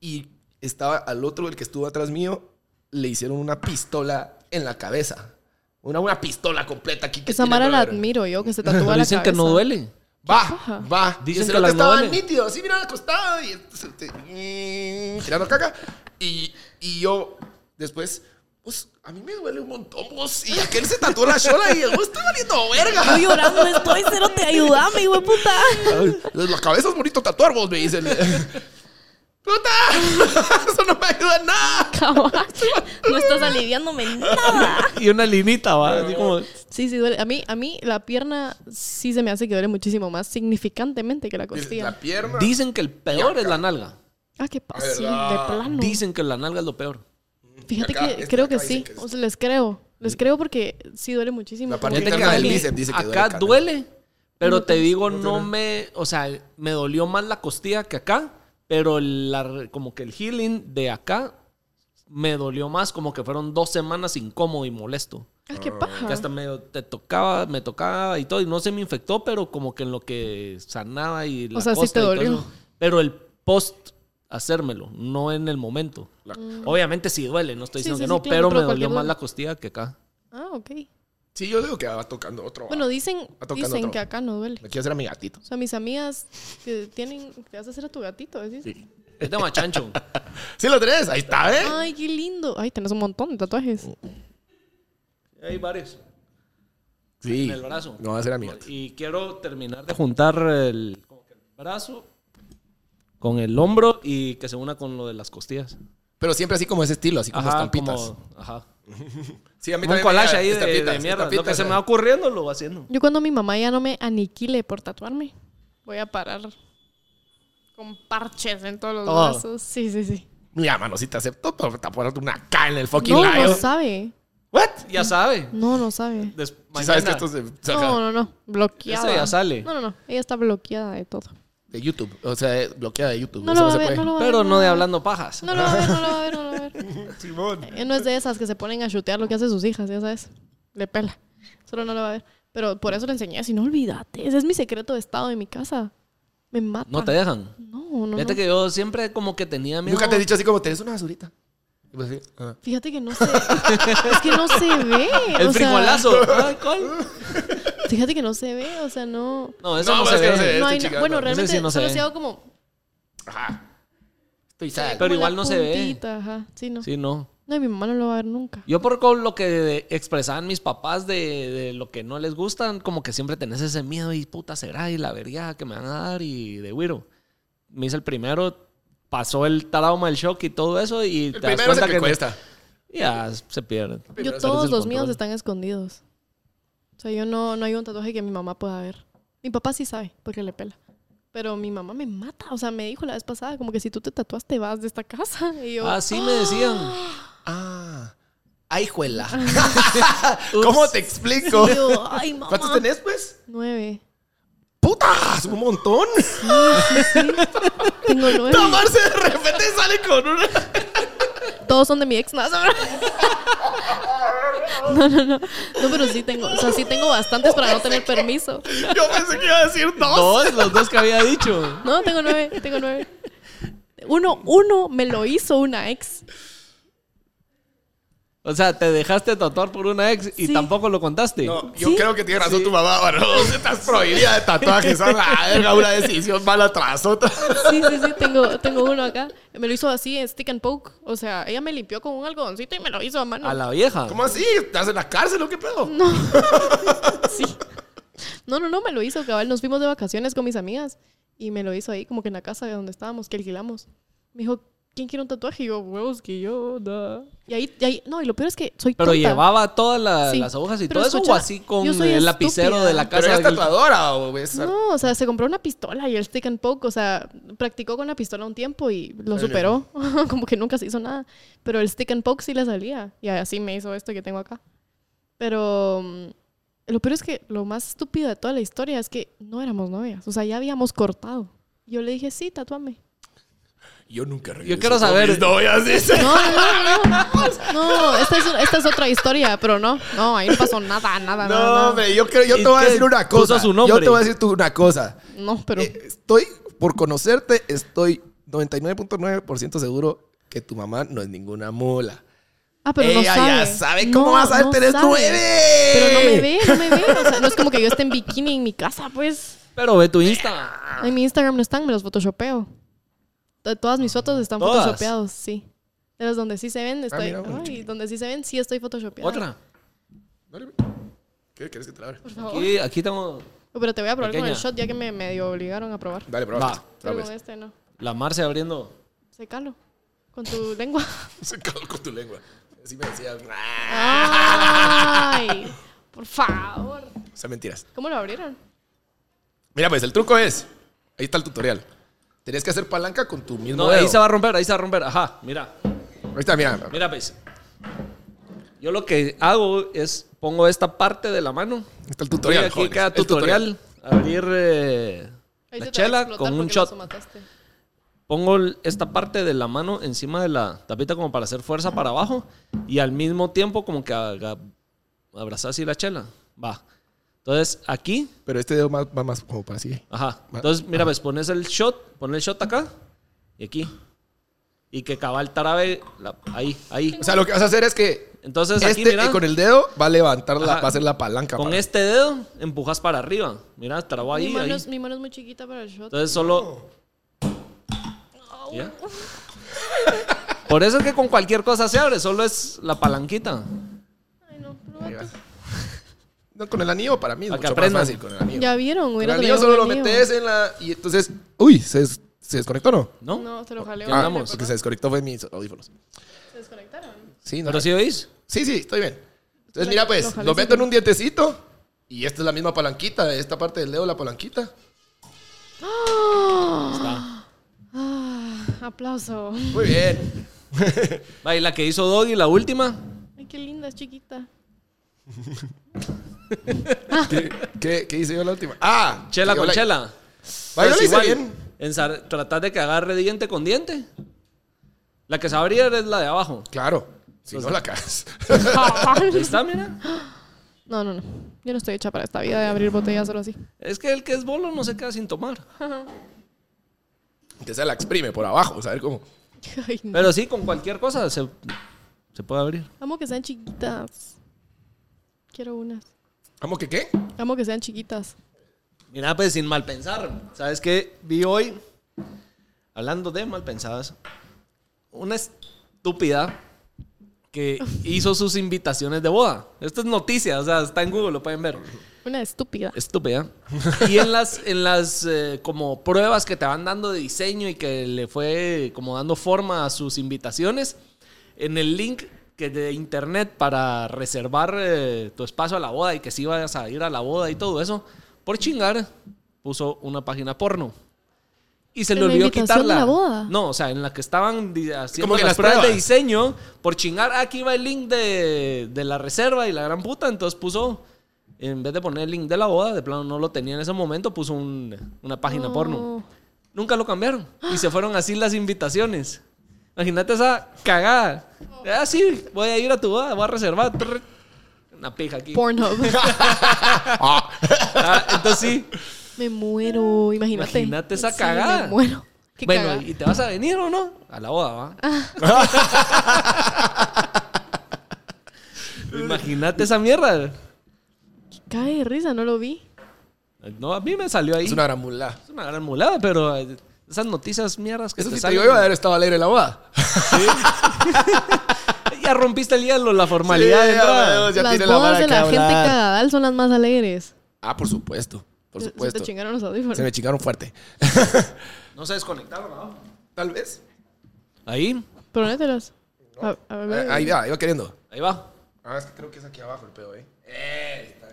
A: Y estaba al otro el que estuvo atrás mío le hicieron una pistola en la cabeza. Una, una pistola completa aquí. que
C: Esa
A: tiene
C: Mara la
A: brother.
C: admiro yo, que se tatúa
B: Pero
C: la
B: dicen que
C: cabeza.
B: no duele.
C: paja.
A: Va, va.
B: Dicen
A: Dicen
B: que
A: que
B: las
A: estaba
B: novelas.
A: nítido, así mira acostado y se- te- mm, tirando caca. Y, y yo después, pues a mí me duele un montón, vos. Y aquel se tatuó la chola y yo estoy valiendo verga.
D: Estoy llorando, estoy cero, te ayudame, güey, puta.
A: La cabeza es bonito tatuar, vos me dicen. ¡Puta! Eso no me ayuda en nada.
C: Cabal.
D: No estás aliviándome nada.
B: Y una linita, va. Así como.
C: Sí, sí duele. A mí, a mí la pierna sí se me hace que duele muchísimo más significantemente que la costilla.
A: La pierna.
B: Dicen que el peor es la nalga.
C: Ah, qué pasa. Sí, de
A: ¿Verdad?
C: plano.
B: Dicen que la nalga es lo peor.
C: Fíjate
A: Acá,
C: que
A: este
C: creo
A: acá
C: que
A: dicen
C: sí.
A: que es-
C: O sea, les creo. Les creo porque sí duele muchísimo.
A: La parte
C: Como que-
A: Fíjate
B: que
A: que
B: a
A: el
B: mí
A: bíceps dice que duele
B: acá
A: acá.
B: duele, pero
C: No
B: te
C: te-
B: digo, no me, o sea, me dolió más la costilla que acá, pero la, como que el healing de acá me dolió más, como que fueron dos semanas incómodo y molesto.
C: Ah, qué paja.
B: Que hasta medio te tocaba, me tocaba y todo, y no se me infectó, pero como que en lo que sanaba y la
C: O sea, sí
B: costa
C: te
B: y todo
C: dolió.
B: eso. Pero el post hacérmelo, no en el momento. Obviamente sí duele, no estoy
C: Ah. Sí,
B: diciendo
C: sí,
B: que
C: sí,
B: no, pero,
C: claro, pero
B: me dolió
C: cualquier
B: más
C: duelo.
B: la costilla que acá.
C: Ah, ok.
A: Sí, yo digo que va tocando otro.
C: Bueno, dicen,
A: Va tocando
C: dicen
A: otro.
C: que acá no duele.
A: me quiero hacer a mi gatito.
C: O sea, mis amigas que tienen... Te vas a hacer a tu gatito, ¿sí?
B: Es de machancho.
A: Sí, lo tenés. Ahí está, ¿eh?
C: Ay, qué lindo. Ay, tenés un montón de tatuajes.
A: Uh.
B: Hay varios.
A: Sí.
B: En el brazo.
A: No va a ser a mi gatito.
B: Y quiero terminar de juntar el, como que el brazo con el hombro y que se una con lo de las costillas.
A: Pero siempre así como ese estilo, así como estampitas.
B: como- ajá.
A: Sí, a mí
B: Un
A: también me
B: collage
A: llega
B: ahí de,
A: estampitas,
B: de mierda. Lo
A: estampitas,
B: que se me
A: ¿eh?
B: va ocurriendo lo va haciendo.
C: Yo cuando mi mamá ya no me aniquile por tatuarme, voy a parar con parches en todos los
B: Todo.
C: brazos. Sí, sí, sí.
A: Mira, mano, si te acepto, pero te pones una K en el fucking
C: No,
A: layo.
C: no sabe.
A: ¿What?
B: Ya sabe.
C: No, no sabe.
B: Des-
A: Si sabes
B: mañana
A: que esto es de,
C: No, no, no. Bloqueada.
B: Esa ya sale. Pues
C: No, no, no. Ella está bloqueada de todo.
A: de YouTube, o sea, es bloqueada de YouTube.
C: No
A: eso
C: lo va
A: se
C: a ver,
A: puede.
C: no lo va a ver.
B: Pero no de
C: hablar.
B: hablando pajas.
C: No lo va a ver, no lo va a ver, no lo va a ver. Ella no es de esas que se ponen a chutear lo que hacen sus hijas, ya sabes. Le pela. Solo no lo va a ver. Pero por eso le enseñé así, no olvídate. Ese es mi secreto de estado en mi casa. Me mata.
B: No te dejan.
C: No, no,
B: Fíjate
C: no.
B: que yo siempre como que tenía miedo.
A: Nunca te he dicho así como, tenés una basurita. Y pues, sí, ah.
C: Fíjate que no se... es que no se ve.
B: El
C: o sea,
B: frijolazo. Ay, ¿cuál?
C: fíjate que no se ve, o sea, no...
B: No, eso
A: No,
B: no,
A: pero
B: se
A: es que
B: ve.
A: no se ve.
C: No
A: estoy
C: hay na-
A: chingando.
C: Bueno,
A: Ese
B: sí
C: realmente
B: Este no se
C: solo
B: ve.
C: se hago como...
A: Ajá. Estoy sad.
B: Pero
C: como
B: igual
C: la
B: no se ve.
C: puntita, ajá. Sí, no.
B: Sí, no.
C: No, y mi mamá no lo va a ver nunca.
B: Yo por con lo que expresaban mis papás de, de lo que no les gustan, como que siempre tenés ese miedo y puta será y la vería que me van a dar y de güiro. Me hice el primero, pasó el trauma, el shock y todo eso y
A: El primero es el que, cuesta.
B: Ya, se pierden.
A: Primero
C: Yo
A: es el-
B: perdes
C: todos
B: el
C: los míos
B: control.
C: están escondidos. O sea, yo no, no hay un tatuaje que mi mamá pueda ver. Mi papá sí sabe, porque le pela. Pero mi mamá me mata. O sea, me dijo la vez pasada, como que si tú te tatuas, te vas de esta casa. Y yo,
B: Así Ah, me decían.
A: Ah. Ay, juela. ¿Cómo te explico?
C: y yo, ay, mamá.
A: ¿Cuántos tenés, pues?
C: Nueve.
A: ¡Putas! ¡Un montón!
C: Tengo nueve.
A: Tomarse de repente sale con una.
C: Todos son de mi ex. No, no, no. No, no. No, pero sí tengo. O sea, sí tengo bastantes para no tener permiso.
A: Yo pensé que iba a decir dos.
B: Dos, los dos que había dicho.
C: No, tengo nueve. Tengo nueve. Uno, uno me lo hizo una ex.
B: O sea, te dejaste tatuar por una ex y
C: Sí.
B: tampoco lo contaste.
A: No, yo
C: ¿Sí?
A: creo que tiene razón tu mamá, bueno, estás prohibida de tatuajes, a la verga, una decisión mala tras otra.
C: Sí, sí, sí, tengo, tengo uno acá. Me lo hizo así, en stick and poke. O sea, ella me limpió con un algodoncito y me lo hizo a mano.
B: A la vieja.
A: ¿Cómo así? ¿Estás en la cárcel o qué pedo?
C: Mm, Sí. No, no, no, me lo hizo, cabal. Nos fuimos de vacaciones con mis amigas y me lo hizo ahí, como que en la casa de donde estábamos, que alquilamos. Me dijo, ¿quién quiere un tatuaje? Y yo, huevos, que yo, da. Y ahí, y ahí- no, y lo peor es que soy
B: Pero
C: tonta.
B: llevaba todas la-
C: Sí.
B: las agujas y
C: Pero
B: todo eso, o
C: escucha,
B: así con
C: yo soy
B: el lapicero
C: estúpida.
B: de la
A: Pero
B: casa.
A: eres
B: del-
A: tatuadora o es
C: No, o sea, se compró una pistola y el stick and poke, o sea, practicó con la pistola un tiempo y lo superó, como que nunca se hizo nada, pero el stick and poke sí le salía y así me hizo esto que tengo acá. Pero mm, lo peor es que lo más estúpido de toda la historia es que no éramos novias, o sea, ya habíamos cortado. Yo le dije, sí, tatúame.
A: Yo nunca regreso.
B: Yo quiero saber-
A: No voy a
C: No, no, no, no. No, esta es, esta es otra historia, pero no, no, ahí no pasó nada, nada, nada,
A: No,
C: nada.
A: hombre, yo, creo, yo
B: ¿Y
A: te voy a
B: qué?
A: decir una
B: Puso
A: cosa.
B: su nombre.
A: Yo te voy a decir tú una cosa.
C: No, pero...
A: Eh, Estoy, por conocerte, estoy 99.9% seguro que tu mamá no es ninguna mula.
C: Ah, pero no
A: Ella
C: sabe.
A: ya sabe cómo vas a ver, pero es
C: sabe.
A: nueve.
C: Pero no me ve, no me ve. O sea, no es como que yo esté en bikini en mi casa, pues.
B: Pero ve tu Insta.
C: En mi Instagram no están, me los photoshopeo. To- Todas mis fotos están
B: ¿Todas? Ah,
C: photoshopeados, sí. De los donde sí se ven, estoy.
A: mira, bueno.
C: ay, donde sí se ven, sí estoy photoshopeada.
B: Otra.
A: No le- ¿Qué quieres que te la abra?
C: Por favor.
B: Aquí, aquí tengo.
C: Pero te voy a probar con
B: Pequeña.
C: el shot ya que me medio obligaron a probar.
A: Dale, prueba.
B: Va.
A: pues, prueba,
C: Pero
A: pues.
C: con este no.
B: La Marce abriendo.
C: Secalo. Con tu lengua.
A: Se cagó con tu lengua. Así me decías.
C: Ay, por favor.
A: O sea, mentiras.
C: ¿Cómo lo abrieron?
A: Mira, pues el truco es. Ahí está el tutorial. Tenías que hacer palanca con tu mismo
B: No,
A: dedo.
B: ahí se va a romper, ahí se va a romper. Ajá, mira.
A: Ahí está, mira.
B: Mira, pues. Yo lo que hago es pongo esta parte de la mano.
A: Ahí está el tutorial.
B: Y aquí
A: jóvenes.
B: cada
A: El
B: tutorial. Abrir eh,
C: Ahí
B: la
C: se te va a
B: chela
C: explotar
B: con un
C: porque lo
B: shot.
C: somataste.
B: Pongo el- esta parte de la mano encima de la tapita como para hacer fuerza para abajo y al mismo tiempo como que haga- abrazar así la chela. Va. Entonces aquí,
A: Pero este dedo más- va más como para así.
B: ajá.
A: Va-
B: Entonces mira, ves, pones el shot, pones el shot acá y aquí. Y que cabal tarabe la- ahí, ahí.
A: O sea, lo que vas a hacer es que
B: Entonces aquí,
A: este
B: mira,
A: eh, con
B: con,
A: el dedo va a levantar la,
B: Ajá.
A: va a hacer la palanca. para-
B: este dedo empujas para arriba. Mira, trabó
C: mi,
B: ahí,
C: mano
B: ahí.
C: Es, mi mano es muy chiquita para el shot.
B: Entonces solo. ¿Ya? Por eso es que con cualquier cosa se abre, solo es la palanquita.
C: Ay, no,
A: Ahí
C: prueba
A: va.
C: tú.
A: No, con el anillo para mí es
B: Para que
A: mucho más
B: aprendan.
A: fácil con el anillo.
C: Ya vieron,
A: Con
C: güey.
A: el anillo solo lo metes en la... Y entonces... Uy, ¿se, des- se desconectó o no?
B: ¿No?
C: No, te lo jaleo.
B: Ah, Andamos.
A: porque se desconectó fue mis audífonos.
C: ¿Se desconectaron?
A: Sí, no,
B: ¿Pero sí oís?
A: Sí, sí, estoy bien. Entonces,
C: Lo-
A: mira, pues,
C: lo
A: lo meto
C: jalecito.
A: en un dientecito y esta es la misma palanquita, esta parte del dedo la palanquita.
B: Está.
C: Ah, aplauso.
A: Muy bien.
B: Va, y la que hizo Doggy, la última.
C: Ay, qué linda, es chiquita.
A: ¿Qué, qué, qué hice yo la última? Ah,
B: Chela
A: yo
B: con
A: la-
B: chela.
A: Va, yo
B: Pues
A: la hice
B: igual,
A: bien.
B: ensar- tratar de que agarre diente con diente. La que se va a abrir es la de abajo.
A: Claro, si
B: Pues
A: no la cagas.
B: Ahí está, mira.
C: No, no, no. Yo no estoy hecha para esta vida de abrir botellas solo así.
B: Es que el que es bolo no se queda sin tomar.
A: Que se la exprime por abajo, a ver cómo.
C: Ay, no.
B: Pero sí, con cualquier cosa se, se puede abrir.
C: Amo que sean chiquitas. Quiero unas.
A: ¿Cómo que qué?
C: Amo que sean chiquitas.
B: Mira, pues sin mal pensar. ¿Sabes qué? Vi hoy, hablando de mal pensadas, una estúpida que hizo sus invitaciones de boda. Esto es noticia, o sea, está en Google, lo pueden ver.
C: Una estúpida.
B: Estúpida. Y en las, en las eh, como pruebas que te van dando de diseño y que le fue como dando forma a sus invitaciones, en el link que de internet para reservar eh, tu espacio a la boda y que si ibas a ir a la boda y todo eso, por chingar, puso una página porno. Y se
C: ¿En
B: le
C: la
B: olvidó
C: invitación de
B: quitarla.
C: la boda?
B: No, o sea, en la que estaban di- haciendo
A: Como que
B: las,
A: las
B: pruebas. de
A: pruebas.
B: diseño, por chingar, "Ah, aquí va el link de, de la reserva y la gran puta, entonces puso, en vez de poner el link de la boda, de plano no lo tenía en ese momento, puso un- una página
C: No.
B: porno. Nunca lo cambiaron. Y se fueron así las invitaciones. Imagínate esa cagada. Ah, sí, voy a ir a tu boda, voy a reservar. Trrr. Una pija aquí.
C: Pornhub.
B: Ah, entonces sí.
C: me muero, imagínate.
B: Imagínate esa
C: Sí,
B: cagada.
C: me muero. Qué
B: bueno,
C: cagada.
B: ¿y te vas a venir o no? A la boda, ¿va?
C: Ah.
B: Imagínate esa mierda.
C: Cae de risa, no lo vi.
B: No, a mí me salió ahí.
A: Es una gramula.
B: Es una gran mulada, pero eh, esas noticias mierdas que
A: Eso
B: te
A: sí te
B: salen.
A: digo, iba a haber estado alegre la boda.
B: ya rompiste el hielo, la formalidad
A: Sí,
B: de entrada.
A: ya, ya
C: las
A: tiene
C: bodas
A: vara
C: de
A: que
C: la gente
A: hablar.
C: cagadal son las más alegres.
A: Ah, por supuesto, por
C: Se- Se
A: supuesto.
C: te chingaron los audífonos.
A: Se me chingaron fuerte.
B: No se desconectaron, ¿no?
A: Tal vez.
B: Ahí,
C: Pronételos. A- a ver,
A: Ah, Ahí va, iba queriendo.
B: ahí va.
A: Ah, es que creo que es aquí abajo el pedo, eh.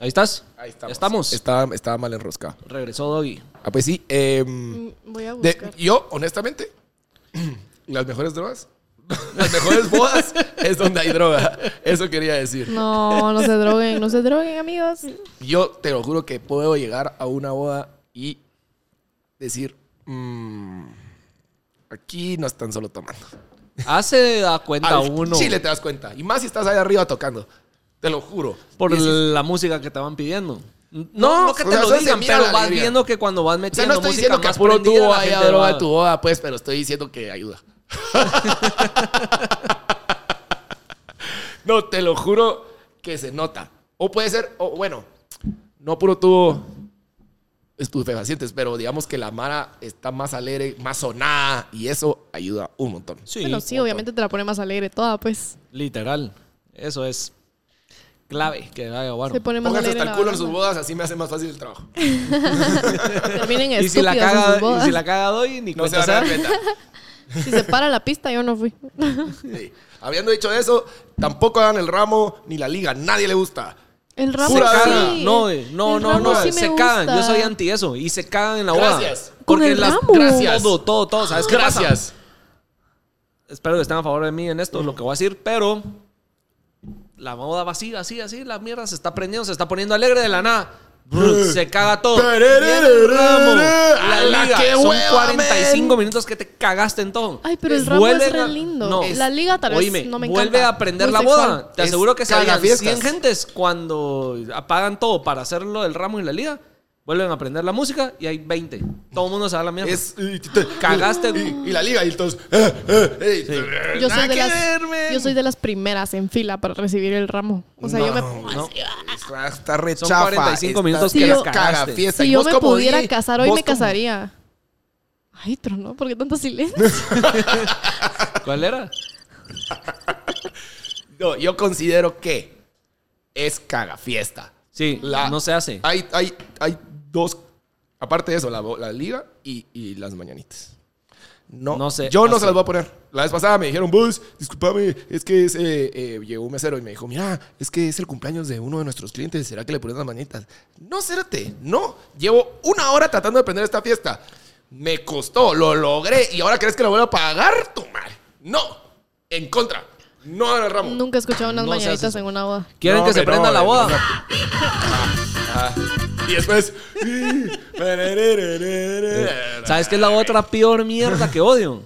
B: Ahí estás.
A: Ahí
B: Ya
A: estamos.
B: estamos.
A: Estaba, estaba mal enroscado.
B: Regresó Doggy.
A: Ah, pues sí. eh,
C: mm, Voy a
A: de-
C: buscar.
A: yo, honestamente, las mejores drogas, las mejores bodas es donde hay droga. Eso quería decir.
C: No, no se droguen, no se droguen, amigos.
A: Yo te lo juro que puedo llegar a una boda y decir, "Mm, aquí no están solo tomando.
B: Hace da cuenta
A: Al
B: uno
A: Chile te das cuenta. Y más si estás ahí arriba tocando. Te lo juro.
B: por
A: Dices,
B: la música que te van pidiendo. No, no que te
A: o sea,
B: lo
A: eso se
B: digan,
A: mira
B: pero
A: la
B: vas
A: alegría.
B: viendo que cuando vas
A: O sea,
B: metiendo
A: no estoy
B: música
A: diciendo que a
B: más
A: puro
B: prendida,
A: tubo
B: la
A: haya
B: gente
A: droga
B: va-
A: tu boda, pues, pero estoy diciendo que ayuda. No, te lo juro que se nota. O puede ser, o bueno, no puro tuvo estupefacientes, pero digamos que la Mara está más alegre, más sonada y eso ayuda un montón.
B: Sí,
C: bueno, sí, obviamente te la pone más alegre toda, pues.
B: literal. Eso es clave que vaya bueno.
C: Se pone más
A: Pónganse
C: alegre.
A: hasta el
C: la
A: culo en sus
C: banda.
A: bodas, así me hace más fácil el trabajo.
C: Terminen
B: Y si, la
C: estúpidos en
B: caga,
C: sus bodas.
B: y si la caga doy, ni
A: No se
B: cuenta
A: van a dar
B: se da.
A: cuenta.
C: Si se para la pista, yo no fui.
A: Sí. Habiendo dicho eso, tampoco hagan el ramo ni la liga, nadie le gusta.
C: El ramo
A: Pura
C: sí.
A: gana.
B: No, de- no,
C: El
B: no,
C: ramo
B: no,
C: sí me
B: se cagan. Yo
C: gusta.
B: soy anti eso. Y se cagan en la boda.
A: Gracias.
C: Con
B: Porque
C: el
B: las
C: ramo.
A: Gracias.
B: Todo, todo, todo. ¿Sabes qué pasa?
A: Gracias.
B: Espero que estén a favor de mí en esto, lo que voy a decir, pero la moda va así, así, así. La mierda se está prendiendo, se está poniendo alegre de la nada. Brr, se caga todo. Viene el ramo,
A: ¡A la
B: La liga.
A: que
B: Son
A: hueva,
B: 45
A: men!
B: minutos que te cagaste en todo.
C: Ay, pero el ramo
B: Vuelven
C: es re
B: a-
C: lindo. La liga tal vez no me
B: Vuelve
C: encanta.
B: a prender
C: Muy
B: la
C: sexual.
B: boda. Te
A: Es
B: aseguro que se vayan
A: cagafiestas.
B: 100 gentes cuando apagan todo para hacerlo el ramo y la liga. Vuelven a prender la música y hay 20. Todo el mundo se va a la mierda.
A: Es,
B: Cagaste.
A: Y, y la liga, y entonces. eh, eh, eh, eh,
C: Yo
A: nada
C: soy, de
A: que
C: las,
A: ver, men.
C: yo soy de las primeras en fila para recibir el ramo. O sea, yo me.
A: No, no. Está, está re
B: Son
A: chafa,
B: 45
A: está-
B: minutos
C: que
A: sí,
C: las
B: cagaste.
A: caga fiesta.
C: Si
A: Y
C: yo
A: vos
C: me
A: como
C: pudiera
A: di,
C: casar hoy,
A: vos
C: me
A: como-
C: casaría. Ay, tronó, ¿por qué tanto silencio?
B: ¿Cuál era?
A: No, yo considero que es caga fiesta.
B: Sí,
A: La- Ah,
B: no se hace.
A: Hay, hay, hay dos. Aparte de eso, la, bo- la liga y, y las mañanitas. No,
B: No sé,
A: Yo no
B: así.
A: se las voy a poner. La vez pasada me dijeron, Bus, discúlpame, es que es, eh, eh", llegó un mesero y me dijo, mira, es que es el cumpleaños de uno de nuestros clientes, ¿será que le pones las mañanitas? No, cérate, no. Llevo una hora tratando de prender esta fiesta. Me costó, lo logré y ahora crees que la voy a pagar, tu madre. No, en contra. No al ramo.
C: Nunca he escuchado unas
B: No se hace
C: mañanitas
B: eso.
C: en una boda.
B: ¿Quieren
A: No,
B: que se
A: que no,
B: prenda la
A: eh,
B: boda?
A: no. Y después.
B: ¿Sabes qué es la otra peor mierda que odio?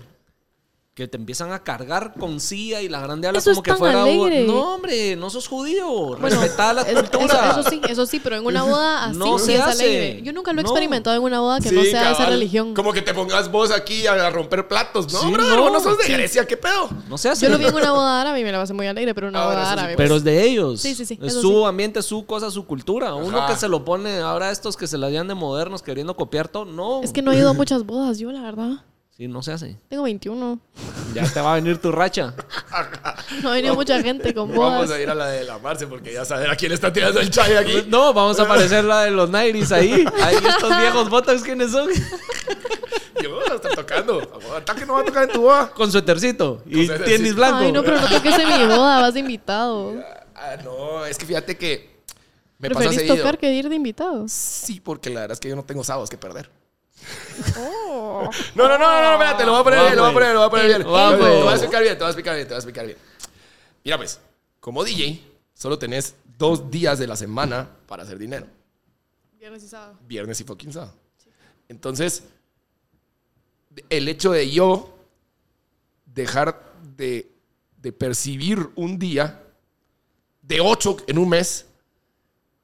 B: Que te empiezan a cargar con silla y la grande habla
C: Eso
B: como
C: es
B: que
C: tan
B: fuera.
C: alegre.
B: No, hombre, no sos judío.
C: Bueno,
B: Respetá la
C: es- eso,
B: cultura.
C: eso sí, eso sí, pero en una boda así
B: No
C: sí
B: se
C: es
B: hace.
C: alegre. Yo nunca lo he
B: No.
C: experimentado en una boda que no
A: Sí,
C: sea de esa
A: cabal.
C: religión.
A: Como que te pongas vos aquí a romper platos. No,
B: Sí,
A: brother,
B: no,
A: vos no sos de
B: sí.
A: Grecia, ¿qué pedo?
B: No se hace.
C: Yo lo vi en una boda árabe y me la pasé muy alegre, pero una
A: Ahora
C: boda
A: Ah, eso sí,
C: árabe. pues.
B: Pero es de ellos.
C: Sí, sí, sí,
B: Es
C: eso
B: su
C: sí.
B: ambiente, su cosa, su cultura. Uno
A: Ajá.
B: que se lo pone ahora estos que se la dan de modernos queriendo copiar todo. No.
C: Es que no he ido a muchas bodas, yo la verdad.
B: Sí, no se hace.
C: Tengo 21.
B: Ya te va a venir tu racha.
C: No ha venido mucha gente con
A: Vamos
C: bodas.
A: a ir a la de la Marce porque ya saber a quién le está tirando el chai aquí.
B: No, vamos a aparecer la de los Nairis ahí. Ahí estos viejos botox, ¿quiénes son?
A: Yo voy a estar tocando. Hasta que no va a tocar en tu boda.
B: Con suetercito y
A: suétercito.
B: tenis blanco.
C: Ay, no, pero no toques en mi boda, vas de invitado.
A: Ah, no, es que fíjate que me pasa
C: Preferís
A: seguido.
C: tocar que ir de invitado.
A: Sí, porque la verdad es que yo no tengo sábados que perder.
C: Oh.
A: No, no, no, no, no, espérate, lo voy a poner
B: Va,
A: bien, lo voy a
B: güey.
A: poner, lo voy a poner bien.
B: Va,
A: Te
B: güey.
A: voy a explicar bien, te voy a explicar bien, te voy a explicar bien. Mira, pues, como DJ, solo tenés dos días de la semana para hacer dinero.
C: Viernes y sábado.
A: Viernes y fucking sábado. Entonces, el hecho de yo dejar de, de percibir un día de ocho en un mes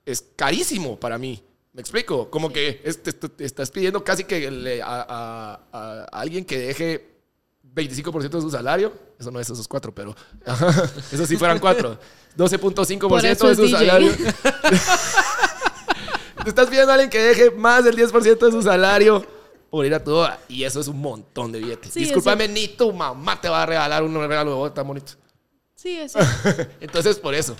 A: es carísimo para mí. ¿Me explico? Como que es- te, te- te estás pidiendo casi que le- a, a- a alguien que deje 25% de su salario. Eso no es esos cuatro, pero eso sí fueran cuatro. 12.5%
C: Por
A: de
C: eso
A: su
C: es DJ.
A: salario. Te estás pidiendo a alguien que deje más del 10% de su salario por ir a tu boda. Y eso es un montón de billetes.
C: Sí,
A: Discúlpame, ni tu mamá te va a regalar un regalo de boda tan bonito.
C: Sí, es
A: Entonces, por eso.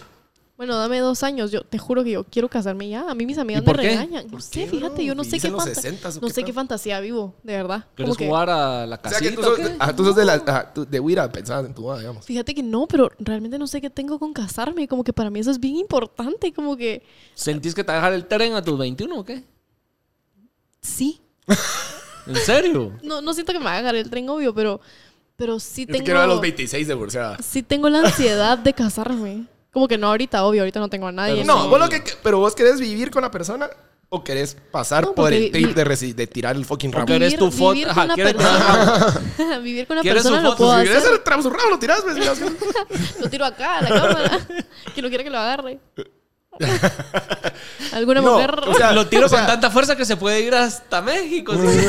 C: Bueno, dame dos años. Yo te juro que yo quiero casarme ya. A mí mis amigas
B: ¿Y
C: me
B: por qué?
C: regañan. No
A: ¿Por
C: sé,
A: qué,
C: fíjate,
A: bro?
C: yo no sé
A: ¿Vivís
C: qué,
A: en los
C: fanta-
A: 60s o
C: no
A: qué
C: sé qué
A: pedo?
C: fantasía vivo, de verdad.
B: ¿Quieres
C: Como que-
B: jugar a la
A: O sea,
B: casita?
A: que tú sos, Ah.
B: o qué?
A: ajá, tú sos de, la, ajá, tú- de Huira, pensabas en tu boda, digamos.
C: Fíjate que no, pero realmente no sé qué tengo con casarme. Como que para mí eso es bien importante. Como que
B: ¿Sentís que te va a dejar el tren a tus 21 o qué?
C: sí.
B: ¿En serio?
C: No, no siento que me va a agarrar el tren, obvio, pero, pero sí
A: Yo te
C: tengo.
A: quiero a los 26 de Bursa.
C: Sí tengo la ansiedad de casarme. Como que no ahorita, obvio, ahorita no tengo a nadie.
B: Pero
A: No,
B: Sí.
A: vos lo que, pero vos querés vivir con la persona o querés pasar
C: No,
A: por el
C: porque-
A: trip de, reci- de tirar el fucking ramo.
B: Ok. eres tu foto-
C: Vivir
B: ajá,
C: con una
B: ¿quieres-
C: persona, vivir con una
B: ¿Quieres
C: persona
B: su
C: lo
B: foto?
C: puedo
A: Si
C: hacer.
A: querés hacer tramos un ramo, lo tirás, pues, mira,
C: Lo tiro acá a la cámara. que no quiera que lo agarre. Alguna
A: No,
C: mujer.
A: o sea,
B: lo tiro
A: o sea-
B: con tanta fuerza que se puede ir hasta México. ¿sí?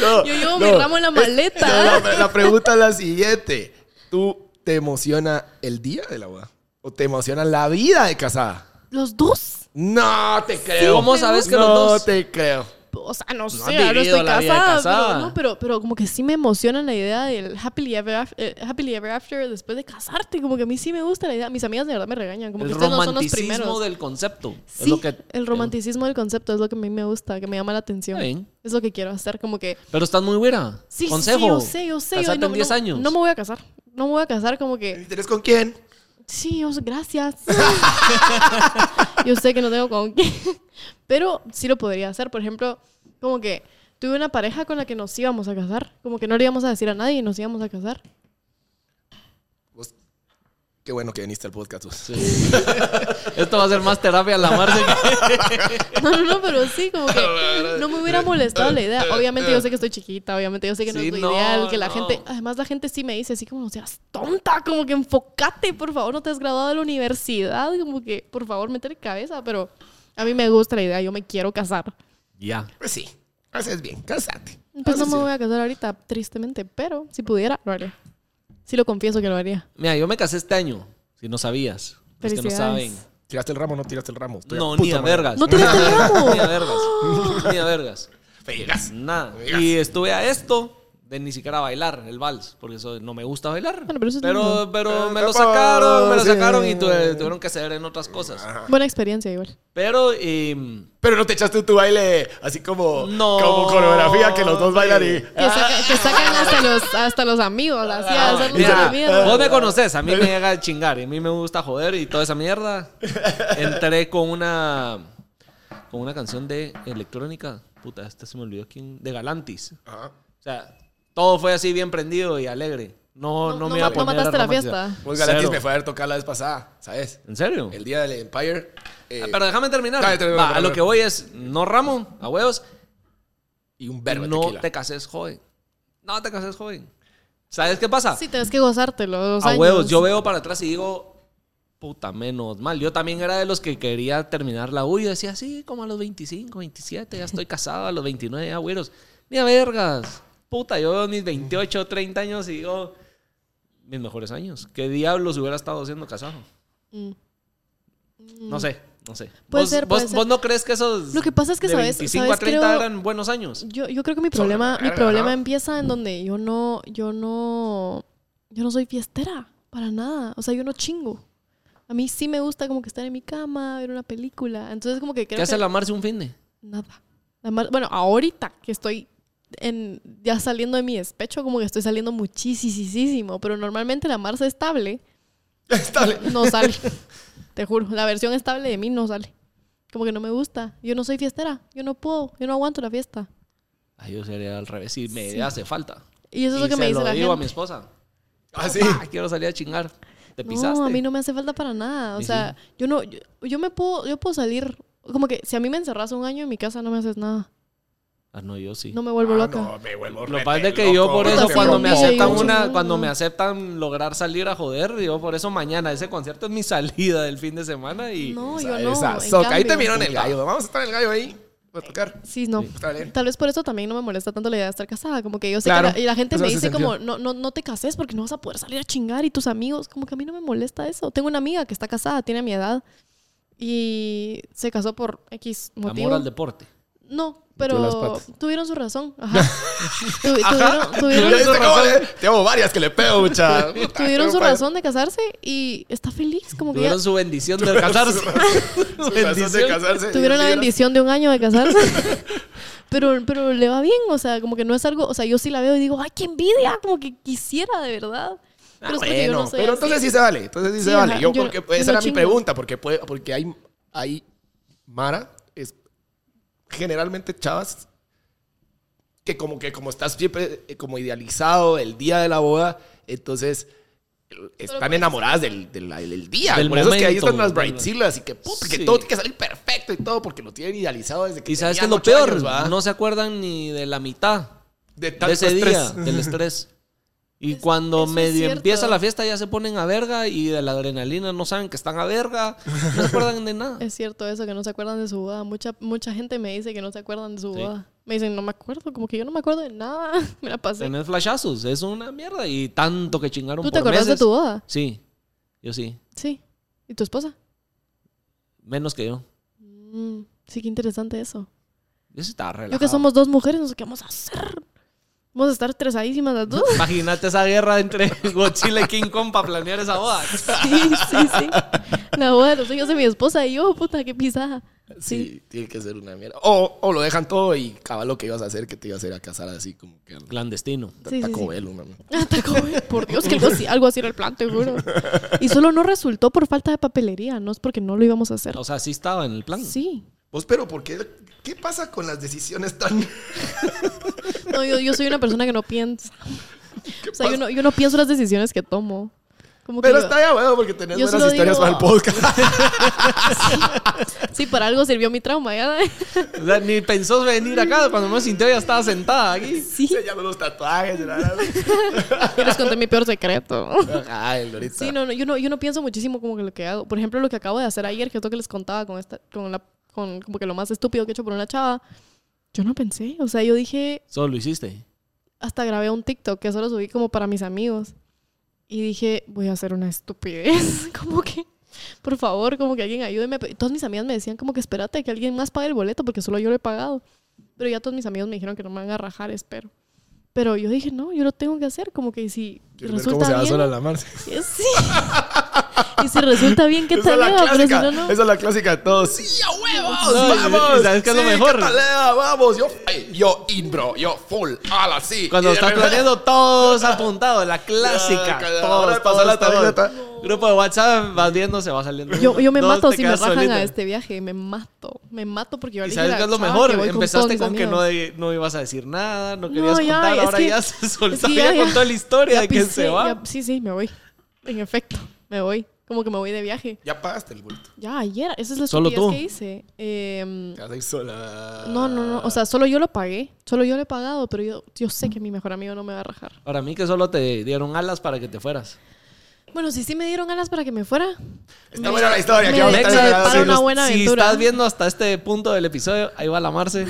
A: No,
C: Yo llevo
A: no.
C: mi ramo en la maleta.
A: No, la, la pregunta es la siguiente. ¿Tú te emociona el día de la boda? ¿O te emociona la vida de casada?
C: Los dos.
A: No te creo.
B: ¿Cómo sabes que
A: no
B: los dos?
A: te creo.
C: O sea, no, sé,
B: han
C: ahora
B: vivido
C: estoy
B: la vida de
C: casada.
B: casada.
C: Pero, no, pero, pero como que sí me emociona la idea del happily ever, af- eh, happily ever after después de casarte. Como que a mí sí me gusta la idea. Mis amigas de verdad me regañan. Como
B: El
C: que ustedes no son los
B: romanticismo
C: primeros.
B: del concepto.
C: Sí,
B: es lo que,
C: el romanticismo del concepto es lo que a mí me gusta, que me llama la atención.
B: Está bien.
C: Es lo que quiero hacer, como que...
B: Pero estás muy güera.
C: Sí, sí,
B: Consejo.
C: sí, yo sé, yo sé. yo
B: Casate
C: no-
B: en 10
C: no-
B: años.
C: No me voy a casar. No me voy a casar como que...
A: ¿Tienes con quién?
C: Sí, yo sé, gracias. yo sé que no tengo con qué. Pero sí lo podría hacer. Por ejemplo, como que tuve una pareja con la que nos íbamos a casar. Como que no le íbamos a decir a nadie y nos íbamos a casar.
A: Vos- Qué bueno que viniste al podcast. vos.
B: Sí. Esto va a ser más terapia a la Marce que-
C: No, no, no, pero sí, como que no me hubiera molestado la idea. Obviamente yo sé que estoy chiquita, obviamente yo sé que no
B: Sí,
C: es lo
B: no,
C: ideal, que la
B: no.
C: gente, además la gente sí me dice así como no seas tonta, como que enfócate, por favor, no te has graduado de la universidad, como que por favor, métele cabeza, pero a mí me gusta la idea, yo me quiero casar.
B: Ya.
A: Pues sí, haces bien, cásate.
C: Pues no
A: Haces
C: me
A: bien.
C: voy a casar ahorita, tristemente, pero si pudiera, lo haría. Sí lo confieso que lo haría.
B: Mira, yo me casé este año. Si no sabías. Los que no
C: Felicidades.
B: saben.
A: ¿Tiraste el ramo o no tiraste el ramo? Estoy a
B: No,
A: punto
B: ni a
A: de morir.
B: vergas.
C: ¿No tiraste el ramo?
B: Ni a vergas. Ni a vergas.
A: Vergas.
B: Nada.
A: Vergas.
B: Y estuve a esto de ni siquiera bailar el vals, porque eso no me gusta bailar.
C: Bueno, pero eso es
B: pero,
C: lindo.
B: pero me
A: Eh, tampoco,
B: lo sacaron, me lo
A: sí.
B: sacaron y tuve- tuvieron que ceder en otras cosas.
A: Ah.
C: Buena experiencia igual.
B: Pero em,
A: Pero no te echaste tu baile así como,
B: No,
A: como coreografía que los dos bailan y.
C: Que, saca- que sacan hasta los, hasta los amigos, así a hacer
A: mira,
C: la
B: Mira,
C: mierda.
B: vos me conoces, a mí me llega a chingar y a mí me gusta joder y toda esa mierda. Entré con una con una canción de electrónica, puta, esta se me olvidó quién, de Galantis.
A: Ajá.
B: O sea, todo fue así bien prendido y alegre. No, no,
C: No- no
B: me iba a
C: ma- no
B: poner a
C: mataste la
B: romantizar.
C: fiesta.
A: Pues Galantis
B: Cero.
A: me fue a ver tocar la vez pasada, ¿sabes?
B: ¿En serio?
A: El día del Empire. eh,
B: Ah, Pero déjame terminar.
A: Dale, termina,
B: Va,
A: termina.
B: a lo que voy es, no ramo, a huevos,
A: y un verbo de
B: no
A: tequila.
B: te cases joven. No te cases joven. ¿Sabes qué pasa?
C: Sí, tenés que gozártelo. los
B: a
C: años.
B: huevos, yo veo para atrás y digo, puta, menos mal. Yo también era de los que quería terminar la U. Yo decía, sí, como a los 25, 27, ya estoy casado, a los 29, ya, güeros. Ni a vergas. Puta, yo veo mis 28, 30 años y digo, mis mejores años. ¿Qué diablos hubiera estado siendo casado?
C: Mm.
B: No sé, no sé.
C: Puede
B: ¿Vos,
C: ser,
B: vos-
C: puede ser.
B: vos no crees que esos.
C: Lo que pasa es que,
B: de
C: ¿sabes?
B: 25
C: ¿Sabes?
B: a 30
C: Creo-
B: eran buenos años.
C: Yo, yo creo que mi
A: Sobre la
C: problema, mi
A: verga,
C: problema
A: ajá.
C: empieza en donde yo no, yo no, yo no soy fiestera para nada. O sea, yo no chingo. A mí sí me gusta como que estar en mi cama, ver una película. Entonces como que creo
B: ¿Qué hace
C: que
B: la Marce un fin de?
C: nada. La mar- Bueno, ahorita que estoy en, ya saliendo de mi despecho, como que estoy saliendo muchísimo, pero normalmente la Marce estable
A: Estable.
C: no sale. Te juro, la versión estable de mí no sale. Como que no me gusta. Yo no soy fiestera. Yo no puedo. Yo no aguanto la fiesta.
B: Ay, yo sería al revés y me hace falta.
C: Y eso es lo
B: Y
C: que me
B: se
C: dice
B: lo
C: la
B: digo a
C: gente.
B: mi esposa.
A: Ah, sí.
B: Ah, quiero salir a chingar. Te pisaste.
C: No, a mí no me hace falta para nada. O
B: Y
C: sea, yo no, yo, yo me puedo, yo puedo salir. Como que si a mí me encerras un año en mi casa, no me haces nada.
B: Ah, no, yo sí.
C: No me vuelvo
A: Ah,
C: loca.
A: no, me vuelvo
B: Lo que
A: rete
B: pasa es que yo
A: loco,
B: por
A: me
B: eso
A: vuelvo
B: cuando
A: loco.
B: me
C: loco.
B: aceptan
C: Sí,
B: una,
C: no,
B: cuando
C: no.
B: me aceptan lograr salir a joder, yo por eso mañana ese concierto es mi salida del fin de semana y
C: No,
A: Esa-
C: yo no.
A: esa
C: en
A: soca. Ahí
C: cambio.
A: te miraron el gallo. Vamos a estar en el gallo ahí. Voy a tocar.
C: Sí, no.
A: Está bien.
C: Tal vez por eso también no me molesta tanto la idea de estar casada. Como que yo sé
A: Claro,
C: que la, y la gente
A: eso
C: me
A: hace
C: dice
A: sentido.
C: como, no, no, no te cases porque no vas a poder salir a chingar y tus amigos. Como que a mí no me molesta eso. Tengo una amiga que está casada, tiene mi edad y se casó por X motivo.
B: amor al deporte.
A: las
C: No, pero
A: patas.
C: tuvieron su razón. Ajá. Tu- tuvieron-
A: Ya
C: tuvieron su
A: viste cómo
C: razón.
A: le- Tengo varias que le pego, mucha. Puta,
C: Tuvieron
A: tengo
C: su
A: varias.
C: razón de casarse y está feliz. Como que ya
B: Tuvieron su bendición de casarse.
A: Su razón de casarse.
C: tuvieron la
A: Sí, ¿verdad?
C: bendición de un año de casarse. pero, pero le va bien, o sea, como que no es algo. O sea, yo sí la veo y digo, ¡ay, qué envidia! Como que quisiera, de verdad. Pero
A: Ah,
C: es porque yo
A: bueno,
C: no soy
A: pero
C: así.
A: entonces sí se vale, entonces sí,
C: Sí,
A: se
C: ajá,
A: vale. Yo,
C: yo
A: porque
C: no- yo
A: esa
C: no
A: era mi
C: chingo.
A: pregunta, porque puede, porque hay, hay Mara es generalmente chavas que como que como estás siempre eh, como idealizado el día de la boda, entonces eh, están enamoradas del, del- del día.
B: Del
A: Por eso es que ahí
B: momento,
A: están las
B: ¿verdad?
A: brightzillas y que puta, que
B: Sí.
A: todo tiene que salir perfecto y todo porque lo tienen idealizado desde que
B: y sabes que
A: tenían
B: lo
A: ocho
B: peor,
A: años, ¿va?
B: no se acuerdan ni de la mitad
A: de,
B: de
A: tanto
B: ese día
A: estrés.
B: del estrés. Y cuando
C: eso es
B: medio
C: cierto.
B: empieza la fiesta ya se ponen a verga y de la adrenalina no saben que están a verga, no se acuerdan de nada.
C: Es cierto eso, que no se acuerdan de su boda. Mucha, mucha gente me dice que no se acuerdan de su
B: Sí.
C: boda. Me dicen, no me acuerdo, como que yo no me acuerdo de nada. Me la pasé.
B: Tener flashazos, es una mierda. Y tanto que chingaron
C: ¿Tú te
B: por
C: acordás de
B: meses.
C: tu boda?
B: Sí, yo sí.
C: Sí. ¿Y tu esposa?
B: Menos que yo.
C: Mm, sí, qué interesante eso.
B: Yo sí estaba relajado.
C: Yo que somos dos mujeres, no sé qué vamos a hacer. Vamos a estar estresadísimas las dos.
B: Imagínate esa guerra entre Godzilla y King Kong para planear esa boda.
C: Sí, sí, sí. La boda de los sueños de mi esposa y yo, "Oh, puta, qué pisada. Sí.
A: Sí, tiene que ser una mierda. O, o lo dejan todo y cabal lo que ibas a hacer, que te ibas a ir a casar así como que al
B: Clandestino.
C: Sí, sí,
A: Taco
C: sí.
A: Bell, una mierda.
C: Ah, Taco Bell, por Dios, que algo así, algo así era el plan, te juro. Y solo no resultó por falta de papelería, no es porque no lo íbamos a hacer.
B: O sea, sí estaba en el plan.
C: Sí.
A: Vos, Pues, pero ¿por qué? ¿Qué pasa con las decisiones tan...?
C: No, yo, yo soy una persona que no piensa. O sea,
A: pasa?
C: yo no, yo no pienso las decisiones que tomo. Como que
A: Pero
C: yo-
A: está ya, bueno, porque tenés
C: yo
A: buenas
C: solo
A: historias
C: digo-
A: para el podcast.
C: "Ah, Sí, para algo sirvió mi trauma, ya.
B: O sea, ni pensó venir acá. Cuando me sintió ya estaba sentada aquí.
A: Sí. Ya los tatuajes. la, la, la.
C: Y les conté mi peor secreto.
A: Ajá, el ahorita.
C: Sí, no, no, yo no, yo no pienso muchísimo como que lo que hago. Por ejemplo, lo que acabo de hacer ayer, que es lo que les contaba con esta, con la, con como que lo más estúpido que he hecho por una chava. Yo no pensé. O sea, yo dije,
B: Solo lo hiciste.
C: hasta grabé un TikTok que solo subí como para mis amigos. Y dije, voy a hacer una estupidez. como que, por favor, como que alguien ayúdeme. Pero Todas mis amigas me decían como que espérate que alguien más pague el boleto porque solo yo lo he pagado. Pero ya todos mis amigos me dijeron que no me van a rajar, espero. Pero yo dije, no, yo lo tengo que hacer. Como que si
A: Quiero ver
C: resulta
A: ¿Cómo se va
C: bien,
A: sola la Marce?
C: Sí. y si resulta bien, ¿qué
A: Esa es
C: tal?
A: la
C: Eva? Pero si
A: clásica.
C: no, no.
A: Esa es la clásica de todos. ¡Sí, a huevos!
B: No, y- y
A: ¡Vamos!
B: ¿sabes qué es lo
A: Sí,
B: mejor?
A: catalea, ¡Vamos! Yo, ay, yo in, bro. Yo full. ¡Hala, sí!
B: Cuando
A: Y de
B: estás
A: repente-
B: planeando todos apuntados, la clásica.
A: Ah, cada hora de
B: Todos,
A: pasar
B: todos,
A: la
B: todos.
A: tableta.
B: Grupo de WhatsApp vas viendo, se va saliendo.
C: Yo, yo me
B: Dos,
C: mato
B: te
C: si me
B: quedas
C: rajan
B: solita.
C: a este viaje. Me mato. Me mato porque yo le
B: ¿Y
C: dije
B: sabes
C: a la
B: qué es lo
C: chava
B: mejor?
C: que voy
B: Empezaste
C: todos
B: con
C: mis
B: que no,
C: amigos.
B: de- no ibas a decir nada, no querías
C: No, ya,
B: contar,
C: es
B: ahora
C: que-
B: ya se soltó
C: es que
B: ya,
C: ya- ya-
B: contó la historia
C: Ya
B: de que
C: pisé,
B: se va.
C: ya- sí, sí, me voy. En efecto, me voy. Como que me voy de viaje.
A: Ya pagaste el bulto.
C: Ya, ayer. Esa es la
B: Solo tú.
C: estupidez
B: Ah.
C: que hice. Em,
A: Te vas a ir sola.
C: no, no, no. O sea, solo yo lo pagué. Solo yo lo he pagado, pero yo, yo sé que mi mejor amigo no me va a rajar.
B: Para mí que solo te dieron alas para que te fueras.
C: Bueno, si sí me dieron ganas para que me fuera.
A: Está
C: me-
A: buena la historia.
C: me-
A: que vamos a
C: me-
A: estar
C: me-
A: esperando.
C: para
A: Sí,
C: una
A: los-
C: buena
B: si
C: aventura.
B: estás viendo hasta este punto del episodio, ahí va la Marce.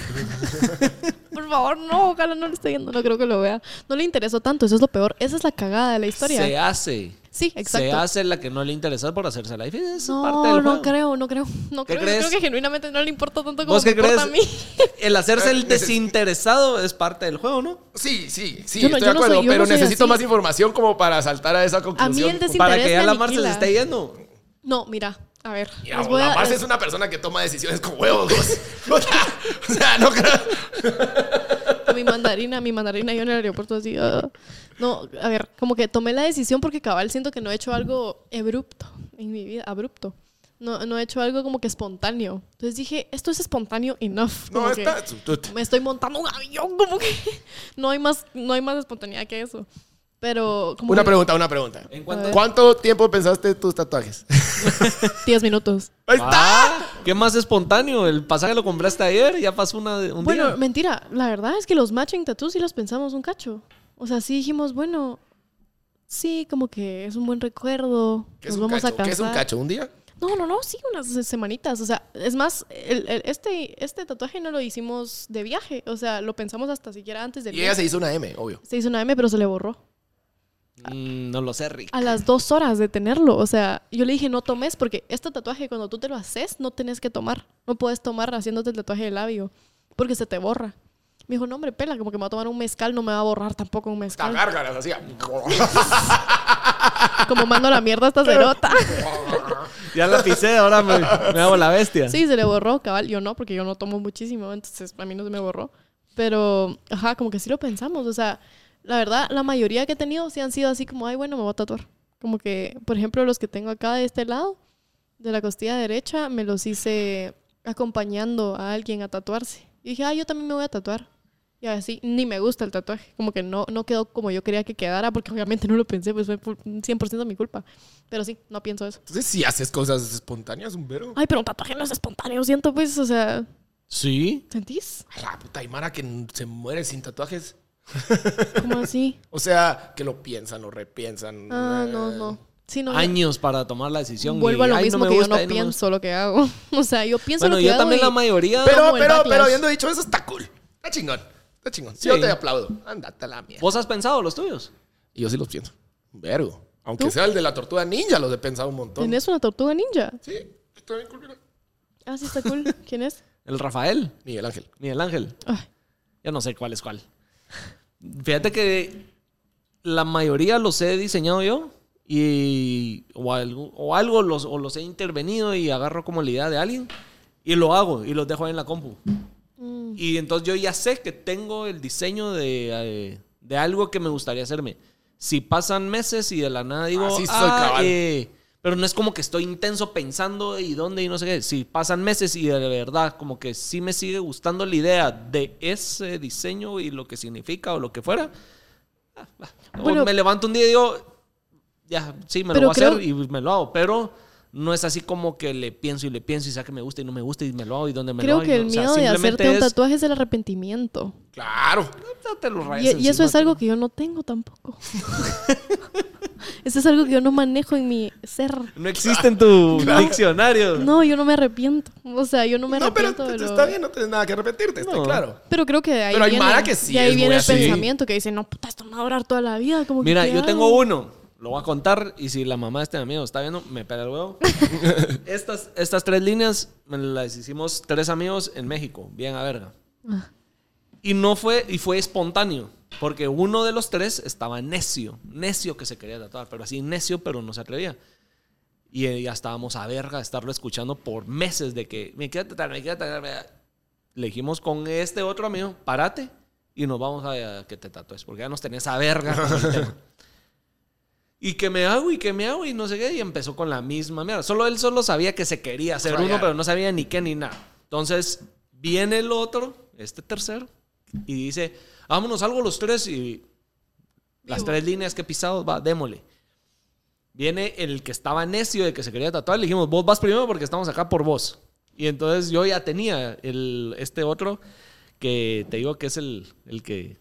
C: Por favor, no, ojalá no lo esté viendo, no creo que lo vea. No le interesó tanto, eso es lo peor. Esa es la cagada de la historia.
B: Se hace.
C: sí, exacto.
B: Se hace la que no le interesa por hacerse la difícil. Es
C: no,
B: parte del
C: no
B: juego.
C: creo, no creo. No
B: ¿Qué
C: creo,
B: crees?
C: yo creo que genuinamente no le importa tanto como
B: ¿Vos
C: me
B: qué
C: importa
B: crees?
C: a mí.
B: El hacerse el
A: Neces-
B: desinteresado es parte del juego, ¿no?
A: Sí, sí, sí.
C: Yo no-
A: estoy de
C: yo no soy-
A: acuerdo.
C: yo no
A: pero
C: soy
A: necesito
C: así.
A: más información como para saltar a esa conclusión.
C: el desinterés-
B: Para que
C: interés
B: ya
C: me
B: la Marce se
C: aniquila.
B: esté yendo.
C: No, mira, a ver.
A: Ya,
C: les voy a-
A: la Marce es una persona que toma decisiones con huevos. o sea, o sea, no creo.
C: mi mandarina, mi mandarina yo en el aeropuerto así. ah. No, a ver, como que tomé la decisión porque cabal siento que no he hecho algo abrupto en mi vida, abrupto. No, no he hecho algo como que espontáneo. Entonces dije, esto es espontáneo enough.
A: No,
C: como que-
A: está. tú-
C: me estoy montando un avión, como que no hay más, no hay más espontaneidad que eso. Pero como
A: Una
C: que
A: pregunta, una pregunta.
B: ¿En cuanto
A: ¿Cuánto tiempo pensaste tus tatuajes?
C: 10 minutos.
A: Ahí está.
B: ¿Qué más espontáneo? El pasaje lo compraste ayer, ya pasó una, un
C: bueno,
B: día.
C: mentira, la verdad es que los matching tattoos sí los pensamos un cacho. O sea, sí dijimos, bueno, sí, como que es un buen recuerdo,
A: ¿Qué es
C: nos
A: un
C: vamos a
A: cacho?
C: casar.
A: ¿Qué es un cacho? ¿Un día?
C: No, no, no, sí, unas se- semanitas. O sea, es más, el- el- este, este tatuaje no lo hicimos de viaje. O sea, lo pensamos hasta siquiera antes del
A: Y ella
C: viaje.
A: se hizo una M, obvio.
C: Se hizo una M, pero se le borró.
B: Mm, no lo sé, Rick.
C: a las dos horas de tenerlo. O sea, yo le dije, no tomes, porque este tatuaje, cuando tú te lo haces, no tenés que tomar. No puedes tomar haciéndote el tatuaje de labio, porque se te borra. Me dijo, no, hombre, pela, como que me va a tomar un mezcal, no me va a borrar tampoco un
A: Las
C: mezcal.
A: gárgaras hacía.
C: Como mando la mierda a esta cerota.
B: Ya la pisé, ahora me, me hago la bestia.
C: Sí, se le borró, cabal. Yo no, porque yo no tomo muchísimo, entonces a mí no se me borró. Pero, ajá, como que sí lo pensamos. O sea, la verdad, la mayoría que he tenido sí han sido así como, ay, bueno, me voy a tatuar. Como que, por ejemplo, los que tengo acá de este lado, de la costilla derecha, me los hice acompañando a alguien a tatuarse. Y dije, ah, yo también me voy a tatuar. Y así, ni me gusta el tatuaje. Como que no, no quedó como yo quería que quedara, porque obviamente no lo pensé, pues fue por- 100% mi culpa. Pero sí, no pienso eso.
A: Entonces, si haces cosas espontáneas, un vero.
C: Ay, pero un tatuaje no es espontáneo, siento, pues, o sea,
B: Sí.
C: ¿Sentís?
A: A la puta Aymara que se muere sin tatuajes.
C: ¿Cómo así?
A: O sea, que lo piensan, lo repiensan.
C: Ah, no, no. Sí, no. yo-
B: Años para tomar la decisión.
C: vuelvo a
B: y,
C: lo
B: "Ay,
C: mismo
B: me
C: que
B: gusta,
C: yo
B: ay,
C: no
B: me gusta".
C: pienso lo que hago. O sea, yo pienso
B: Bueno,
C: lo que
B: yo
C: hago.
B: también
C: y-
B: la mayoría.
C: Como
A: Pero,
C: el
A: pero,
C: backlash.
A: pero habiendo dicho eso, está cool. Está chingón. Está chingón.
B: Sí.
A: Yo te aplaudo. Ándate a la mierda.
B: ¿Vos has pensado los tuyos?
A: Y yo sí los pienso. Vergo. Aunque
C: ¿Tú?
A: sea el de la tortuga ninja, los he pensado un montón.
C: ¿Tenés una tortuga ninja?
A: Sí, está bien cool, mira.
C: Ah, sí, está cool. ¿Quién es?
B: El Rafael,
A: Miguel Ángel.
B: Miguel Ángel.
C: Ay,
B: Ya no sé cuál es cuál. Fíjate que la mayoría los he diseñado yo y o algo, o algo los, o los he intervenido y agarro como la idea de alguien y lo hago y los dejo ahí en la compu. Y entonces yo ya sé que tengo el diseño de, eh, de algo que me gustaría hacerme. Si pasan meses y de la nada digo,
A: Así soy,
B: "Ah,
A: cabal".
B: eh, pero no es como que estoy intenso pensando y dónde y no sé qué. Si pasan meses y de verdad como que sí me sigue gustando la idea de ese diseño y lo que significa o lo que fuera, ah, va. O
C: Bueno.
B: me levanto un día y digo, ya, sí, me lo
C: Pero
B: voy a
C: creo-
B: hacer y me lo hago, pero... No es así como que le pienso y le pienso y sea que me gusta y no me gusta y me lo hago y dónde me lo
C: creo
B: hago. y
C: que
B: no-
C: el
B: o sea,
C: miedo de
B: simplemente
C: hacerte un
B: es-
C: tatuaje es el arrepentimiento.
A: Claro.
B: Ya te lo rayas
C: Y, y eso
B: encima,
C: es algo que yo no tengo tampoco. eso es algo que yo no manejo en mi ser.
B: tú. No existe en tu diccionario.
C: No, yo no me arrepiento. O sea, yo no me
A: No, pero
C: arrepiento de
A: te-
C: lo-
A: está bien, no tienes nada que arrepentirte,
B: No.
A: estoy claro.
C: Pero creo que de ahí
A: Pero hay
C: viene,
A: mara que sí
C: de ahí
A: es
C: viene
A: muy
C: el
A: así.
C: pensamiento que dice, no, puta, esto me va a durar toda la vida. Como
B: Mira,
C: que, ¿qué
B: yo tengo
C: hago?
B: uno. Lo voy a contar y si la mamá de este amigo está viendo, me pega el huevo. estas, estas tres líneas me las hicimos tres amigos en México, bien a verga.
C: Ah.
B: Y no fue, y fue espontáneo, porque uno de los tres estaba necio, necio que se quería tatuar, pero así necio, pero no se atrevía. Y eh, ya estábamos a verga de estarlo escuchando por meses de que me quiero tatuar, me quiero tatuar. me- Le dijimos con este otro amigo, párate y nos vamos a, a que te tatúes, porque ya nos tenés a verga con el tema. Y que me hago y que me hago y no sé qué. Y empezó con la misma mierda. Solo él solo sabía que se quería hacer
A: Rayar.
B: uno, pero no sabía ni qué ni nada. Entonces viene el otro, este tercero, y dice, vámonos algo los tres y las tres líneas que he pisado, va, démosle. Viene el que estaba necio de que se quería tatuar. Le dijimos, vos vas primero porque estamos acá por vos. Y entonces yo ya tenía el, este otro que te digo que es el, el que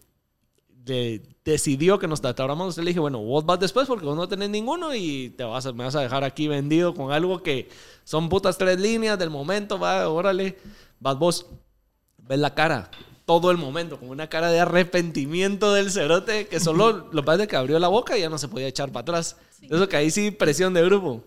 B: de- decidió que nos tratáramos, usted le dije, bueno, vos vas después porque vos no tenés ninguno y te vas a, me vas a dejar aquí vendido con algo que son putas tres líneas del momento, va, órale, vas vos, ves la cara, todo el momento, con una cara de arrepentimiento del cerote que solo lo que pasa es que abrió la boca y ya no se podía echar para atrás. Eso que ahí sí, presión de grupo.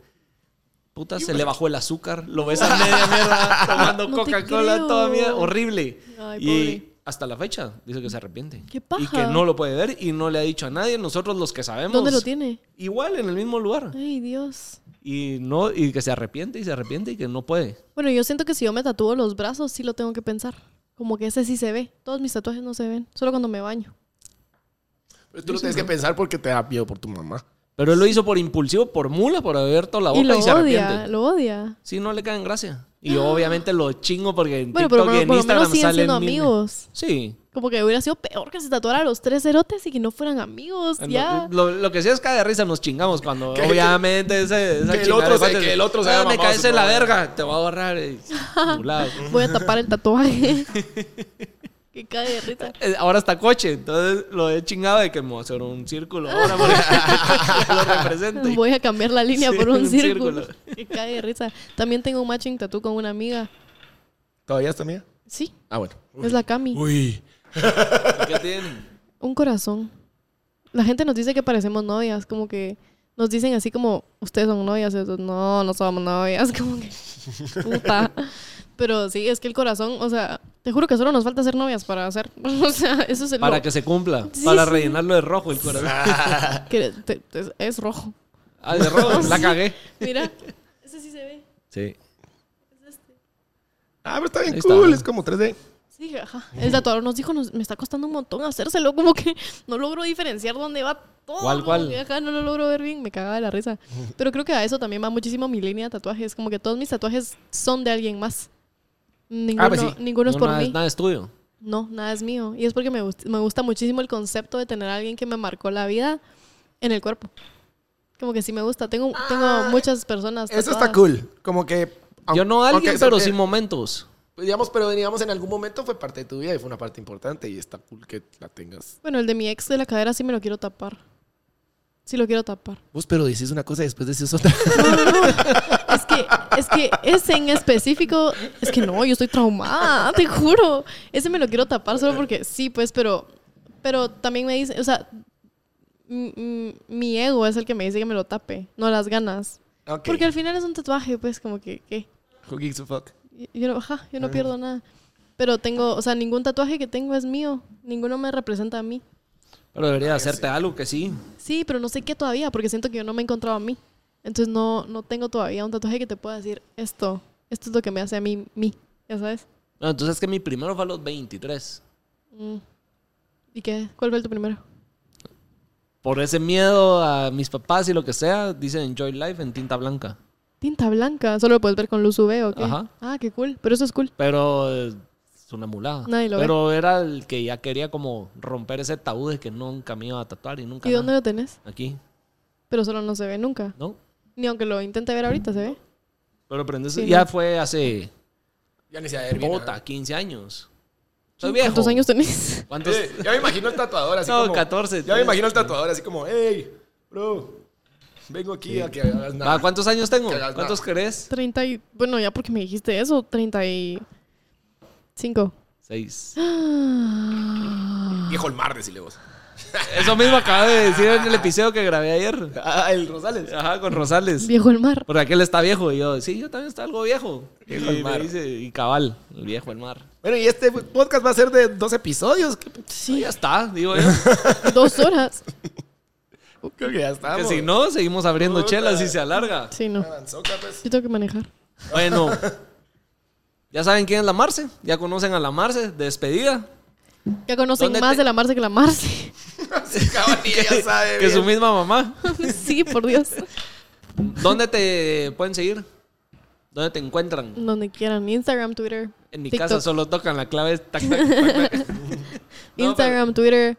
B: Puta, se le bajó el azúcar, lo ves a media mierda tomando
C: No te
B: Coca-Cola,
C: creo.
B: toda mierda, horrible.
C: Ay,
B: y
C: pobre.
B: hasta la fecha dice que se arrepiente.
C: Qué
B: Y
C: paja.
B: que no lo puede ver y no le ha dicho a nadie, nosotros los que sabemos.
C: ¿Dónde lo tiene?
B: Igual, en el mismo lugar.
C: Ay, Dios.
B: Y, no, y que se arrepiente y se arrepiente y que no puede.
C: Bueno, yo siento que si yo me tatúo los brazos, sí lo tengo que pensar. Como que ese sí se ve. Todos mis tatuajes no se ven. Solo cuando me baño.
A: Pero tú lo tienes que pensar porque te da miedo por tu mamá.
B: Pero él lo hizo por impulsivo, por mula, por haber toda la boca
C: y
B: y,
C: lo
B: se
C: odia,
B: arrepiente.
C: lo odia.
B: Sí, no le cae en gracia. Y yo, obviamente lo chingo porque en
C: Bueno, pero
B: TikTok
C: por,
B: y en
C: por lo menos
B: Instagram
C: siguen
B: salen
C: siendo
B: mil-
C: amigos.
B: Sí.
C: Como que hubiera sido peor que se tatuara a los tres erotes y que no fueran amigos. Ya.
B: Lo, lo que sí es cae de risa, nos chingamos cuando
A: Que-
B: obviamente ese, esa
A: que el
B: chingada
A: otro
B: de
A: se-
B: cuates,
A: que el otro se
B: "Ah,
A: haya
B: me
A: mamado
B: caes
A: su
B: en la
A: madre".
B: verga, te voy a borrar. y- Mulado.
C: Voy a tapar el tatuaje. que cae de risa.
B: Eh, Ahora está coche, entonces lo he chingado de que me voy a hacer un círculo ahora porque lo represente.
C: Voy a cambiar la línea
B: Sí,
C: por un,
B: un
C: círculo.
B: círculo.
C: Que cae de risa. También tengo un matching tatú con una amiga.
A: ¿Todavía está mía?
C: Sí,
A: Ah, bueno.
C: es la Cami.
A: Uy.
B: ¿Qué tienen?
C: Un corazón. La gente nos dice que parecemos novias, como que nos dicen así como, ustedes son novias, y nosotros, no, no somos novias, como que, puta. Pero sí, es que el corazón, o sea, te juro que solo nos falta ser novias para hacer, o sea, eso es el...
B: Para
C: lo-
B: que se cumpla,
C: Sí,
B: para
C: sí.
B: rellenarlo de rojo el
A: Ah.
B: corazón.
C: que te- te- es rojo.
B: Ah, de rojo, la cagué.
C: Mira, ese sí se ve.
B: Sí.
A: Ah, pero está bien
B: Ahí está.
A: cool, es como 3D.
C: Sí, ajá. El tatuador nos dijo, nos- me está costando un montón hacérselo, como que no logro diferenciar dónde va todo.
B: ¿Cuál,
C: como
B: cuál?
C: que, Ajá, no lo logro ver bien, me cagaba de la risa. Pero creo que a eso también va muchísimo mi línea de tatuajes, como que todos mis tatuajes son de alguien más. Ninguno,
A: pues sí.
C: ninguno es por
B: nada,
C: mí.
B: nada es tuyo.
C: No, nada es mío. Y es porque me, gust- me gusta muchísimo el concepto de tener a alguien que me marcó la vida en el cuerpo. Como que sí me gusta. Tengo, tengo muchas personas.
A: Ah, Eso está
C: tatuadas.
A: cool. Como que.
B: Yo no
A: aunque-
B: alguien,
A: aunque-
B: pero sí momentos.
A: Pues, Digamos, pero digamos, en algún momento fue parte de tu vida y fue una parte importante y está cool que la tengas.
C: Bueno, el de mi ex de la cadera sí me lo quiero tapar. Sí lo quiero tapar.
A: Vos, pero decís una cosa y después decís otra.
C: Es que Es que ese en específico, es que no, yo estoy traumada, te juro. Ese me lo quiero tapar solo porque sí, pues, pero, pero también me dice, o sea, m- m- mi ego es el que me dice que me lo tape, no las ganas.
A: Ok.
C: Porque al final es un tatuaje, pues, como que, ¿qué?
A: Who gives a fuck?
C: Yo no, ajá, yo no pierdo nada. Pero tengo, o sea, ningún tatuaje que tengo es mío, ninguno me representa a mí.
B: Pero
A: Ah,
B: debería hacerte algo que sí.
C: Sí, pero no sé qué todavía, porque siento que yo no me he encontrado a mí. Entonces no, no tengo todavía un tatuaje que te pueda decir esto, esto es lo que me hace a mí, mí, ya sabes.
B: No, entonces es que mi primero fue a los 23.
C: Mm. ¿Y qué? ¿Cuál fue el tu primero?
B: Por ese miedo a mis papás y lo que sea, dicen Enjoy Life en tinta blanca.
C: Tinta blanca, solo lo puedes ver con luz UV o qué.
B: Ajá.
C: Ah, qué cool, pero eso es cool.
B: Pero eh, es una mulada.
C: Nadie lo ve.
B: Pero era el que ya quería como romper ese tabú de que nunca me iba a tatuar y nunca.
C: ¿Y dónde
B: nada.
C: lo tenés?
B: Aquí,
C: Pero solo no se ve nunca.
B: ¿no?
C: Ni aunque lo intente ver ahorita se ve.
B: Pero aprendes.
C: Sí,
B: ya
C: no.
B: fue hace.
A: Ya ni se va a ver bien,
B: Puta,
A: ajá.
B: 15 años. Soy viejo.
C: ¿Cuántos años tenés?
B: ¿Cuántos?
A: Eh, ya me imagino el tatuador así
B: No,
A: como...
B: 14,
A: Ya me
B: tres.
A: imagino el tatuador así como, hey, bro, vengo aquí a que hagas
B: Va,
A: nada.
B: ¿Cuántos años tengo?
A: Que hagas
B: ¿Cuántos querés?
C: 30 y... Bueno, ya porque me dijiste eso, 35.
B: Seis.
A: Viejo el mar, decile vos.
B: Eso mismo acabo de decir en el episodio que grabé ayer.
A: Ah, el Rosales.
B: Ajá, con Rosales.
C: Viejo el mar.
B: Porque aquel está viejo. Y yo, sí, yo también está algo viejo.
A: Viejo
B: y
A: al
B: me
A: mar.
B: dice, y cabal, el viejo al mar.
A: Bueno, y este podcast va a ser de dos episodios. ¿Qué pe-
B: Sí, ya está, digo yo.
C: Dos horas.
A: Creo que ya estamos.
B: que si no, seguimos abriendo
A: Puta.
B: chelas y se alarga.
C: Sí, no.
A: Avanzó, capaz.
C: Yo tengo que manejar.
B: Bueno, ya saben quién es la Marce. Ya conocen a la Marce. Despedida.
C: Ya conocen
B: ¿Dónde
C: más
B: te-
C: de la Marce que la Marce.
A: Sí, cabrón, y ella sabe
B: Que
A: bien.
B: es su misma mamá.
C: sí, por Dios.
B: ¿Dónde te pueden seguir? ¿Dónde te encuentran?
C: Donde quieran. Instagram, Twitter.
B: En mi
C: TikTok.
B: casa solo tocan la clave. es tac, tac, tac, tac. No,
C: Instagram, Twitter.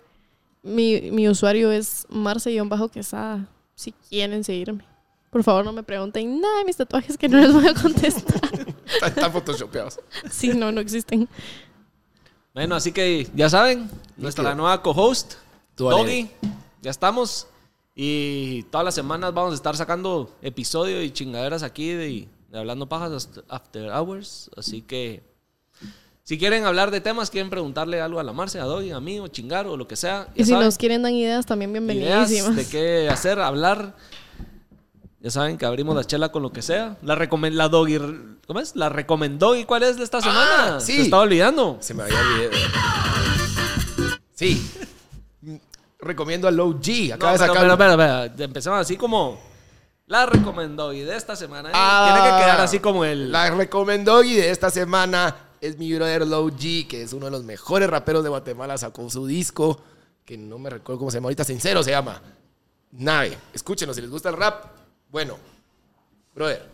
C: Mi, mi usuario es marce-quesada. Si quieren seguirme. Por favor, no me pregunten nada de mis tatuajes que no les voy a contestar.
A: Están, están photoshopeados.
C: sí, no, no existen.
B: Bueno, así que ya saben, nuestra nueva co-host,
A: Tú, Ale.
B: Doggy, ya estamos. Y todas las semanas vamos a estar sacando episodios y chingaderas aquí de, de Hablando Pajas hasta- After Hours. Así que si quieren hablar de temas, quieren preguntarle algo a la Marce, a Doggy, a mí, o chingar, o lo que sea.
C: Y
B: ya
C: si
B: saben,
C: nos quieren dar ideas, también
B: ideas
C: bienvenidísimas.
B: de qué hacer, hablar. Ya saben que abrimos la chela con lo que sea. La, recomen- la Doggy, ¿cómo es? La recomendó y cuál es de esta semana.
A: Ah, sí.
B: Se estaba olvidando.
A: Se me había olvidado. Sí. Mm, Recomiendo a Low G. Acaba
B: No,
A: de
B: pero,
A: sacar.
B: pero, pero, pero, empezamos así como la recomendó y de esta semana eh,
A: Ah,
B: tiene que quedar así como el
A: La recomendó y de esta semana es mi brother Low G, que es uno de los mejores raperos de Guatemala. Sacó su disco, que no me recuerdo cómo se llama ahorita, Sincero se llama. Nave. Escúchenlo, si les gusta el rap. Bueno, brother.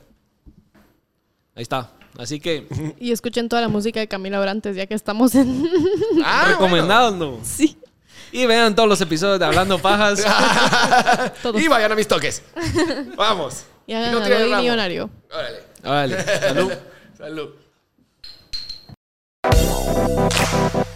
B: ahí está así que
C: Y escuchen toda la música de Camila Orantes, ya que estamos en.
A: Ah,
B: recomendando
C: sí,
B: y vean todos los episodios de hablando pajas
A: bueno. Y vayan a mis toques. Vamos.
C: y hagan
A: no
C: a
A: tiene
C: Doggy
A: ramo.
C: millonario.
A: Órale.
B: Órale, salud
A: Salud.